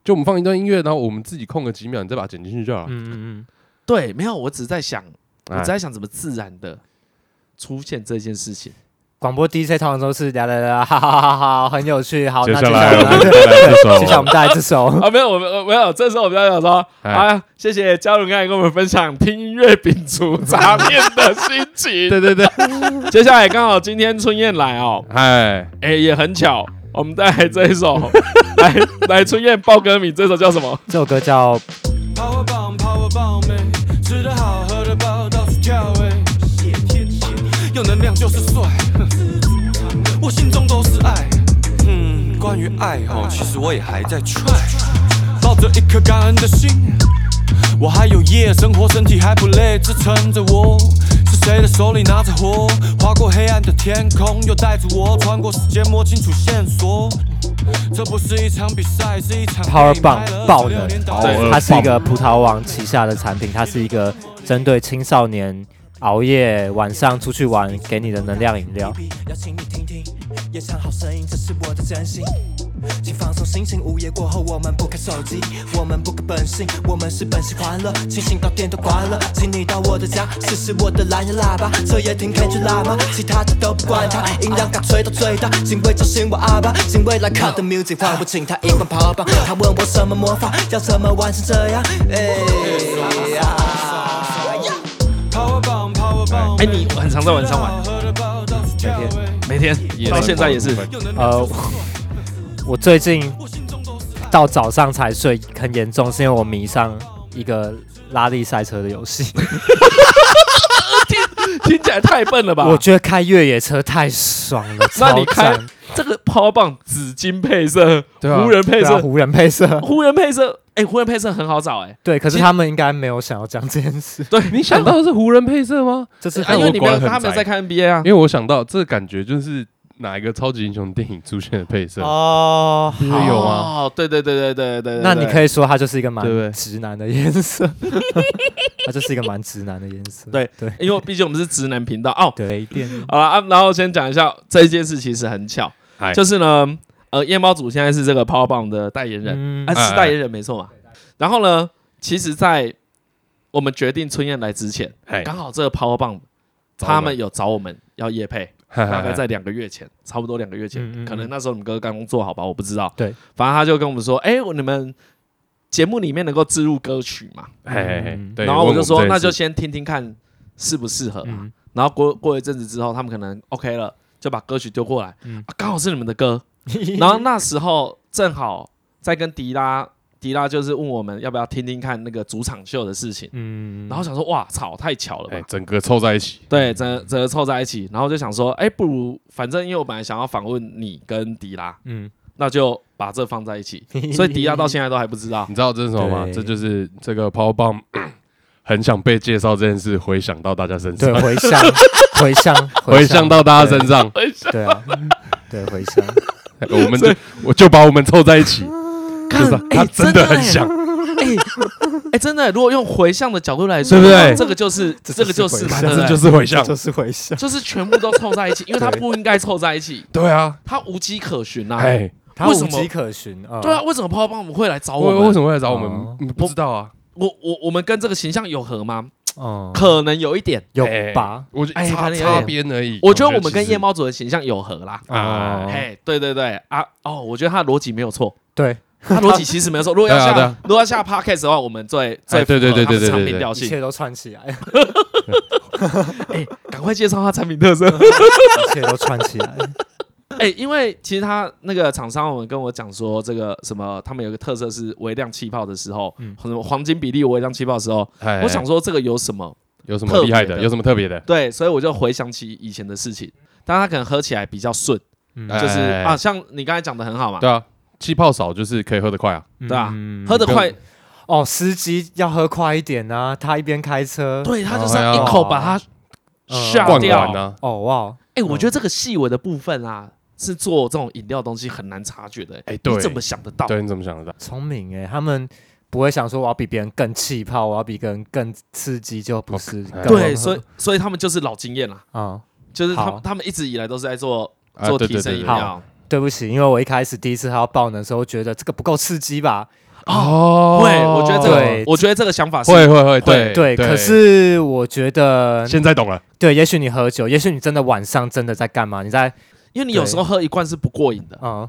Speaker 2: 就我们放一段音乐，然后我们自己空个几秒，你再把它剪进去就好了。
Speaker 3: 嗯嗯
Speaker 1: 对，没有，我只是在想，我
Speaker 2: 哎
Speaker 1: 只在想怎么自然的出现这件事情。
Speaker 3: 广播 DJ 通常都是啦啦啦，哈哈哈哈，很有趣。好，
Speaker 2: 接
Speaker 3: 那
Speaker 2: 下来我
Speaker 3: 接
Speaker 2: 们再来这首，
Speaker 3: 接下来我们带来这首。
Speaker 1: [laughs] 啊，没有，我们我没有，这时候我们要想说，
Speaker 2: 哎
Speaker 1: 啊，谢谢嘉伦刚才跟我们分享听音乐摒除杂念的心 [laughs] 情。
Speaker 2: 对对对，
Speaker 1: 接下来刚好今天春燕来哦，
Speaker 2: [laughs] 哎，
Speaker 1: 哎、也很巧，我们带来这一首， [laughs] 来来春燕报歌名，这首叫什么？
Speaker 3: 这首歌叫《
Speaker 4: Power 棒，Power 棒妹，吃得好，喝得饱，到处跳哎，有能量就是帅， [laughs] 哼我心中都是爱。嗯，关于爱哦，其实我也还在 try，抱着一颗感恩的心，我还有夜生活，身体还不累，支撑着我。是谁的手里拿着火，划过黑暗的天空，又带着我穿过时间，摸清楚线索。这不是一场比赛，是一场
Speaker 3: Power
Speaker 4: 电影
Speaker 3: 棒
Speaker 4: 拍了
Speaker 3: 爆
Speaker 4: 26
Speaker 3: 能
Speaker 4: 年》导
Speaker 2: 对
Speaker 4: 演
Speaker 3: 它是一个葡萄王旗下的产品，它是一个针对青少年熬夜、晚上出去玩给你的能量饮料。
Speaker 5: 要请你听听，也唱好声音，这是我的真心。请放松心情，午夜过后我们不看手机，我们不看本性，我们是本性欢乐，清醒到电都关了。请你到我的家，试试我的蓝牙喇叭，彻夜听 K 去喇嘛，其他的都不管它，音量感吹到最大，请为这新我阿爸，请未来靠的 music 换我请他一罐跑吧。他问我什么魔法，要怎么完成这样？哎呀。
Speaker 4: Power 棒，Power 棒
Speaker 1: 哎、你很常在晚上玩，每天到现在也是，
Speaker 3: 呃，我最近到早上才睡，很严重，是因为我迷上一个拉力赛车的游戏。
Speaker 1: 听起来太笨了吧？
Speaker 3: [laughs] 我觉得开越野车太爽 [laughs] 了，
Speaker 1: 那你
Speaker 3: 超
Speaker 1: 开
Speaker 3: 赞
Speaker 1: 这个 power 棒紫金配色，
Speaker 2: 对啊
Speaker 1: 湖人配
Speaker 3: 对啊，
Speaker 1: 色，
Speaker 3: 湖人配色，
Speaker 1: 湖人配色，哎，湖人配色很好找哎，
Speaker 3: [laughs] 对，可是
Speaker 1: 其实
Speaker 3: 他们应该没有想要讲这件事，
Speaker 1: 对
Speaker 2: 你想到的是湖人配色吗？
Speaker 3: 这是
Speaker 1: 啊，因
Speaker 2: 我
Speaker 1: 为你没有
Speaker 2: 果然很
Speaker 1: 他没有
Speaker 2: 宅
Speaker 1: 在看 NBA 啊
Speaker 2: 因，为我想到这感觉就是哪一个超级英雄电影出现的配色，
Speaker 3: 哦，
Speaker 2: 因
Speaker 3: 好
Speaker 2: 为有吗？
Speaker 1: 哦，对对对对对对对，
Speaker 3: 那你可
Speaker 1: 以
Speaker 3: 以说他就是一个蛮
Speaker 2: 对不对
Speaker 3: 直男的颜色， [laughs] 他就是一个蛮直男的颜色。
Speaker 1: 对
Speaker 3: 对，
Speaker 1: 因为毕竟我们是直男频道哦。
Speaker 3: 对，雷电
Speaker 1: 好了啊，然后先讲一下这件事，其实很巧，
Speaker 2: 哎
Speaker 1: 就是呢，呃，夜猫组现在是这个 power 棒的代言人，
Speaker 3: 嗯
Speaker 1: 啊，是
Speaker 2: 哎
Speaker 1: 代言人没错嘛。然后呢，其实，在我们决定春燕来之前，
Speaker 2: 哎
Speaker 1: 刚好这个 Power 棒
Speaker 2: 找我们哎
Speaker 1: 他们有找我们要夜配，
Speaker 2: 嗨嗨
Speaker 1: 大
Speaker 2: 嗨
Speaker 1: 概在两个月前，差不多两个月
Speaker 3: 嗯嗯
Speaker 1: 前，
Speaker 3: 嗯
Speaker 1: 可能那时候你们哥刚做好吧，我不知道。
Speaker 3: 对，
Speaker 1: 反正他就跟我们说，哎，我你们节目里面能够置入歌曲嘛，
Speaker 2: 嘿嘿嘿
Speaker 3: 嗯
Speaker 2: 对
Speaker 1: 然后我
Speaker 2: 问
Speaker 1: 就
Speaker 2: 们
Speaker 1: 说，
Speaker 2: 这
Speaker 1: 那
Speaker 2: 件
Speaker 1: 就
Speaker 2: 事
Speaker 1: 先听听看适不适合嘛
Speaker 3: 嗯。
Speaker 1: 然后过过一阵子之后，他们可能 OK 了，就把歌曲丢过来，
Speaker 3: 嗯
Speaker 1: 啊刚好是你们的歌，然后那时候正好在跟迪拉，迪拉就是问我们要不要听听看那个主场秀的事情，
Speaker 3: 嗯
Speaker 1: 然后想说哇操，太巧了吧。
Speaker 2: 哎整个凑在一起，
Speaker 1: 对，整个整个凑在一起，然后就想说，哎，不如反正因为我本来想要访问你跟迪拉，
Speaker 3: 嗯，
Speaker 1: 那就把这放在一
Speaker 2: [laughs]
Speaker 1: 起。所以迪拉到现在都还不知道
Speaker 2: 你，知道这是什么吗
Speaker 3: 对？
Speaker 2: 这就是这个 Power Bomb 很想被介绍这件事，回想到大家身
Speaker 3: 对，
Speaker 2: 上，
Speaker 3: 回
Speaker 1: [laughs]
Speaker 3: 向，回向，
Speaker 2: 回想到大家身上，哎
Speaker 3: 对，对啊，对，回向，
Speaker 2: 我们就我就把我们凑在一起，就是他真的很想，
Speaker 1: 哎，真的，如果用回向的角度来说，
Speaker 2: 对不对
Speaker 1: 这个就是
Speaker 3: 这
Speaker 1: 这个就
Speaker 3: 就是
Speaker 1: 是
Speaker 3: 回
Speaker 1: 嘛，
Speaker 3: 向
Speaker 1: 对不
Speaker 2: 这
Speaker 1: 对
Speaker 2: 就是回想，
Speaker 3: 就是回向，
Speaker 1: 就是全部都凑在一起，因为它
Speaker 3: 对
Speaker 1: 不应该凑在一起，
Speaker 2: 对啊，
Speaker 1: 它无迹可寻呐。
Speaker 2: 哎，
Speaker 3: 他
Speaker 1: 为什
Speaker 3: 无
Speaker 1: 么
Speaker 3: 迹可寻啊。
Speaker 1: 对啊，，为什么泡泡帮我们会来找我
Speaker 2: 为
Speaker 1: 们
Speaker 2: 为什？么会来找我们
Speaker 3: 哦？
Speaker 2: 嗯不知道啊，
Speaker 1: 我我我们跟这个形象有合吗？
Speaker 2: 哦
Speaker 3: 嗯，
Speaker 1: 可能有一点，
Speaker 3: 有
Speaker 2: 哎
Speaker 3: 吧？？
Speaker 2: 我就
Speaker 1: 哎可
Speaker 2: 擦
Speaker 1: 能有
Speaker 2: 擦
Speaker 1: 点
Speaker 2: 边而已。
Speaker 1: 我觉得我们跟
Speaker 2: 其实
Speaker 1: 夜猫族的形象有合啦。
Speaker 2: 啊，
Speaker 3: 哦
Speaker 1: 嘿，对对对啊，哦，我觉得他的逻辑没有错，
Speaker 3: 对，
Speaker 1: 他逻辑其实没有错。如果要
Speaker 2: 对啊对
Speaker 1: 下
Speaker 2: 啊
Speaker 1: 如果要下 podcast 的话，我们最最
Speaker 2: 哎对对对对对
Speaker 1: 产品
Speaker 2: 对
Speaker 1: 调
Speaker 3: 一
Speaker 1: 性，
Speaker 3: 切都串起来，一
Speaker 1: 哎，赶快介绍他产品特色。
Speaker 3: 切都串起来。
Speaker 1: [laughs] 哎，因为其实他那个厂商，我们跟我讲说，这个什么，他们有个特色是微量气泡的时候，什么黄金比例微量气泡的时候，
Speaker 2: 哎
Speaker 1: 我想说这个有什么？
Speaker 2: 有什么厉害
Speaker 1: 特别
Speaker 2: 的？
Speaker 1: 的
Speaker 2: 有什么特别的？
Speaker 1: 对，所以我就回想起以前的事情，但他可能喝起来比较顺，
Speaker 3: 哎
Speaker 1: 就是
Speaker 2: 哎
Speaker 1: 啊，，像你刚才讲的很好嘛，
Speaker 2: 对啊，气泡少就是可以喝得快啊。
Speaker 1: 对啊
Speaker 3: 嗯
Speaker 1: 喝得快，
Speaker 3: 哦，司机要喝快一点啊，他一边开车。
Speaker 1: 对他就是
Speaker 2: 哎
Speaker 1: 要
Speaker 2: 呀
Speaker 1: 一口把它
Speaker 3: 嗯
Speaker 1: 下
Speaker 2: 灌
Speaker 1: 掉
Speaker 2: 完。啊呢？
Speaker 3: 哦哇，
Speaker 1: 哎，我觉得这个细微的部分啊，是做这种饮料东西很难察觉的。欸
Speaker 2: 哎对
Speaker 1: 你怎么想得到？
Speaker 2: 对，你怎么想得到？
Speaker 3: 聪明哎，他们不会想说我要比别人更气泡，我要比别人更刺激，就不是
Speaker 2: 对
Speaker 3: 更温
Speaker 1: 对，
Speaker 3: 和
Speaker 1: 所以所以他们就是老经验啦，
Speaker 3: 啊、
Speaker 1: 就是他
Speaker 3: 好
Speaker 1: 们他们一直以来都是在做
Speaker 2: 啊
Speaker 1: 做
Speaker 2: 对
Speaker 1: 提
Speaker 2: 对
Speaker 1: 升
Speaker 2: 对
Speaker 1: 饮
Speaker 2: 对
Speaker 1: 料。
Speaker 3: 对不起，因为我一开始第一次喝到爆能的时候，觉得这个不够刺激吧？
Speaker 2: 哦
Speaker 1: 对，我觉得这个
Speaker 3: 对，
Speaker 1: 我觉得这个想法是
Speaker 2: 会会会，对
Speaker 3: 对，可是我觉得，
Speaker 2: 现在懂了，
Speaker 3: 对，也许你喝酒，也许你真的晚上真的在干嘛？你在
Speaker 1: 因为你有时候喝一罐是不过瘾
Speaker 2: [laughs]
Speaker 1: 的，
Speaker 3: 嗯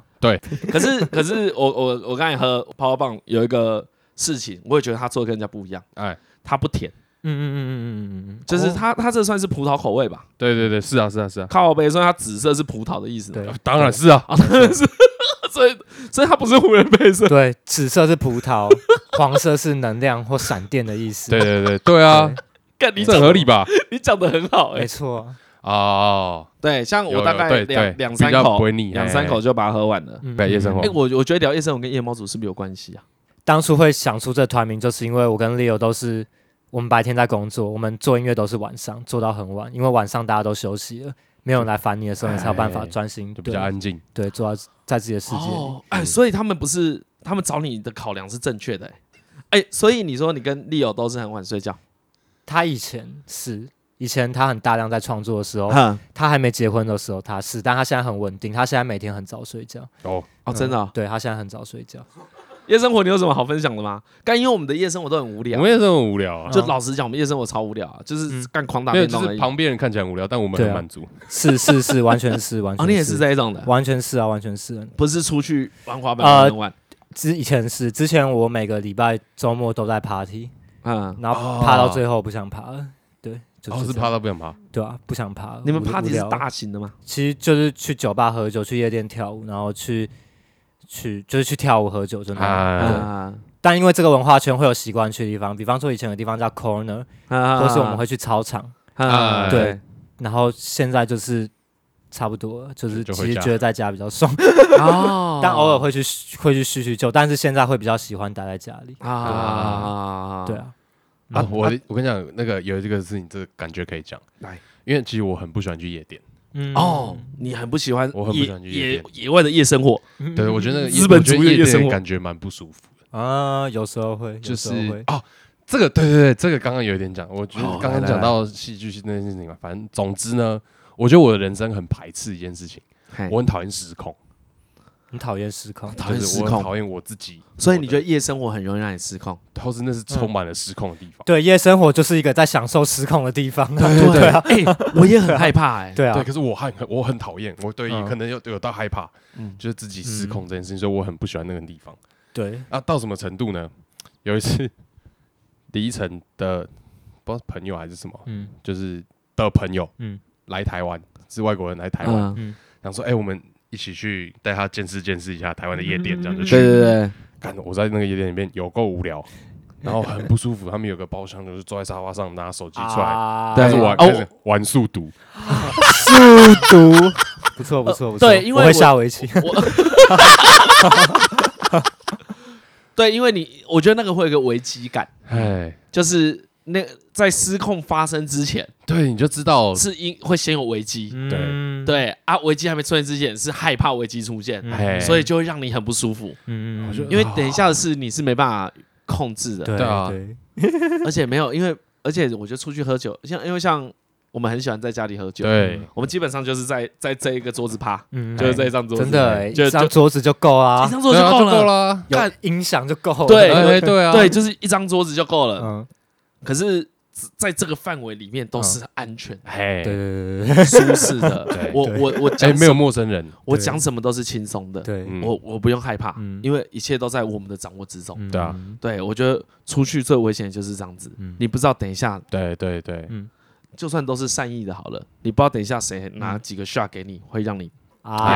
Speaker 1: 可是可是我我我刚才喝 Power 棒有一个事情，我也觉得他做的跟人家不一样，
Speaker 2: 哎，
Speaker 1: 它不甜，
Speaker 3: 嗯嗯嗯嗯嗯嗯嗯，
Speaker 1: 就是
Speaker 3: 哦
Speaker 1: 它它这算是葡萄口味吧？
Speaker 2: 对对对，是啊是啊是啊，
Speaker 1: 靠杯，所以它紫色是葡萄的意思嘛。
Speaker 3: 对
Speaker 2: 当然是啊，
Speaker 1: 啊， [laughs] 是，所以所以它不是湖人配色。
Speaker 3: 对，紫色是葡萄，黄色是能量或闪电的意思。
Speaker 2: 对对对对啊，
Speaker 1: 干你
Speaker 2: 这
Speaker 1: 讲
Speaker 2: 很合理吧？
Speaker 1: 你讲的很好哎、
Speaker 3: 没错，
Speaker 2: 哦，
Speaker 1: 对，像
Speaker 2: 有
Speaker 1: 我
Speaker 2: 有
Speaker 1: 大概
Speaker 2: 对
Speaker 1: 两
Speaker 2: 对
Speaker 1: 两三
Speaker 2: 比较
Speaker 1: 口
Speaker 2: 不会腻
Speaker 1: 两三
Speaker 2: 哎
Speaker 1: 口就把它喝完了。
Speaker 3: 嗯
Speaker 2: 对夜生活
Speaker 1: 哎、我我觉得聊夜生活跟夜猫族是不是有关系啊？
Speaker 3: 当初会想出这团名，就是因为我跟 Leo 都是我们白天在工作，我们做音乐都是晚上做到很晚，因为晚上大家都休息了，没有人来烦你的时候，你才有办法
Speaker 2: 哎
Speaker 3: 专心，
Speaker 2: 就比较
Speaker 3: 对
Speaker 2: 安静。
Speaker 3: 对，做到在自己的世界里。
Speaker 1: 哦，哎、所以他们不是他们找你的考量是正确的哎、哎、所以你说你跟 Leo 都是很晚睡觉，
Speaker 3: 他以前是，以前他很大量在创作的时候，
Speaker 1: 哼
Speaker 3: 他还没结婚的时候他是，但他现在很稳定，他现在每天很早
Speaker 1: [laughs]
Speaker 3: 睡觉。
Speaker 2: 哦，
Speaker 1: 哦，真的、哦
Speaker 3: 嗯对他现在很早睡觉。
Speaker 1: 夜生活你有什么好分享的吗？干，因为我们的夜生活都很无
Speaker 2: 我
Speaker 1: 聊
Speaker 2: 们，也是很无聊啊，
Speaker 1: 就老实讲，我们夜生活超无聊啊，就是
Speaker 3: 嗯
Speaker 1: 干狂打
Speaker 2: 没有，
Speaker 1: 电
Speaker 2: 就
Speaker 1: 动而
Speaker 2: 是
Speaker 1: 已。
Speaker 2: 旁边人看起来很无聊，但我们很
Speaker 3: 对啊
Speaker 2: 满足。
Speaker 3: 是是是，完全是完全
Speaker 1: 哦，你也是这一种的，
Speaker 3: 完全是啊，完全是。
Speaker 1: 不是出去玩滑板
Speaker 3: 呃
Speaker 1: 玩很晚。
Speaker 3: 之以前是，之前我每个礼拜周末都在 party，
Speaker 1: 嗯，
Speaker 3: 然后爬到最后不想爬了。对，就
Speaker 2: 哦，是
Speaker 3: 这
Speaker 2: 趴
Speaker 3: 样
Speaker 2: 到不想趴，
Speaker 3: 对啊，不想爬了。
Speaker 1: 你们
Speaker 3: 无聊
Speaker 1: party 是，
Speaker 3: 无聊
Speaker 1: 大型的吗？
Speaker 3: 其实就是去酒吧喝酒，去夜店跳舞，然后去去就是去跳舞喝酒，真的。
Speaker 2: 啊，
Speaker 1: 啊
Speaker 3: 但因为这个文化圈会有习惯去的地方，比方说以前有地方叫 corner，
Speaker 1: 啊嗯
Speaker 3: 或是我们会去操场，
Speaker 2: 啊
Speaker 3: 嗯 [laughs] 对，然后现在就是差不多了，就是
Speaker 2: 就
Speaker 3: 其
Speaker 2: 回
Speaker 3: 实
Speaker 2: 家
Speaker 3: 觉得在家比较
Speaker 2: [laughs]
Speaker 3: 爽，
Speaker 1: 哦
Speaker 3: 但偶尔会去叙会去叙叙旧，但是现在会比较喜欢待在家里。
Speaker 2: 哦
Speaker 1: 啊，
Speaker 3: 对，啊，
Speaker 2: 啊，我我跟你讲，那个有这个事情，这个感觉可以讲。
Speaker 1: 来，
Speaker 2: 因为其实我很不喜欢去夜店，
Speaker 3: 嗯
Speaker 1: 哦，你很不喜欢
Speaker 2: 我很不喜欢去夜
Speaker 1: 野野
Speaker 2: 店
Speaker 1: 野外的夜生活，
Speaker 2: 对我觉得那个
Speaker 1: 嗯
Speaker 2: 夜
Speaker 1: 资本
Speaker 2: 我觉得
Speaker 1: 主义的夜
Speaker 2: 夜
Speaker 1: 生
Speaker 2: 店
Speaker 1: 活
Speaker 2: 感觉蛮不舒服的，
Speaker 3: 啊，有时候会，
Speaker 2: 就
Speaker 3: 有
Speaker 2: 是
Speaker 3: 时候会
Speaker 2: 哦，这个对对对，这个刚刚有一点讲，我觉得
Speaker 1: 好
Speaker 2: 刚刚
Speaker 1: 来哦
Speaker 2: 讲
Speaker 1: 来
Speaker 2: 到戏剧性那件事情嘛，反正总之呢，我觉得我的人生很排斥一件事情，
Speaker 1: 嘿
Speaker 2: 我很讨厌失控，
Speaker 3: 很讨厌失控。
Speaker 1: 哎讨
Speaker 2: 就
Speaker 1: 厌
Speaker 2: 是
Speaker 1: 失
Speaker 2: 我很
Speaker 1: 控，
Speaker 2: 讨厌我自己，
Speaker 1: 所以你觉得
Speaker 2: 得，
Speaker 1: 夜生活很容易让你失控？
Speaker 2: 或是那是充满了失控的地方。
Speaker 3: 对，夜生活就是一个在享受失控的地方。
Speaker 1: [laughs] 对啊，哎，我也很害怕哎，
Speaker 3: [laughs] 对啊
Speaker 2: 对，，可是我很我很讨厌，我对于
Speaker 3: 嗯
Speaker 2: 可能有有到害怕，就是自己失控这件事情，所以我很不喜欢那个地方。
Speaker 3: 对，
Speaker 2: 啊，到什么程度呢？有一次， [laughs] 李依晨的不知道是朋友还是什么，
Speaker 3: 嗯
Speaker 2: 就是的朋友，嗯
Speaker 3: 嗯，
Speaker 2: 来台湾是外国人来台湾，
Speaker 1: 嗯，
Speaker 2: 想说，哎、我们一起去带他见识见识一下台湾的夜店，这
Speaker 3: 嗯
Speaker 2: 样就去。
Speaker 1: 对对对，
Speaker 2: 干，我在那个夜店里面有够无
Speaker 3: [laughs]
Speaker 2: 聊，然后很不舒服。他们有个包厢，就是坐在沙发上拿手机出来，
Speaker 3: 啊
Speaker 1: 对
Speaker 2: 开始玩、
Speaker 1: 啊我
Speaker 2: 开始玩速读，
Speaker 3: 速读，不错不错不错。
Speaker 1: 呃对因为
Speaker 3: 我会
Speaker 1: 我 [laughs]
Speaker 3: 下围棋，
Speaker 1: 对，因为你我觉得那个会有一个危机感，
Speaker 2: 哎，
Speaker 1: 就是那在失控发生之前，
Speaker 2: 对，你就知道
Speaker 1: 是因会先有危机，
Speaker 3: 嗯，
Speaker 1: 对啊，危机还没出现之前是害怕危机出现，
Speaker 2: 哎
Speaker 1: 嗯所以就会让你很不舒服，
Speaker 3: 嗯，嗯
Speaker 2: 我
Speaker 3: 嗯
Speaker 2: 就
Speaker 1: 因为等一下的事你是没办法控制的，
Speaker 3: 对
Speaker 2: 对啊
Speaker 3: 对，
Speaker 1: [laughs] 而且没有，因为而且我觉得出去喝酒，像因为像我们很喜欢在家里喝酒，
Speaker 2: 对，哎
Speaker 1: 我们基本上就是在在这一个桌子趴，
Speaker 3: 嗯
Speaker 1: 就是这一张桌子，
Speaker 3: 真的欸，一
Speaker 1: 就
Speaker 3: 张
Speaker 1: 就
Speaker 3: 桌子就够啊
Speaker 1: 一，张桌
Speaker 2: 对
Speaker 1: 子
Speaker 2: 啊，
Speaker 1: 就
Speaker 2: 就
Speaker 1: 够
Speaker 2: 够
Speaker 1: 了，
Speaker 2: 啦。
Speaker 3: 有
Speaker 1: 干
Speaker 3: 音响就够了。
Speaker 1: 对
Speaker 2: 哎，对啊，
Speaker 1: 对，就是一张桌子就够 [laughs] 了。
Speaker 3: 嗯，
Speaker 1: 可是在这个范围里面都是安全、 [laughs]
Speaker 2: 哎，
Speaker 3: 对对对对
Speaker 1: 舒适的
Speaker 2: 对。
Speaker 1: 我
Speaker 3: 对
Speaker 1: 我我
Speaker 2: 哎，
Speaker 1: 讲
Speaker 2: 没有
Speaker 1: 什么，
Speaker 2: 陌生人，
Speaker 1: 我讲什么都是轻松的，
Speaker 3: [laughs] 对对，
Speaker 2: 嗯
Speaker 1: 我我不用害怕，
Speaker 3: 嗯
Speaker 1: 因为一切都在我们的掌握之中。
Speaker 3: 嗯
Speaker 2: 对啊，
Speaker 1: 对，我觉得出去最危险的就是这样子，
Speaker 3: 嗯
Speaker 1: 你不知道等一下，
Speaker 2: 对对对，
Speaker 1: 就算都是善意的，好了，你不知道等一下谁拿几个 shot 给你，会让你
Speaker 2: 哎
Speaker 3: 啊，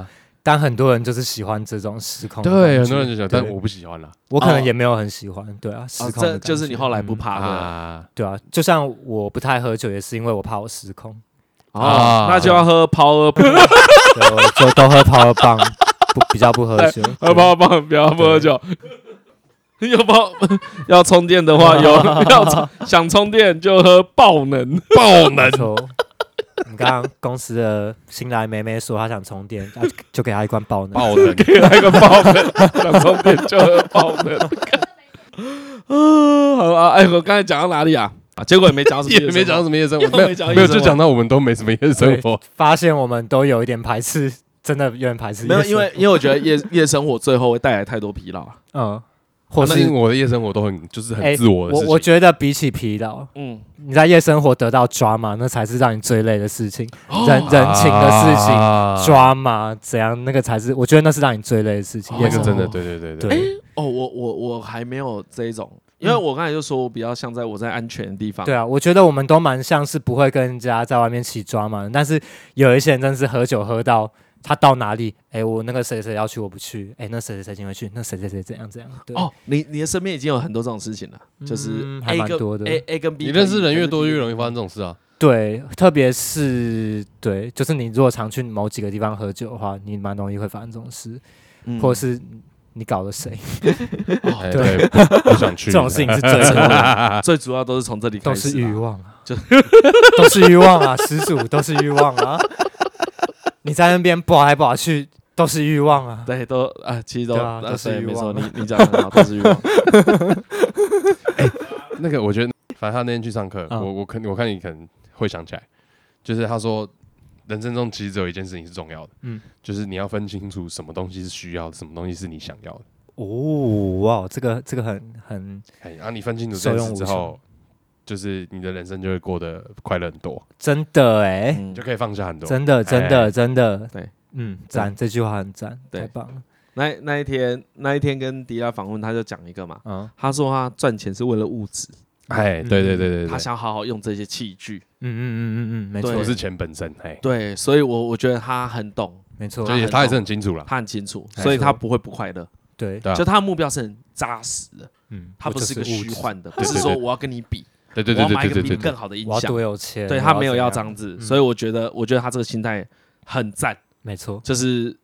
Speaker 2: 呀，
Speaker 3: 但很多人就是喜欢这种失控的感觉。
Speaker 2: 对，很多人就想，但
Speaker 3: 对
Speaker 2: 我不喜欢啦。
Speaker 3: 我可能也没有很喜欢，对啊，失
Speaker 1: 哦
Speaker 3: 控的
Speaker 1: 这
Speaker 3: 感觉、
Speaker 1: 就是你后来不
Speaker 3: 嗯
Speaker 1: 怕的
Speaker 2: 啊，
Speaker 3: 对啊，就像我不太喝酒，也是因为我怕我失控，
Speaker 1: 哦
Speaker 2: 啊，
Speaker 1: 那就要喝 power
Speaker 2: [laughs]
Speaker 1: [laughs]
Speaker 3: 对我就都喝 power 棒，不比较不喝酒。
Speaker 1: 哎喝
Speaker 3: 对
Speaker 1: power 棒，呃不要不喝酒。 [laughs] 要泡 [laughs] 要充电的
Speaker 2: [laughs]
Speaker 1: 话，有要充想充电就喝爆能。 [laughs]
Speaker 2: 爆
Speaker 3: 没
Speaker 2: 能，
Speaker 3: 错。你刚刚公司的新来妹妹说她想充电， [laughs] 啊就给她一罐 [laughs] 爆能。
Speaker 2: [laughs] 爆能，
Speaker 1: 给他一个爆能，想充电就喝爆能。啊，好啊，哎，我刚才讲到哪里啊？啊，结果也没讲什么，
Speaker 2: [laughs] 也没讲到什么夜生活，
Speaker 1: 又
Speaker 2: 没有
Speaker 1: 没讲夜
Speaker 2: 没有，
Speaker 1: 生
Speaker 2: 就
Speaker 1: 活
Speaker 2: 讲到我们都没什么夜生活。
Speaker 3: 发现我们都有一点排斥，真的有点排斥。
Speaker 1: 没有，因为因为我觉得夜 [laughs] 夜生活最后会带来太多疲劳。啊
Speaker 3: 嗯，或
Speaker 2: 可是
Speaker 3: 是
Speaker 2: 我的夜生活都很就是
Speaker 3: 哎
Speaker 2: 很自我的
Speaker 3: 我
Speaker 2: 事
Speaker 3: 我
Speaker 2: 情。
Speaker 3: 觉得比起疲劳，
Speaker 1: 嗯，
Speaker 3: 你在夜生活得到抓马，那才是让你最累的事情，人人情的事情。
Speaker 2: 哦啊
Speaker 3: 抓嘛，怎样那个才是，我觉得那是让你最累的事情。
Speaker 1: 哦
Speaker 2: 那
Speaker 3: 夜生
Speaker 2: 个
Speaker 3: 活
Speaker 2: 真的，对对对对，
Speaker 3: 对
Speaker 1: 哦，我我我还没有这一种，因为我刚才就说我比较像在我在安全的地方。
Speaker 3: 对啊，我觉得我们都蛮像是不会跟人家在外面起抓嘛，但是有一些人真是喝酒喝到他到哪里，哎，我那个谁谁要去我不去，哎，那谁谁谁今天去，那谁谁谁怎样怎样，对，
Speaker 1: 哦，你你的身边已经有很多这种事情了，就是
Speaker 3: 嗯还
Speaker 1: A
Speaker 3: 蛮
Speaker 1: 跟
Speaker 3: 多的
Speaker 1: A A 跟 B，
Speaker 2: 你认识人越多，越容
Speaker 1: 易。
Speaker 2: 易发生这种事啊。
Speaker 3: 对，特别是对，就是你如果常去某几个地方喝酒的话，你蛮容易会发生这种事，
Speaker 1: 嗯
Speaker 3: 或者是你搞了谁，
Speaker 2: 哎
Speaker 3: 对
Speaker 2: 对，不不想
Speaker 3: [laughs]
Speaker 2: 去
Speaker 3: 这种事情是最累的。
Speaker 1: [laughs] 最主要都是从这里
Speaker 3: 都
Speaker 1: 开始啊，
Speaker 3: 是欲望啊，
Speaker 1: [laughs] 就
Speaker 3: 都是欲望啊，始祖都是欲望啊。你在那边跑来跑去都是欲望啊，
Speaker 1: 对，都啊，其实都
Speaker 3: 对啊
Speaker 1: 啊
Speaker 3: 都是
Speaker 1: 对
Speaker 3: 欲
Speaker 1: 没错，
Speaker 3: 望
Speaker 1: 你你讲的很好，都
Speaker 3: [laughs]
Speaker 1: 是欲望。嗯
Speaker 2: 那个我觉得，反正他那天去上课，
Speaker 3: 嗯
Speaker 2: 我我肯我看你可能会想起来，就是他说，人生中其实只有一件事情是重要的，嗯
Speaker 3: 嗯，
Speaker 2: 就是你要分清楚什么东西是需要的，什么东西是你想要的。
Speaker 3: 哦，哇，这个这个很很
Speaker 2: 哎，然后你分清楚这件事之后，就是你的人生就会过得快乐很多，
Speaker 3: 真的哎、
Speaker 1: 嗯哎
Speaker 2: 就可以放下很多。
Speaker 3: 真的真的真的，
Speaker 1: 对，
Speaker 3: 嗯，赞，这句话很赞，
Speaker 1: 对
Speaker 3: 太棒了，
Speaker 1: 那那一天那一天跟迪拉访问，他就讲一个嘛，
Speaker 3: 嗯
Speaker 1: 他说他赚钱是为了物质，
Speaker 2: 哎，对对对对
Speaker 1: 他
Speaker 2: 对，
Speaker 1: 想好好用这些器具。
Speaker 3: 嗯嗯嗯嗯嗯，没
Speaker 1: 对
Speaker 2: 我
Speaker 3: 错
Speaker 2: 是钱本身，哎，
Speaker 1: 对，所以我我觉得他很懂，
Speaker 3: 没错
Speaker 2: 所，以他也是很清楚啦。
Speaker 1: 啊他很清楚，
Speaker 3: 没
Speaker 1: 所以
Speaker 3: 错
Speaker 1: 他不会不快乐。
Speaker 3: 对，
Speaker 2: 对啊
Speaker 1: 就他的目标是很扎实的，
Speaker 3: 嗯，
Speaker 1: 他不
Speaker 3: 我就是
Speaker 1: 一个
Speaker 3: 物
Speaker 1: 虚
Speaker 3: 质，
Speaker 1: 幻的，
Speaker 2: 对
Speaker 1: 不是
Speaker 2: 对
Speaker 1: 说
Speaker 2: 对
Speaker 1: 我要跟你比，
Speaker 2: 对对
Speaker 1: 我
Speaker 2: 对
Speaker 1: 要买一
Speaker 2: 对
Speaker 1: 个
Speaker 2: 对
Speaker 1: 比
Speaker 2: 对
Speaker 1: 你
Speaker 2: 对
Speaker 1: 更，好的音
Speaker 3: 我要
Speaker 1: 响
Speaker 3: 多。有钱？
Speaker 1: 对
Speaker 3: 我
Speaker 1: 他没有
Speaker 3: 怎
Speaker 1: 要
Speaker 3: 样，
Speaker 1: 张字，
Speaker 3: 嗯
Speaker 1: 所以我觉得，我觉得他这个心态很赞。
Speaker 3: 没错，
Speaker 1: 就是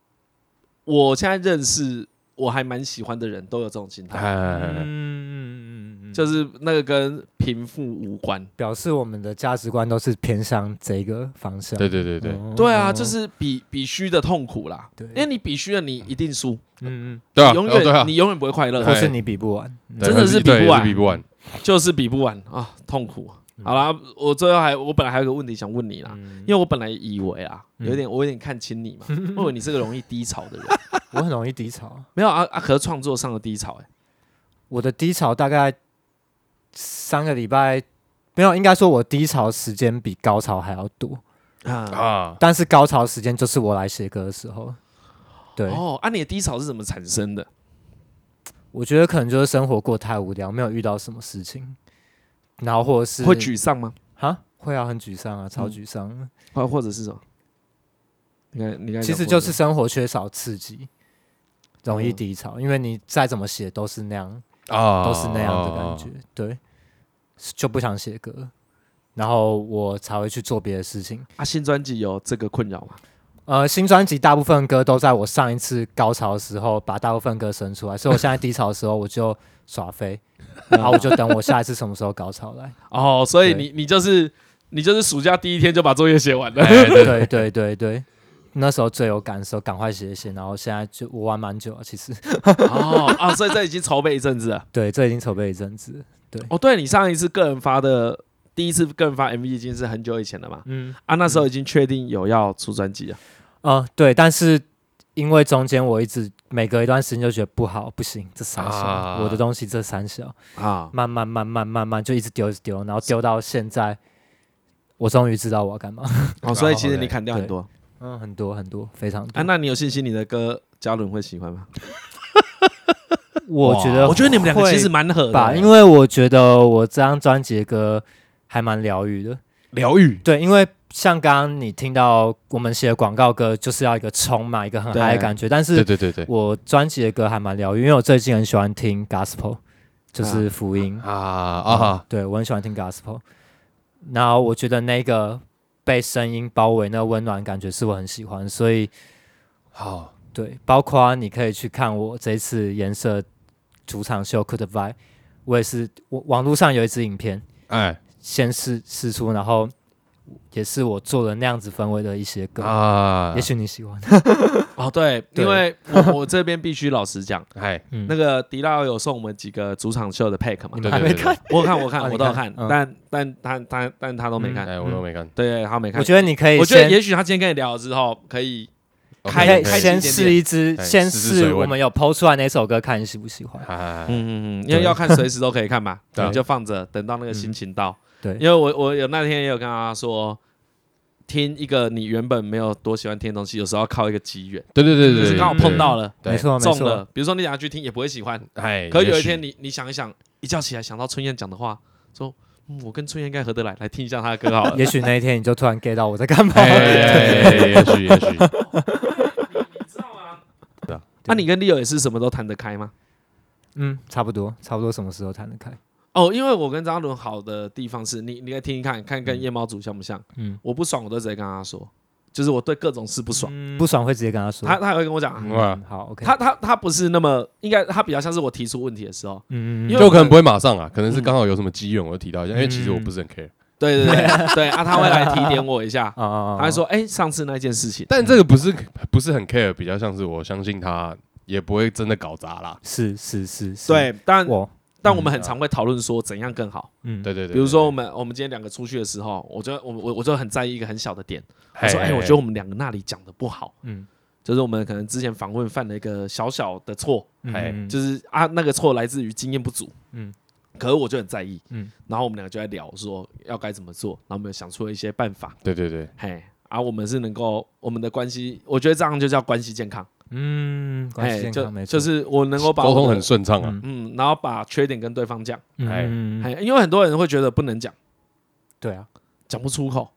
Speaker 1: 我现在认识我还蛮喜欢的人都有这种心态，
Speaker 2: 哎，
Speaker 3: 嗯，就
Speaker 1: 嗯就是那个跟贫富无关。
Speaker 2: 哦
Speaker 3: 表示我们的价值观都是偏向这个方向。
Speaker 2: 对对对对，
Speaker 3: 哦
Speaker 1: 对啊，就是比比虚的痛苦啦。
Speaker 3: 对
Speaker 1: 因为你比虚的，你一定输，
Speaker 3: 嗯嗯，
Speaker 2: 对啊，
Speaker 1: 你永
Speaker 2: 哦对啊
Speaker 1: 远你永远不会快乐
Speaker 3: 或
Speaker 2: 对，
Speaker 3: 是你比不完，嗯
Speaker 2: 对
Speaker 1: 真的是比不
Speaker 2: 对
Speaker 1: 完
Speaker 2: 比不完，
Speaker 1: 就是比不完啊，痛苦。
Speaker 2: 嗯
Speaker 1: 好啦，我最后还我本来还有个问题想问你啦，因为我本来以为啊，
Speaker 2: 嗯
Speaker 1: 有点我有点看清
Speaker 2: [laughs]
Speaker 1: 你嘛，我以为你是个容易低潮的人，
Speaker 3: 我很容易低潮。
Speaker 1: 没有啊啊，可是创作上的低潮，哎，
Speaker 3: 我的低潮大概三个礼拜，没有，应该说我低潮时间比高潮还要多，
Speaker 2: [laughs]
Speaker 1: 啊，
Speaker 2: 啊，
Speaker 3: 但是高潮时间就是我来写歌的时候。对，
Speaker 1: 哦，啊，你的低潮是怎么产生的？
Speaker 3: 我觉得可能就是生活过太无聊，没有遇到什么事情，然后或者是
Speaker 1: 会沮嗯丧吗？
Speaker 3: 啊，会啊，很沮丧啊，超沮丧。
Speaker 1: 或或者是什么？你看，你看，
Speaker 3: 其实就是生活缺少刺激，容易低潮，因为你再怎么写都是那样，
Speaker 1: 哦
Speaker 2: 啊，
Speaker 3: 都是那样的感觉，对，就不想写歌，然后我才会去做别的事情。
Speaker 1: 啊，新专辑有这个困扰吗？
Speaker 3: 呃，新专辑大部分歌都在我上一次高潮的时候把大部分歌生出来，所以我现在低潮的时候我就耍飞，然后我就等我下一次什么时候高潮来。
Speaker 1: 哦，所以
Speaker 3: 对
Speaker 1: 你你就是你就是暑假第一天就把作业写完了， [laughs]
Speaker 2: 哎，对
Speaker 3: 对对对对，那时候最有感的时候，赶快写一写，然后现在就我玩蛮久了，其实
Speaker 1: 哦啊，所以这已经筹备一阵子了。
Speaker 3: 对，这已经筹备一阵子了，
Speaker 1: [laughs] 哦，对你上一次个人发的第一次个人发 MV 已经是很久以前了嘛？
Speaker 3: 嗯
Speaker 1: 啊，那时候已经确定有要出专辑了。
Speaker 3: 啊、对，但是因为中间我一直每隔一段时间就觉得不好，不行，这三小、
Speaker 2: 啊
Speaker 3: 我的东西这三小，
Speaker 1: 啊，
Speaker 3: 慢慢慢慢慢慢就一直丢一直丢，然后丢到现在，我终于知道我要干嘛，
Speaker 1: 哦，所以其实 [laughs]
Speaker 2: 好嘞
Speaker 1: 你砍掉很多
Speaker 3: 嗯，很多很多，非常多，
Speaker 1: 啊，那你有信心你的歌嘉伦会喜欢吗？
Speaker 3: 我觉得
Speaker 1: 我觉得你们两个
Speaker 3: 会
Speaker 1: 其实蛮合
Speaker 3: 吧，
Speaker 1: 的，
Speaker 3: 因为我觉得我这张专辑的歌还蛮疗愈的。
Speaker 2: 疗愈，
Speaker 3: 对，因为像刚刚你听到我们写的广告歌，就是要一个冲嘛，一个很嗨的
Speaker 1: 对
Speaker 3: 感觉。但
Speaker 2: 对
Speaker 3: 是
Speaker 2: 对对对，
Speaker 3: 我专辑的歌还蛮疗愈，因为我最近很喜欢听 gospel，就
Speaker 1: 啊
Speaker 3: 是福音
Speaker 2: 啊啊，
Speaker 3: 对我很喜欢听 gospel，然后我觉得那个被声音包围那个温暖的感觉是我很喜欢，所以
Speaker 2: 好，
Speaker 3: 对，包括你可以去看我这一次颜色主场秀 Could Vibe，我也是我网络上有一支影片，
Speaker 2: 哎
Speaker 3: 先试试出，然后也是我做了那样子氛围的一些歌，
Speaker 2: 啊
Speaker 3: 也，许你
Speaker 1: [laughs]
Speaker 3: 喜欢。
Speaker 1: 哦，对，因
Speaker 3: 对
Speaker 1: 为我 [laughs] 我这边必须老实讲，
Speaker 2: 哎，
Speaker 3: 嗯
Speaker 1: 那个迪拉有送我们几个主场秀的 pack 嘛
Speaker 3: 你，
Speaker 2: 对
Speaker 3: 们还没
Speaker 2: 对对
Speaker 3: 看
Speaker 2: 对，
Speaker 1: 我有看我有看
Speaker 3: 啊
Speaker 1: 我
Speaker 3: 你
Speaker 1: 都有看
Speaker 3: 看，嗯嗯
Speaker 1: 但但他他但他都没看，
Speaker 2: 哎，我都没看，
Speaker 1: 对他没看。
Speaker 3: 我觉得你可以
Speaker 1: 我觉得
Speaker 3: 先
Speaker 1: 也许他今天跟你聊了之后，可以
Speaker 2: 我
Speaker 1: 开
Speaker 3: 可以
Speaker 1: 开心
Speaker 3: 先
Speaker 1: 一点
Speaker 3: 试一支，
Speaker 2: 哎
Speaker 3: 先
Speaker 2: 试试水
Speaker 3: 试我
Speaker 2: 温
Speaker 3: 们有抛出来哪首歌，看你喜不喜欢。
Speaker 2: 哎，
Speaker 1: 嗯嗯嗯，因为要看随时都可以看
Speaker 3: [laughs]
Speaker 1: 嘛，
Speaker 3: 啊
Speaker 2: 对
Speaker 1: 你就放着，等到那个心情到。
Speaker 3: 对
Speaker 1: 因为我我有那天也有跟他说，听一个你原本没有多喜欢听的东西，有时候要靠一个机缘，
Speaker 2: 对对对
Speaker 1: 就
Speaker 2: 对，
Speaker 1: 是刚好碰到了，
Speaker 2: 对
Speaker 3: 没错，没
Speaker 1: 中
Speaker 3: 错
Speaker 1: 了。。比如说你等下去听也不会喜欢，
Speaker 2: 对，哎，
Speaker 1: 可有
Speaker 2: 也
Speaker 1: 一
Speaker 2: 许
Speaker 1: 天你你想一想，一觉起来想到春燕讲的话，说嗯，我跟春燕应该合得来，来听一下她的歌好了。
Speaker 3: 也许那一天你就突然 get 到我在
Speaker 1: [laughs]
Speaker 3: 干嘛。
Speaker 2: 哎，也许也许，
Speaker 1: 那你跟 Leo 也是什么都谈得开吗？
Speaker 3: 嗯，差不多，差不多什么时候谈得开？
Speaker 1: 哦，因为我跟张伦好的地方是你，你来听听看看跟夜猫族像不像？嗯嗯
Speaker 3: 嗯，
Speaker 1: 我不爽我都直接跟他说，就是我对各种事不爽，
Speaker 3: 不爽会直接跟他说。
Speaker 1: 他他还会跟我讲，
Speaker 2: 哇
Speaker 3: 嗯，好，OK。
Speaker 1: 他他他不是那么应该，他比较像是我提出问题的时候，
Speaker 3: 嗯，嗯
Speaker 1: 因为
Speaker 2: [laughs] 就我可能不会马上啊，可能是刚好有什么机缘，我就提到一下，因为
Speaker 1: 嗯
Speaker 2: 其实我不是很 care。
Speaker 1: 对对 [laughs] 对对啊，他会来提点我一 [laughs] 下，
Speaker 3: 啊啊啊！
Speaker 1: 他
Speaker 3: 啊
Speaker 1: 会说，哎，上次那件事情，
Speaker 2: 但这个不是不是很 care，比较像是我相信他也不会真的搞砸啦。
Speaker 3: 是是是是，，
Speaker 1: 对，但
Speaker 3: 我
Speaker 1: 但我们嗯很常会讨论说怎样更好，
Speaker 3: 嗯
Speaker 2: 对对对，
Speaker 1: 比如说我们我们今天两个出去的时候，我就我我我就很在意一个很小的点，
Speaker 2: 嘿，
Speaker 1: 我说，
Speaker 2: 嘿
Speaker 1: 哎，我觉得我们两个那里讲的不好，
Speaker 3: 嗯
Speaker 1: 就是我们可能之前访问犯了一个小小的错，
Speaker 2: 哎
Speaker 3: 嗯，
Speaker 1: 就是是啊，那个错来自于经验不足，嗯
Speaker 3: 嗯，
Speaker 1: 可是我就很在意，嗯
Speaker 3: 嗯，
Speaker 1: 然后我们两个就在聊说要该怎么做，然后我们有想出了一些办法，
Speaker 2: 对对对，
Speaker 1: 嘿，啊，我们是能够我们的关系，我觉得这样就叫关系健康，
Speaker 3: 嗯，关系
Speaker 1: 嘿，
Speaker 3: 健
Speaker 1: 就
Speaker 3: 康没错，
Speaker 1: 就是我能够把
Speaker 2: 沟通
Speaker 1: 我的
Speaker 2: 很，顺畅啊。
Speaker 1: 嗯，然后把缺点跟对方讲，
Speaker 2: 哎
Speaker 3: 嗯，嗯嗯
Speaker 1: 嘿，因为很多人会觉得不能讲，
Speaker 3: 对啊，
Speaker 1: 讲不出口，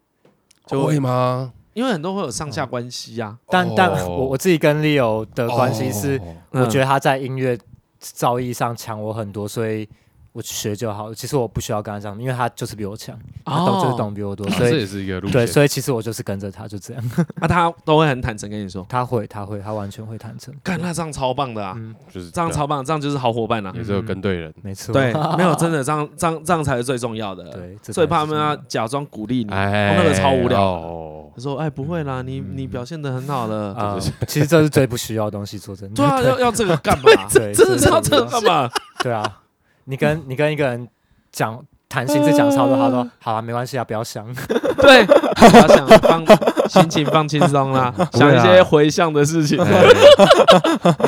Speaker 1: 就
Speaker 2: 会吗？
Speaker 1: 因为很多会有上
Speaker 3: 嗯
Speaker 1: 下关系啊呀，
Speaker 3: 但但
Speaker 2: 哦
Speaker 3: 我我自己跟 Leo 的关系是，
Speaker 2: 哦
Speaker 3: 我觉
Speaker 1: 得
Speaker 3: 得他在音乐造诣上强我很多，所以我去学就好了。其实我不需要跟他讲，因为他就是比我强，
Speaker 1: 嗯
Speaker 3: 他懂
Speaker 1: 哦
Speaker 3: 啊就是懂比我多，所
Speaker 2: 哦这
Speaker 3: 以
Speaker 2: 也是一个路
Speaker 3: 对，
Speaker 2: 线。
Speaker 3: 所以其实我就是跟着他，就这样。
Speaker 1: 啊，他都会很坦诚跟你说，
Speaker 3: 他会，他会，他完全会坦诚。
Speaker 1: 干，那这样超棒的啊，
Speaker 2: 就是
Speaker 1: 这样超棒，这样就是好伙伴啊
Speaker 2: 对啊，也是有跟对人。
Speaker 3: 没错，
Speaker 1: 对，没有真的这样这样这样才是最重要的，
Speaker 3: 啊 [laughs] 对，
Speaker 1: 所以怕他们要
Speaker 3: 啊，
Speaker 1: 假装鼓励你，嗯
Speaker 2: 哎，
Speaker 1: 那个超无聊的
Speaker 2: 哦
Speaker 1: [laughs] 他说哎不会啦，你你表现的很好的，
Speaker 3: 啊其实这是最不需要的东西，说真的。
Speaker 1: 对啊，要要这个干嘛？
Speaker 3: 对
Speaker 1: 真的
Speaker 3: 对
Speaker 1: 知道这个干嘛？
Speaker 3: 对啊，
Speaker 1: [laughs]
Speaker 3: 你跟你跟一个人讲谈心事讲超多，他
Speaker 1: 嗯
Speaker 3: 说好啊，没关系啊，不
Speaker 1: [laughs]
Speaker 3: 要想。
Speaker 1: 对，不要想放心情放轻松啦，想一些回向的事情，啊
Speaker 2: 哎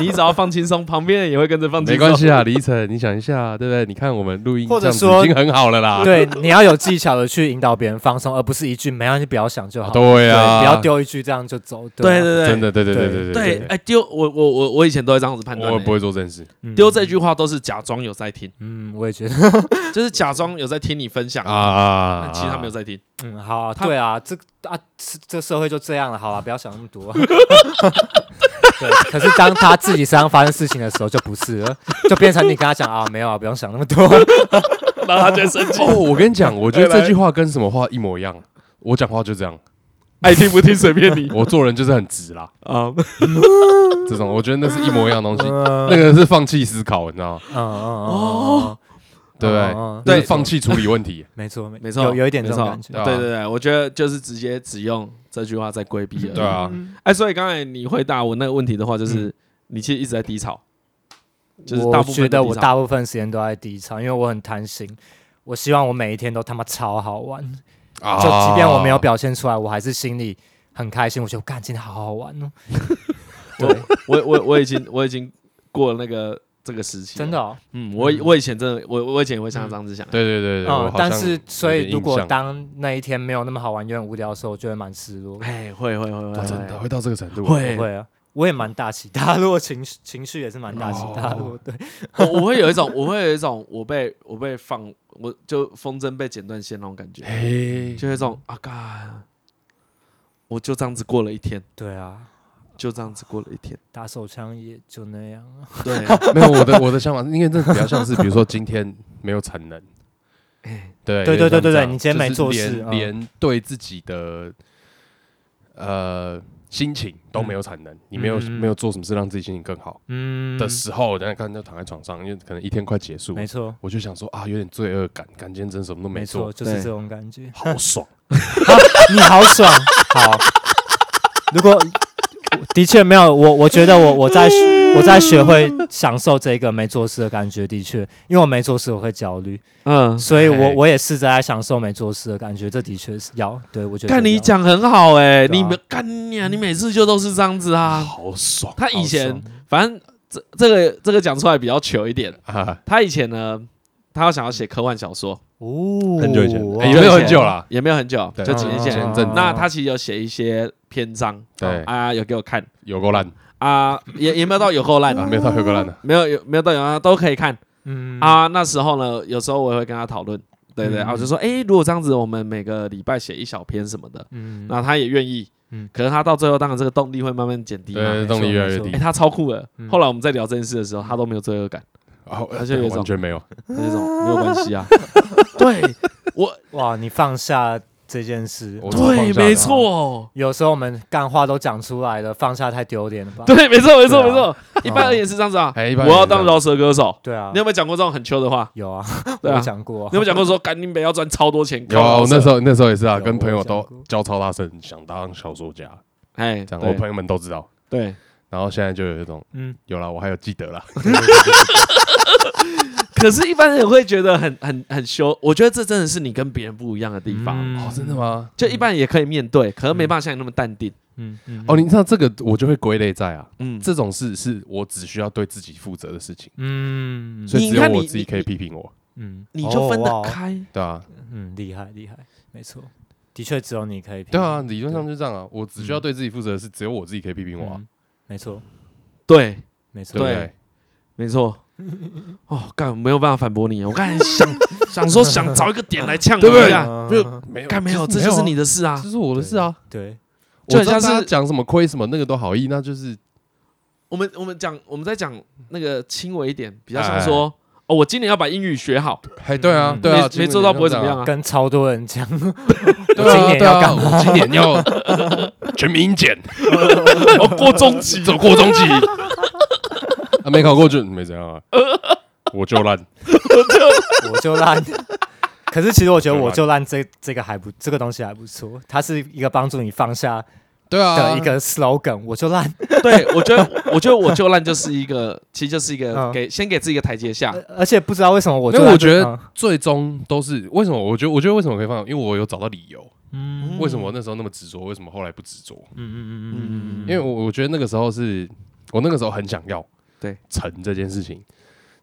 Speaker 1: [laughs] 你只要放轻松，旁边人也会跟着放轻
Speaker 2: 没
Speaker 1: 松。
Speaker 2: 关系啊，李晨，你想一下，对不对？你看我们录音
Speaker 3: 或
Speaker 2: 这
Speaker 3: 者
Speaker 2: 样子
Speaker 3: 说
Speaker 2: 已经很好了啦。
Speaker 3: 对，你要有技巧的去引导别人放松，而不是一句没关系，不要想就好。
Speaker 2: 对
Speaker 3: 对
Speaker 2: 啊，
Speaker 3: 不要，丢一句这样就走。
Speaker 1: 对
Speaker 3: 啊
Speaker 1: 对对，
Speaker 2: 真的，对对对对
Speaker 1: 对，哎丢我我我我以前都会这样子判断
Speaker 2: 我也不
Speaker 1: 欸，
Speaker 2: 会做这件事
Speaker 3: 嗯
Speaker 1: 丢这句话都是假装有在听，
Speaker 3: 嗯，我也觉得，
Speaker 1: [laughs] 就是假装有在听你分享
Speaker 2: 啊啊啊
Speaker 1: 但哎
Speaker 2: 啊！
Speaker 1: 其实他没有在听。
Speaker 3: 嗯，好啊，
Speaker 1: 他
Speaker 3: 对啊，这啊，这这社会就这样了，好啊，不要想那么
Speaker 1: [laughs]
Speaker 3: 多。对，可是当他自己身上发生事情的时候，就不是了，就变成你跟他讲啊，没有啊，不用想那么
Speaker 1: [laughs]
Speaker 3: 多。
Speaker 1: 然后他就会生气，
Speaker 2: 哦，我跟你讲，我觉
Speaker 3: [laughs]
Speaker 2: 得这句话跟什么话一模一样。我讲话就这样，
Speaker 1: [laughs] 爱听不听随便 [laughs] 你
Speaker 2: 我做人就是很直啦。
Speaker 1: 啊。
Speaker 2: 这种我觉得那是一模一样的东西，那个是放弃思考，你知道吗？
Speaker 3: 嗯嗯嗯哦，
Speaker 2: 对不对？
Speaker 3: 嗯嗯
Speaker 2: 那
Speaker 1: 对
Speaker 2: 是放弃处理问题。
Speaker 3: 没错
Speaker 1: 没
Speaker 3: 没
Speaker 1: 错，
Speaker 3: 有有一点这种
Speaker 1: 没错
Speaker 3: 感觉。
Speaker 1: 对对对，我觉得就是直接只用这句话在规避而已。
Speaker 2: 对啊，
Speaker 3: 嗯
Speaker 1: 哎，所以刚才你回答我那个问题的话，就是你其实一直在低潮，就是大
Speaker 3: 我
Speaker 1: 部分
Speaker 3: 觉
Speaker 1: 的
Speaker 3: 得
Speaker 1: 低
Speaker 3: 我
Speaker 1: 潮
Speaker 3: 大部分时间都在低潮，因为我很贪心。我希望我每一天都他妈超好玩，
Speaker 2: 啊
Speaker 3: 就即便我没有表现出来，我还是心里很开心。我觉得干，今天好好玩哦。 [laughs] 对，
Speaker 1: [laughs] 我我我已经我已经过了那个这个时期，
Speaker 3: [laughs] 真的、。哦。
Speaker 1: 嗯，我以我以前真的我我以前也会像这样子想，
Speaker 2: 对对对对，我
Speaker 3: 嗯，
Speaker 2: 好像
Speaker 3: 但是所
Speaker 2: 有
Speaker 3: 以
Speaker 2: 点
Speaker 3: 如
Speaker 2: 印
Speaker 3: 果
Speaker 2: 象
Speaker 3: 当那一天没有那么好玩，有点无聊的时候，我就会蛮失 [laughs] 落。
Speaker 1: 哎，会会会
Speaker 2: 哇
Speaker 1: 会，
Speaker 2: 真的哎会到这个程度，
Speaker 3: 不
Speaker 1: 会，
Speaker 3: 会啊，我也蛮大起大落，情绪情绪也是蛮大起大落。对，
Speaker 1: 我我会有一种我会有一种我被我被放，我就风筝被剪断线那种感觉， [laughs]
Speaker 2: 嘿，
Speaker 1: 就有一种啊干，我就这样子过了一天，
Speaker 3: [laughs] 对啊，
Speaker 1: 就这样子过了一
Speaker 2: [laughs]
Speaker 1: 天，
Speaker 3: 打手枪也就那样啊。
Speaker 1: 对，
Speaker 2: 没有我的我的想法是，因为这比较像是，比如说今天没有产能，对
Speaker 3: 哎对
Speaker 2: 有点
Speaker 3: 对对
Speaker 2: 像这
Speaker 3: 对
Speaker 2: 样
Speaker 3: 你今天没
Speaker 2: 就是
Speaker 3: 做
Speaker 2: 连
Speaker 3: 事嗯
Speaker 2: 连对自己的呃心情都没有产能，你没有
Speaker 3: 嗯
Speaker 2: 没有做什么事让自己心情更好
Speaker 3: 嗯
Speaker 2: 的时候，然后看就躺在床上，因为可能一天快结束，
Speaker 3: 没错，
Speaker 2: 我就想说啊，有点罪恶感，感觉今天真什么都
Speaker 3: 没
Speaker 2: 做
Speaker 3: 错，，就是
Speaker 1: 对
Speaker 3: 这种感觉。
Speaker 2: 好
Speaker 3: [laughs]
Speaker 2: 爽，
Speaker 3: 你好爽，好。如果的确没有我，我觉得我我在我在学会享受这个没做事的感觉，的确，因为我没做事我会焦虑，
Speaker 1: [laughs] 嗯，
Speaker 3: 所以我
Speaker 2: 哎
Speaker 3: 我也试着在享受没做事的感觉，这的确是要对我觉得。
Speaker 1: 看你，讲很好哎，
Speaker 3: 对啊
Speaker 1: 你们干你
Speaker 2: 嗯
Speaker 1: 啊，你每次就都是这样子啊，
Speaker 2: 好爽
Speaker 1: 他以前
Speaker 3: 好爽
Speaker 1: 反正这这个这个讲出来比较糗一点，
Speaker 2: 啊！
Speaker 1: 他以前呢，他要想要写科幻小说，
Speaker 3: 哦，
Speaker 2: 很久以前，
Speaker 3: 哇
Speaker 2: 哎也没有很久啦，
Speaker 1: 也没有很久，
Speaker 2: 对
Speaker 1: 就几年
Speaker 2: 前
Speaker 1: 前
Speaker 2: 一。阵子
Speaker 1: 那他其实有写一些篇章，
Speaker 2: 对
Speaker 1: 啊，有给我看
Speaker 2: 有够烂
Speaker 1: 啊，也也没有到有够烂
Speaker 2: 啊，没有他有够烂的，
Speaker 1: [laughs] 没有有没有到有够烂都可以看
Speaker 3: 嗯
Speaker 1: 啊。那时候呢，有时候我也会跟他讨论，对对，
Speaker 3: 嗯
Speaker 1: 啊，我就说，哎，如果这样子，我们每个礼拜写一小篇什么的，
Speaker 3: 嗯
Speaker 1: 那他也愿意
Speaker 3: 嗯。
Speaker 1: 可是他到最后，当然这个动力会慢慢减低嘛。
Speaker 2: 对，
Speaker 3: 没
Speaker 2: 动力
Speaker 3: 错
Speaker 2: 越来越
Speaker 3: 没错
Speaker 2: 低
Speaker 1: 哎，，他超酷的。
Speaker 3: 嗯
Speaker 1: 后来我们在聊这件事的时候，他都没有罪恶感，
Speaker 2: 然后呃
Speaker 1: 他就有一种
Speaker 2: 完全没有，
Speaker 1: 他就说没有关系啊。对我，
Speaker 3: 哇，你放下这件事，
Speaker 2: [laughs] 我超放
Speaker 1: 对，
Speaker 2: 下的
Speaker 1: 没错。
Speaker 3: 有时候我们干话都讲出来了，放下太丢脸了吧？
Speaker 1: 对，没错，没错，
Speaker 3: 对
Speaker 1: 没
Speaker 3: 啊
Speaker 1: 错。一般而言是这样子啊，
Speaker 2: 哎一般而
Speaker 1: 我
Speaker 2: 言
Speaker 1: 要
Speaker 2: 是这
Speaker 1: 当
Speaker 2: 样
Speaker 1: 饶舌歌手。
Speaker 3: 对啊
Speaker 1: 你，有没有讲过这种很糗的话？
Speaker 3: 有啊，我
Speaker 1: 对啊
Speaker 3: 有讲过啊
Speaker 1: 你，有没有讲过说，干你北要赚超多钱？
Speaker 2: 有啊，
Speaker 1: 靠饶
Speaker 2: 我
Speaker 1: 舌
Speaker 2: 那时，候那时候也是啊，
Speaker 3: 有
Speaker 2: 跟朋友
Speaker 3: 我有
Speaker 2: 都
Speaker 3: 讲过
Speaker 2: 叫超大声，想当小说家，
Speaker 1: 哎，
Speaker 2: 这样
Speaker 1: 对
Speaker 2: 我朋友们都知道。
Speaker 1: 对，
Speaker 2: 然后现在就有一种，
Speaker 3: 嗯
Speaker 2: 有啦，我还有记得啦，
Speaker 1: 可是，一般人会觉得很 [laughs] 很很羞。我觉得这真的是你跟别人不一样的地方。
Speaker 3: 嗯哦
Speaker 2: 真的吗？
Speaker 1: 就一般人也可以面对，可能没办法像你那么淡定。
Speaker 3: 嗯嗯
Speaker 2: 哦，你知道这个我就会归类在啊，
Speaker 1: 嗯，
Speaker 2: 这种事是我只需要对自己负责的事情，
Speaker 3: 嗯
Speaker 2: 所以
Speaker 1: 你
Speaker 2: 只有
Speaker 1: 看
Speaker 2: 我
Speaker 1: 你
Speaker 2: 自己
Speaker 1: 你
Speaker 2: 可以批评我，
Speaker 3: 嗯，
Speaker 1: 你就分
Speaker 3: 哦
Speaker 1: 得
Speaker 3: 哇哦
Speaker 1: 开。
Speaker 2: 对啊，
Speaker 3: 嗯，厉害厉害，没错，的确只有你可以批评。
Speaker 2: 对啊，理论上就是这样啊，我只需要对自己负责的是只有我自己可以批评我啊，
Speaker 3: 嗯，没错
Speaker 1: 对，
Speaker 3: 没错
Speaker 2: 对不，
Speaker 1: 对
Speaker 2: 对？
Speaker 1: 没错。哦，干，我没有办法反驳你。我刚才想 [laughs] 想说，想找一个点来呛你
Speaker 2: 对不对
Speaker 1: 一下，
Speaker 2: 没有
Speaker 3: 嗯
Speaker 2: 没有
Speaker 1: 干没有，这
Speaker 2: 没
Speaker 1: 就是
Speaker 2: 啊
Speaker 1: 你的事啊
Speaker 2: 这。是我的事啊，
Speaker 3: 对，
Speaker 1: 就
Speaker 2: 我
Speaker 1: 很
Speaker 2: 知道
Speaker 1: 像
Speaker 2: 大家
Speaker 1: 是
Speaker 2: 讲什么亏什么那个都好意，那就是
Speaker 1: 我们我们讲我们在讲那个轻微一点，比较像说哦，我今年要把英语学好，
Speaker 2: 还对啊，
Speaker 3: 嗯
Speaker 2: 对啊，
Speaker 1: 没没做到不会怎么样
Speaker 2: 啊。
Speaker 1: 啊？
Speaker 3: 跟超多人讲，
Speaker 2: 对
Speaker 3: 今
Speaker 2: 啊，
Speaker 3: 年
Speaker 2: 对
Speaker 3: 要
Speaker 2: 啊，
Speaker 3: 干
Speaker 2: [laughs] 我今年要全民英 [laughs] 检，
Speaker 1: 哦，过中级，
Speaker 2: 走过中级， [laughs] 啊，没考过就没怎样啊，我就烂。
Speaker 3: 我就烂。可是其实我觉得我就烂这这个还不这个东西还不错，它是一个帮助你放下
Speaker 2: 对啊
Speaker 3: 的一，个 slogan。我就烂，
Speaker 1: 对我觉得，我觉得我就烂就是一个，其实就是一个
Speaker 3: 嗯呃
Speaker 1: 给先给自己一个台阶下
Speaker 3: 而，而且不知道为什么我
Speaker 2: 因
Speaker 3: 就
Speaker 2: 为
Speaker 3: 烂
Speaker 2: 我觉得
Speaker 3: 嗯
Speaker 2: 最终都是为什么？我觉得我觉得为什么可以放？因为我有找到理由，
Speaker 3: 嗯
Speaker 2: 为什么我那时候那么执着？为什么后来不执着？
Speaker 3: 嗯嗯嗯嗯
Speaker 2: 因为我我觉得那个时候是我那个时候很想要
Speaker 1: 对
Speaker 2: 成这件事情，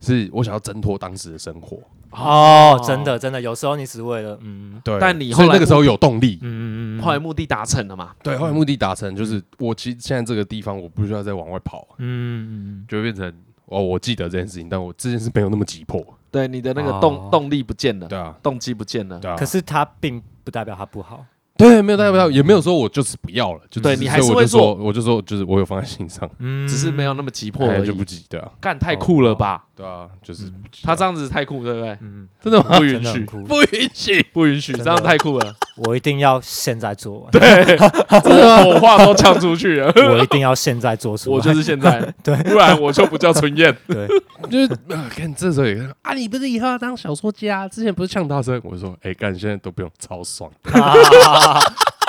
Speaker 2: 是我想要挣脱当时的生活。
Speaker 3: 哦，真的真的，有时候你只为了嗯
Speaker 2: 对
Speaker 1: 但你
Speaker 2: 所以
Speaker 1: 后来
Speaker 2: 那个时候有动力，
Speaker 3: 嗯嗯嗯
Speaker 1: 后来目的达成了嘛？
Speaker 2: 对，后来目的达成，就是我其实现在这个地方我不需要再往外跑，
Speaker 3: 嗯嗯
Speaker 2: 就会变成哦，我记得这件事情，但我这件事没有那么急迫。
Speaker 1: 对，你的那个动
Speaker 3: 哦
Speaker 1: 动力不见了，
Speaker 2: 对啊，
Speaker 1: 动机不见了，
Speaker 2: 对啊。
Speaker 3: 可是它并不代表它不好。
Speaker 2: 对，没有代表，也没有说我就是不要了，就
Speaker 1: 对
Speaker 2: 只
Speaker 1: 你还
Speaker 2: 所以
Speaker 1: 是
Speaker 2: 我
Speaker 1: 会
Speaker 2: 就说
Speaker 1: 做
Speaker 2: 我就说就是我有放在心上，
Speaker 3: 嗯
Speaker 1: 只是没有那么急迫
Speaker 2: 哎
Speaker 1: 而
Speaker 2: 就不
Speaker 1: 已。
Speaker 2: 急，对啊，
Speaker 1: 干太酷了吧？
Speaker 2: 对啊，就是
Speaker 1: 他这样子太酷，对不对？
Speaker 3: 嗯，
Speaker 1: 真的不允
Speaker 3: 真的
Speaker 1: 许
Speaker 3: 很，酷
Speaker 1: 不允许， [laughs] 不允许，这
Speaker 3: 的
Speaker 1: 样太酷 [laughs] 了。
Speaker 3: 我一定要现在做完，
Speaker 1: 我我话都呛出去了，
Speaker 3: 我一定要现在做出
Speaker 1: [laughs]
Speaker 3: 来。
Speaker 1: 我就是现 [laughs] 在，
Speaker 3: 对
Speaker 1: 不然我就不叫春 [laughs] 燕。
Speaker 3: 对，
Speaker 2: [laughs] 就是啊看这时候也看啊，你不是以后要当小说家？之前不是呛大声，我说哎，干现在都不用，超爽，
Speaker 3: 啊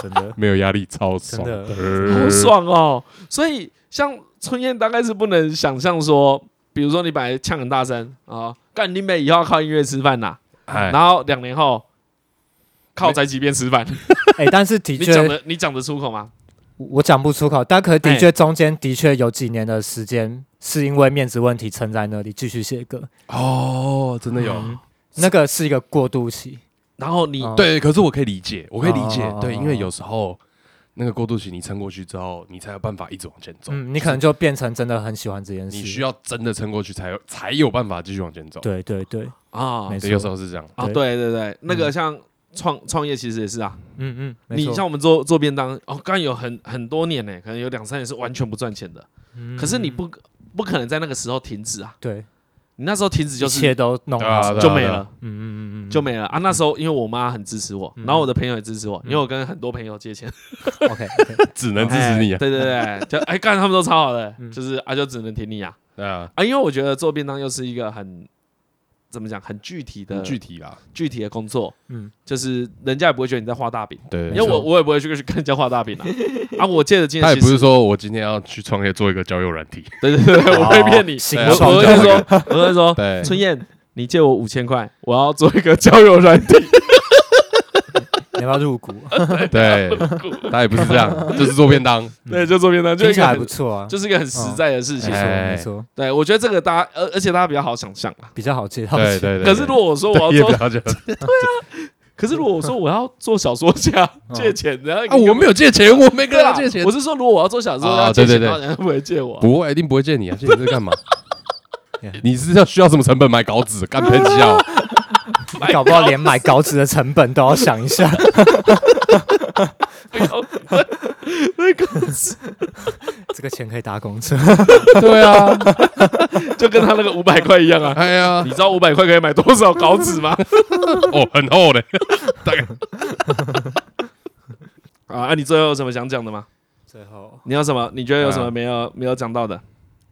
Speaker 3: 真的
Speaker 2: 没有压力，超
Speaker 3: 真
Speaker 2: 爽，
Speaker 3: 的，
Speaker 1: 好
Speaker 2: 好。
Speaker 1: 爽哦！所以像春燕大概是不能想象说，比如说你本来呛很大声啊，干你妹以后要靠音乐吃饭呐，
Speaker 2: 哎，
Speaker 1: 然后两年后靠宅急便吃饭，
Speaker 3: 哎、但是的
Speaker 1: 你讲
Speaker 3: 确，
Speaker 1: 的你讲得出口吗？
Speaker 3: 我讲不出口，但可的
Speaker 1: 哎
Speaker 3: 确中间的确有几年的时间是因为面子问题撑在那里继续写歌，
Speaker 2: 哦，真的有。
Speaker 3: 嗯那个是一个过渡期，
Speaker 1: 然后你
Speaker 3: 嗯
Speaker 2: 对，可是我可以理解，我可以理解，
Speaker 3: 哦
Speaker 2: 对，因为有时候那个过渡期你撑过去之后，你才有办法一直往前走。
Speaker 3: 嗯，你可能就变成真的很喜欢这件事，
Speaker 2: 你需要真的撑过去，才有才有办法继续往前走。
Speaker 3: 对对对，
Speaker 1: 啊
Speaker 3: 没
Speaker 2: 对，有时
Speaker 3: 错，
Speaker 2: 候是这样。
Speaker 1: 啊，对对对，那个像创创业其实也是啊，
Speaker 3: 嗯嗯，没
Speaker 1: 你
Speaker 3: 错
Speaker 1: 像我们做做便当，哦，刚有很很多年呢，可能有两三年是完全不赚钱的，
Speaker 3: 嗯
Speaker 1: 可是你不不可能在那个时候停止啊，
Speaker 3: 对，
Speaker 1: 你那时候停止就
Speaker 3: 一
Speaker 1: 是
Speaker 3: 切都弄
Speaker 2: 对啊
Speaker 1: [laughs]
Speaker 3: 好，
Speaker 2: 对啊
Speaker 1: 就没
Speaker 2: 对啊
Speaker 1: 了。
Speaker 3: 嗯嗯嗯嗯，嗯
Speaker 1: 就没了啊！那时候因为我妈很支持我，然后我的朋友也支持我，因为我跟很多朋友借钱，
Speaker 3: OK，
Speaker 2: [laughs] 只能支持你
Speaker 1: 哎
Speaker 2: 啊！
Speaker 1: 对对对， [laughs] 就哎，干他们都超好的，
Speaker 3: 嗯
Speaker 1: 就是啊，就只能挺你啊
Speaker 2: 对啊，
Speaker 1: 啊！因为我觉得做便当又是一个很怎么讲，很具体的
Speaker 2: 很具体啦，
Speaker 1: 具体的工作，嗯
Speaker 3: 嗯，
Speaker 1: 就是人家也不会觉得你在画大饼，
Speaker 2: 对，
Speaker 1: 因为我我也不会去跟人家画大饼啊啊！我借的经验
Speaker 2: 他也
Speaker 1: 其
Speaker 2: 不是
Speaker 1: 实
Speaker 2: 说我今天要去创业做一个交友软体，
Speaker 1: 对对对
Speaker 2: [laughs]
Speaker 1: 对，我会骗你，
Speaker 3: 行
Speaker 2: 对啊
Speaker 1: 我我
Speaker 3: 爽
Speaker 1: 会
Speaker 3: 就
Speaker 1: 跟
Speaker 3: 好
Speaker 1: 你说
Speaker 2: 了， [laughs]
Speaker 1: 我会说，
Speaker 2: 对
Speaker 1: 春燕，你借我五千块，我要做一个交友软体，
Speaker 3: 你要不要入股？啊
Speaker 2: 对，他也不是这样，就是做便当，
Speaker 1: 对，就做便当，就
Speaker 3: 听
Speaker 1: 一
Speaker 3: 起
Speaker 1: 个
Speaker 3: 来还不
Speaker 1: 很
Speaker 3: 错啊，
Speaker 1: 就是一个很实在的事
Speaker 3: 没
Speaker 1: 情
Speaker 3: 错。
Speaker 2: 哎
Speaker 3: 没错，
Speaker 1: 对，我觉得这个大家，呃而而且大家比较好想象啊。
Speaker 3: 比较好介绍。
Speaker 2: 对对对。
Speaker 1: 可是如果我说我
Speaker 2: 对
Speaker 1: 要
Speaker 2: 也不
Speaker 1: 做，
Speaker 2: 了解
Speaker 1: 可是如果我说我要做小说
Speaker 2: [laughs]
Speaker 1: 家借钱，然后
Speaker 2: 啊，我没有借钱，我没跟
Speaker 1: 对
Speaker 2: 他
Speaker 1: 啊
Speaker 2: 借钱
Speaker 1: 我，是说如果我要做小说
Speaker 2: 啊
Speaker 1: 家借钱，
Speaker 2: 对对对
Speaker 1: 然后人家不会借我啊。
Speaker 2: 不会，一定不会借你啊！借你这干嘛？你是要需要什么成本买稿纸？干啊喷笑，
Speaker 3: 你搞不好连买稿纸的成本都要想一下。这个钱可以搭公车，
Speaker 2: 对啊，
Speaker 1: [laughs] 就跟他那个五百块一样啊。
Speaker 2: 哎呀
Speaker 1: 你，知道五百块可以买多少稿纸吗？ [laughs]
Speaker 2: 哦，很厚的， [laughs] 嗯大概
Speaker 1: 啊，啊你最后有什么想讲的吗？
Speaker 3: 最后
Speaker 1: 你有什么？你觉得有什
Speaker 2: 对
Speaker 1: 么
Speaker 2: 啊
Speaker 1: 没有没有讲到的？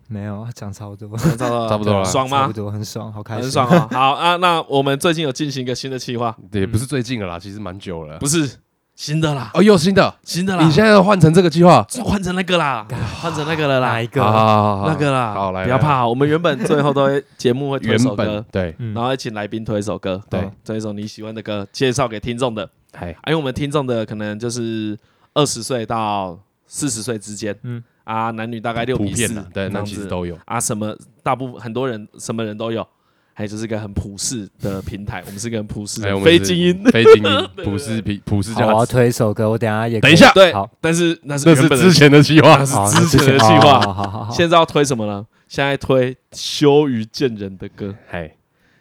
Speaker 3: 没有啊讲超多，
Speaker 1: 讲到了
Speaker 2: [laughs] 差不多了
Speaker 1: 爽
Speaker 3: 差
Speaker 1: 吗
Speaker 3: 不？多很爽，好开心，
Speaker 1: 很爽啊！好啊，那我们最近有进行一个新的企划，
Speaker 2: 也不是最近了啦，其实蛮久了
Speaker 1: 不。是新的啦，
Speaker 2: 哦，又新的，
Speaker 1: 新的啦，
Speaker 2: 你现在要换成这个计划，
Speaker 1: 换成那个啦，换成那个了啦
Speaker 3: 哪。一个？
Speaker 2: 啊，
Speaker 1: 那个啦，
Speaker 2: 好来，
Speaker 1: 不要
Speaker 2: 来，
Speaker 1: 怕，我们原本最后都会节目会推一
Speaker 2: 原
Speaker 1: 首
Speaker 2: 本
Speaker 1: 歌，
Speaker 2: 对，
Speaker 3: 嗯
Speaker 1: 然后会请来宾推一首歌，
Speaker 2: 对
Speaker 1: 嗯，推一首你喜欢的歌，介绍给听众的。
Speaker 2: 哎，
Speaker 1: 啊因为我们听众的可能就是二十岁到四十岁之间，嗯
Speaker 3: 嗯
Speaker 1: 啊，男女大概六
Speaker 2: 哎普
Speaker 1: 比四
Speaker 2: 遍的，，对，
Speaker 1: 这
Speaker 2: 那
Speaker 1: 样
Speaker 2: 其实
Speaker 1: 子
Speaker 2: 都有，
Speaker 1: 啊，什么大部分很多人什么人都有，还有就是一个很普世的平台，我们是一个很普世
Speaker 2: 哎
Speaker 1: 的
Speaker 2: 我们
Speaker 1: 非
Speaker 2: 是
Speaker 1: 精英， [laughs]
Speaker 2: [laughs] 非精英，普世普
Speaker 1: 啊
Speaker 2: 普世
Speaker 3: 好，我
Speaker 2: 价
Speaker 3: 要
Speaker 2: 值。
Speaker 3: 推一首歌，我等一下也可以
Speaker 2: 等一下
Speaker 1: 对
Speaker 3: 好，
Speaker 1: 但是那是
Speaker 2: 那是
Speaker 1: 原本的
Speaker 2: 之前的计
Speaker 1: [laughs]
Speaker 2: 划，啊
Speaker 3: 好
Speaker 1: 之前的
Speaker 3: 好
Speaker 1: 计划
Speaker 3: 好好好好，
Speaker 1: 现在要推什么呢？现在推羞于见人的歌。
Speaker 2: 哎，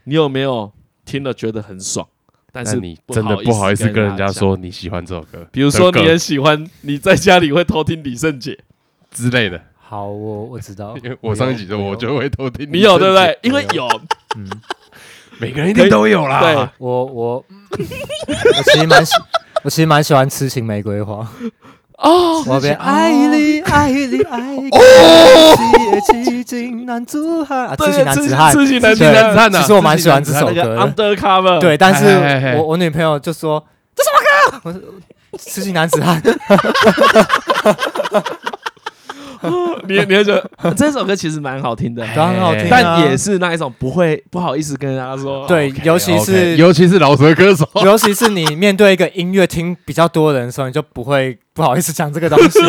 Speaker 1: 你有没有听了觉得很爽，但
Speaker 2: 那
Speaker 1: 是
Speaker 2: 你真的不
Speaker 1: 不
Speaker 2: 好意思跟人
Speaker 1: 人
Speaker 2: 家
Speaker 1: 讲？
Speaker 2: 说你喜欢这首歌，
Speaker 1: 比如说
Speaker 2: 这
Speaker 1: 你
Speaker 2: 个
Speaker 1: 很喜欢，你在家里会偷听李圣杰，
Speaker 2: 之类的，
Speaker 3: 好，我我知道
Speaker 2: 因，为我上一集的
Speaker 3: 有
Speaker 2: 我就会偷听，
Speaker 1: 你有对不对？因为
Speaker 2: 啊
Speaker 1: 有，
Speaker 3: 嗯，
Speaker 2: 每个人一定都有啦。哎
Speaker 3: 我我我其实蛮喜，我其实蛮喜欢痴情玫瑰花。哦，我变爱你，爱你，爱你。哦，痴情男子汉，啊痴情男子汉，
Speaker 1: 自己男
Speaker 3: 对
Speaker 1: 子汉，
Speaker 2: 汉啊
Speaker 3: 其实我蛮喜欢这首
Speaker 1: 那个
Speaker 3: 歌的，
Speaker 1: undercover，
Speaker 3: 对，但
Speaker 2: 嘿嘿嘿
Speaker 3: 是我我女朋友就说这什么歌？我说痴情男子汉，
Speaker 1: 你你会觉得 [laughs] 这首歌其实蛮好听的，
Speaker 2: 哎
Speaker 3: 当然好听啊，
Speaker 1: 但也是那一种不会不好意思跟大家说，
Speaker 3: 对，尤其
Speaker 2: OK，
Speaker 3: 是
Speaker 2: 尤其是老舌歌手，
Speaker 1: [laughs]
Speaker 3: 尤其是你面对一个音乐厅比较多的人的时候，你就不会不好意思讲这个东西。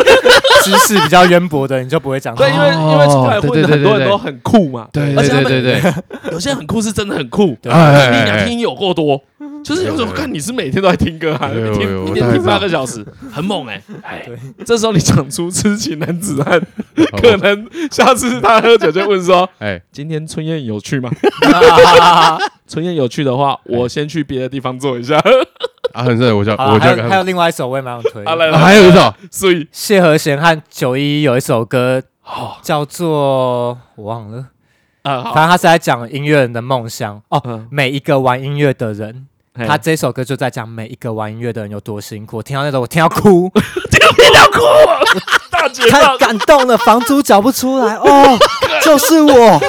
Speaker 3: 知识比较渊博的，你就不会讲。
Speaker 1: 对，因为因为出来混的
Speaker 2: 对对对对
Speaker 1: 很多
Speaker 2: 对
Speaker 1: 人都很酷嘛，
Speaker 2: 对
Speaker 1: 而
Speaker 2: 对
Speaker 1: 且他
Speaker 2: 对对
Speaker 1: 们 [laughs]
Speaker 2: 对，
Speaker 1: 有些人很酷是真的很酷，
Speaker 2: 哎哎
Speaker 1: 你
Speaker 2: 哎
Speaker 1: 两天有够 [laughs] 多，就是有时候
Speaker 2: 对对对
Speaker 1: 看你是每天都在听歌啊，
Speaker 2: 有有
Speaker 1: 一天一天
Speaker 2: 有我大概
Speaker 1: 听
Speaker 2: 知道
Speaker 1: 八个小 [laughs] 时，很猛哎，哎，这时候你讲出痴情男子汉，可能下次他喝酒就问说，
Speaker 2: 哎，
Speaker 1: [laughs] 今天春燕有 [laughs] 去吗？春燕有去的话，我先去别的地方坐一下。
Speaker 2: 阿恒啊生，我叫
Speaker 3: 好啦
Speaker 2: 我
Speaker 3: 啊还
Speaker 2: 叫
Speaker 3: 有还有另外一首我也蛮想推的，
Speaker 1: 啊，来
Speaker 2: 啊
Speaker 1: 来，
Speaker 2: 还有一首
Speaker 1: 所以
Speaker 3: 谢和弦和九一有一首歌叫做我忘了，
Speaker 1: 啊，好，
Speaker 3: 反正他是在讲音乐人的梦想哦
Speaker 1: 嗯。
Speaker 3: 每一个玩音乐的人，
Speaker 1: 嘿
Speaker 3: 他这首歌就在讲每一个玩音乐的人有多辛苦。我听到那首我听到哭，
Speaker 1: 大姐
Speaker 3: 太
Speaker 1: 大哦
Speaker 3: 感动了，房租缴不出来哦，就是我，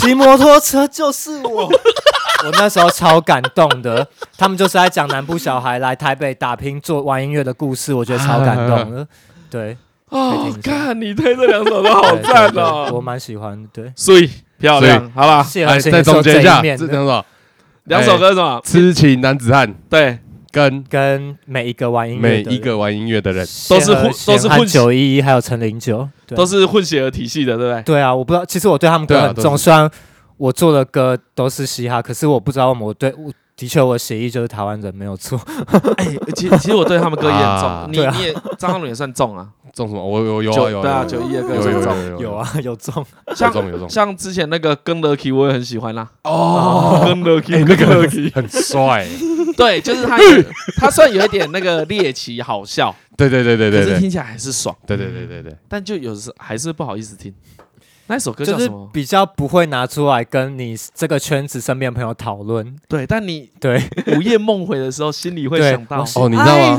Speaker 3: 骑摩托车就是我。我那时候超感动的，他们就是在讲南部小孩来台北打拼做玩音乐的故事，我觉得超感动的。对，
Speaker 1: 哦，看你推这两首都好
Speaker 3: 对
Speaker 1: 赞
Speaker 3: 对对我
Speaker 1: 哦，
Speaker 3: 蛮喜欢的。对，
Speaker 1: 所以漂
Speaker 2: 所
Speaker 1: 亮，好吧，
Speaker 3: 谢
Speaker 2: 哎，
Speaker 3: 和弦
Speaker 2: 再
Speaker 3: 也是有
Speaker 2: 总结一下，
Speaker 3: 一面
Speaker 2: 这两
Speaker 3: 的，
Speaker 2: 首
Speaker 1: 两首歌哎是什么
Speaker 2: 《？痴情男子汉》
Speaker 1: 对，
Speaker 2: 跟
Speaker 3: 跟每一个玩音
Speaker 2: 每
Speaker 3: 乐的
Speaker 2: 一个玩音乐的人，
Speaker 1: 都是混都是混
Speaker 3: 九一一还有陈零九，对
Speaker 1: 都是混血儿体系的，对不对？
Speaker 3: 对啊，我不知道，其实我对他们
Speaker 2: 对
Speaker 3: 歌
Speaker 2: 啊
Speaker 3: 很
Speaker 2: 都
Speaker 3: 重，
Speaker 2: 是
Speaker 3: 虽然我做的歌都是嘻哈，可是我不知道为什么我对我的确我协议就是台湾人没有错，
Speaker 1: 哎，其其实我对他们歌也很
Speaker 2: 啊
Speaker 1: 重，
Speaker 3: 对啊
Speaker 1: 你你也张翰伦也算重啊，
Speaker 2: 中什么？我有有
Speaker 1: 九
Speaker 2: 啊有啊
Speaker 1: 对啊，
Speaker 2: 有
Speaker 1: 九一的歌
Speaker 2: 有
Speaker 1: 也
Speaker 2: 有
Speaker 1: 算重，
Speaker 2: 有
Speaker 3: 有，啊 [laughs] 有中，
Speaker 2: 有
Speaker 1: 像
Speaker 2: 中有中
Speaker 1: 像之前那个跟 Lucky 我也很喜欢啦，
Speaker 3: [laughs]
Speaker 2: 哦，
Speaker 1: 跟 Lucky
Speaker 2: 哎那个
Speaker 1: 跟 Lucky
Speaker 2: 很帅，
Speaker 1: 对，就是
Speaker 2: [laughs]
Speaker 1: 他有他虽然有一点那个猎奇好笑，
Speaker 2: 对对对对
Speaker 1: 可
Speaker 2: 对
Speaker 1: 是
Speaker 2: 对
Speaker 1: 听起来还是爽，
Speaker 2: 对对对对对，
Speaker 1: 但就有时还是不好意思听。那首歌
Speaker 3: 就
Speaker 1: 叫
Speaker 3: 是
Speaker 1: 什么？
Speaker 3: 比较不会拿出来跟你这个圈子身边朋友讨论。
Speaker 1: 对，但你
Speaker 2: [laughs]
Speaker 3: 对，
Speaker 1: 午夜梦回的时候，心里会
Speaker 3: 对
Speaker 1: 想到
Speaker 3: 我
Speaker 2: 哦，你知道吗？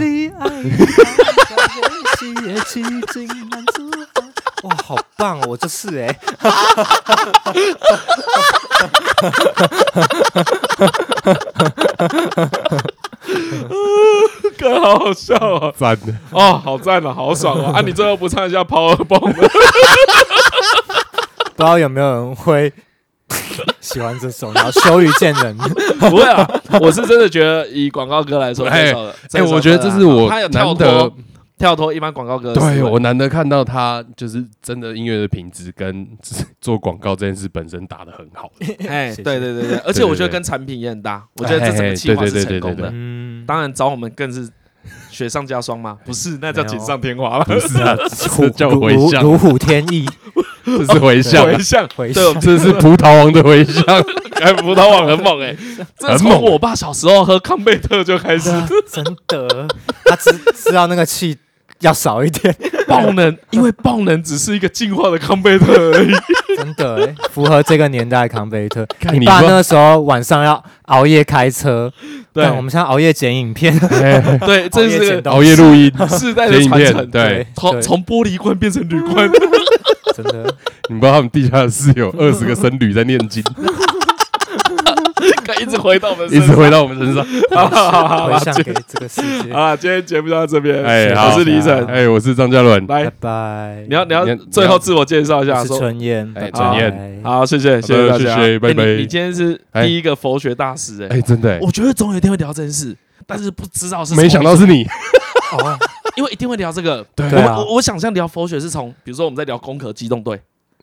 Speaker 3: 哇，好棒哦！我就是哎、
Speaker 1: 歌好好笑哦，
Speaker 2: 赞的，
Speaker 1: 哦，好赞啊，好爽哦！啊，你最后不唱一下 Power Bomb？
Speaker 3: 不知道有没有人会 [laughs] 喜欢这首，然后羞于见
Speaker 2: [laughs]
Speaker 3: 人。
Speaker 1: 不会啊，我是真的觉得以广告歌来说，
Speaker 2: 哎
Speaker 1: 这首这
Speaker 2: 哎，
Speaker 1: 首歌
Speaker 2: 我觉得这是我
Speaker 1: 它啊哦有跳
Speaker 2: 难得
Speaker 1: 脱，跳脱一般广告歌的思维，
Speaker 2: 对我难得看到他就是真的音乐的品质跟做广告这件事本身打得很好，
Speaker 1: 哎，
Speaker 3: 谢
Speaker 1: 对对对对，而且我觉得跟产品也很搭，我觉得这整个计划
Speaker 2: 哎哎哎
Speaker 1: 是成功
Speaker 2: 对对对对
Speaker 1: 的
Speaker 2: 对。
Speaker 3: 嗯，
Speaker 1: 当然找我们更是雪上加霜嘛，不是，那叫
Speaker 3: 没有
Speaker 1: 锦上添花了。
Speaker 2: 不是啊，
Speaker 3: 虎
Speaker 2: 这叫
Speaker 3: 如
Speaker 2: 回
Speaker 3: 如
Speaker 2: 响
Speaker 3: 如虎添翼，
Speaker 2: 这是回
Speaker 3: [laughs]
Speaker 2: 响啊
Speaker 1: 回，向，
Speaker 3: 回
Speaker 1: 对，我们
Speaker 3: 响
Speaker 2: 这是葡萄王的回
Speaker 3: [laughs]
Speaker 2: 响，
Speaker 1: 哎，葡萄网很猛哎， [laughs] 这
Speaker 2: 很
Speaker 1: 从
Speaker 2: 猛
Speaker 1: 我爸小时候喝康贝特就开始
Speaker 3: 对啊 [laughs] 真的，他知知道那个气要少一点，
Speaker 1: 爆能，因为爆能只是一个进化的康贝特
Speaker 2: [laughs]
Speaker 1: 而已。
Speaker 3: 真的、欸、符合这个年代的康贝特。
Speaker 2: 看
Speaker 3: 你
Speaker 2: 你
Speaker 3: 爸
Speaker 2: 说
Speaker 3: 那个时候晚上要熬夜开车，
Speaker 1: 对
Speaker 3: 干我们现在熬夜剪影片，
Speaker 2: 哎
Speaker 1: 对，这
Speaker 3: 熬夜
Speaker 1: 是
Speaker 3: 剪
Speaker 1: 个
Speaker 3: 刀
Speaker 2: 熬夜录音， [laughs]
Speaker 1: 世代的
Speaker 2: 剪影
Speaker 1: 传
Speaker 2: 片
Speaker 1: 承。
Speaker 2: 对
Speaker 1: 从
Speaker 3: 对
Speaker 1: 从玻璃罐变成铝
Speaker 2: [laughs]
Speaker 1: 罐，
Speaker 3: 真的
Speaker 2: 你不知道他们地下室
Speaker 1: [laughs]
Speaker 2: 有二十个僧侣在念经，
Speaker 1: 一直回到我们
Speaker 2: 一
Speaker 1: 身
Speaker 2: 直
Speaker 1: 上。
Speaker 2: 回到我
Speaker 1: [laughs]
Speaker 2: 们身上。
Speaker 1: 好好好好
Speaker 3: 回
Speaker 1: 好
Speaker 3: 向
Speaker 1: [laughs]
Speaker 3: 给这个世界。
Speaker 1: 啊！今天节目就到这边，
Speaker 2: 哎，好
Speaker 1: 我是李依晨，
Speaker 2: 哎，我是张嘉伦，
Speaker 3: 拜
Speaker 1: 来，
Speaker 3: 拜。
Speaker 1: 你要你要
Speaker 2: 你要
Speaker 1: 最后自我介绍一
Speaker 3: 我
Speaker 1: 下，
Speaker 3: 是
Speaker 1: 说
Speaker 3: 春燕，
Speaker 2: 哎
Speaker 3: 拜
Speaker 1: 春
Speaker 2: 燕
Speaker 3: 拜
Speaker 1: 好，谢谢，谢谢大家，
Speaker 2: 谢谢拜
Speaker 1: 哎你
Speaker 2: 拜
Speaker 1: 你今天是第一个佛学大师哎
Speaker 2: 哎，，真的，哎
Speaker 1: 我觉得总有一天会聊这件事，但是不知道是
Speaker 2: 没想到
Speaker 1: [laughs]
Speaker 2: 是你，
Speaker 3: 哦，
Speaker 1: 因为一定会聊这个。
Speaker 2: 对
Speaker 1: 我
Speaker 3: 对啊
Speaker 1: 我我想象聊佛学是从，比如说我们在聊《攻壳机动队》，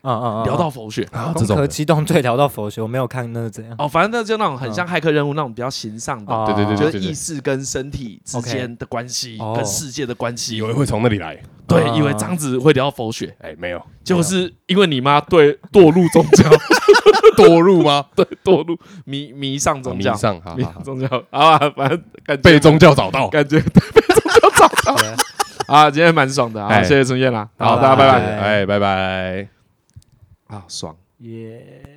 Speaker 3: 嗯嗯嗯，
Speaker 1: 聊到佛学，
Speaker 2: 啊，这
Speaker 3: 攻
Speaker 2: 种
Speaker 3: 壳
Speaker 2: 的，
Speaker 3: 机动队聊到佛学，我没有看那是怎样。
Speaker 1: 哦，反正那就那种
Speaker 3: 嗯
Speaker 1: 很像骇客任务那种比较形上的，
Speaker 2: 哦对对对
Speaker 1: 就
Speaker 2: 对
Speaker 1: 是意识跟身体之间的关系，
Speaker 3: OK
Speaker 1: 跟世界的关系
Speaker 2: 以。为会从那里来，
Speaker 1: 对，
Speaker 3: 哦啊
Speaker 1: 以为张子会聊佛学，
Speaker 2: 哎，没有，
Speaker 1: 结果是因为你妈对堕入宗教，
Speaker 2: [laughs] 堕入吗？
Speaker 1: [laughs] 对堕入迷迷上 [laughs] 宗
Speaker 2: 哦迷
Speaker 1: 教，
Speaker 2: 上，好
Speaker 1: 迷
Speaker 2: 好
Speaker 1: 上
Speaker 2: 好
Speaker 1: 宗教啊，反正感觉
Speaker 2: 被宗教找到，
Speaker 1: 感觉
Speaker 3: 对
Speaker 1: 啊，今天蛮爽的，好，
Speaker 2: 哎
Speaker 1: 谢谢陈燕啦，好，
Speaker 2: 好，
Speaker 1: 大家拜拜，
Speaker 2: 哎，拜拜。
Speaker 1: 啊，爽。
Speaker 3: 耶。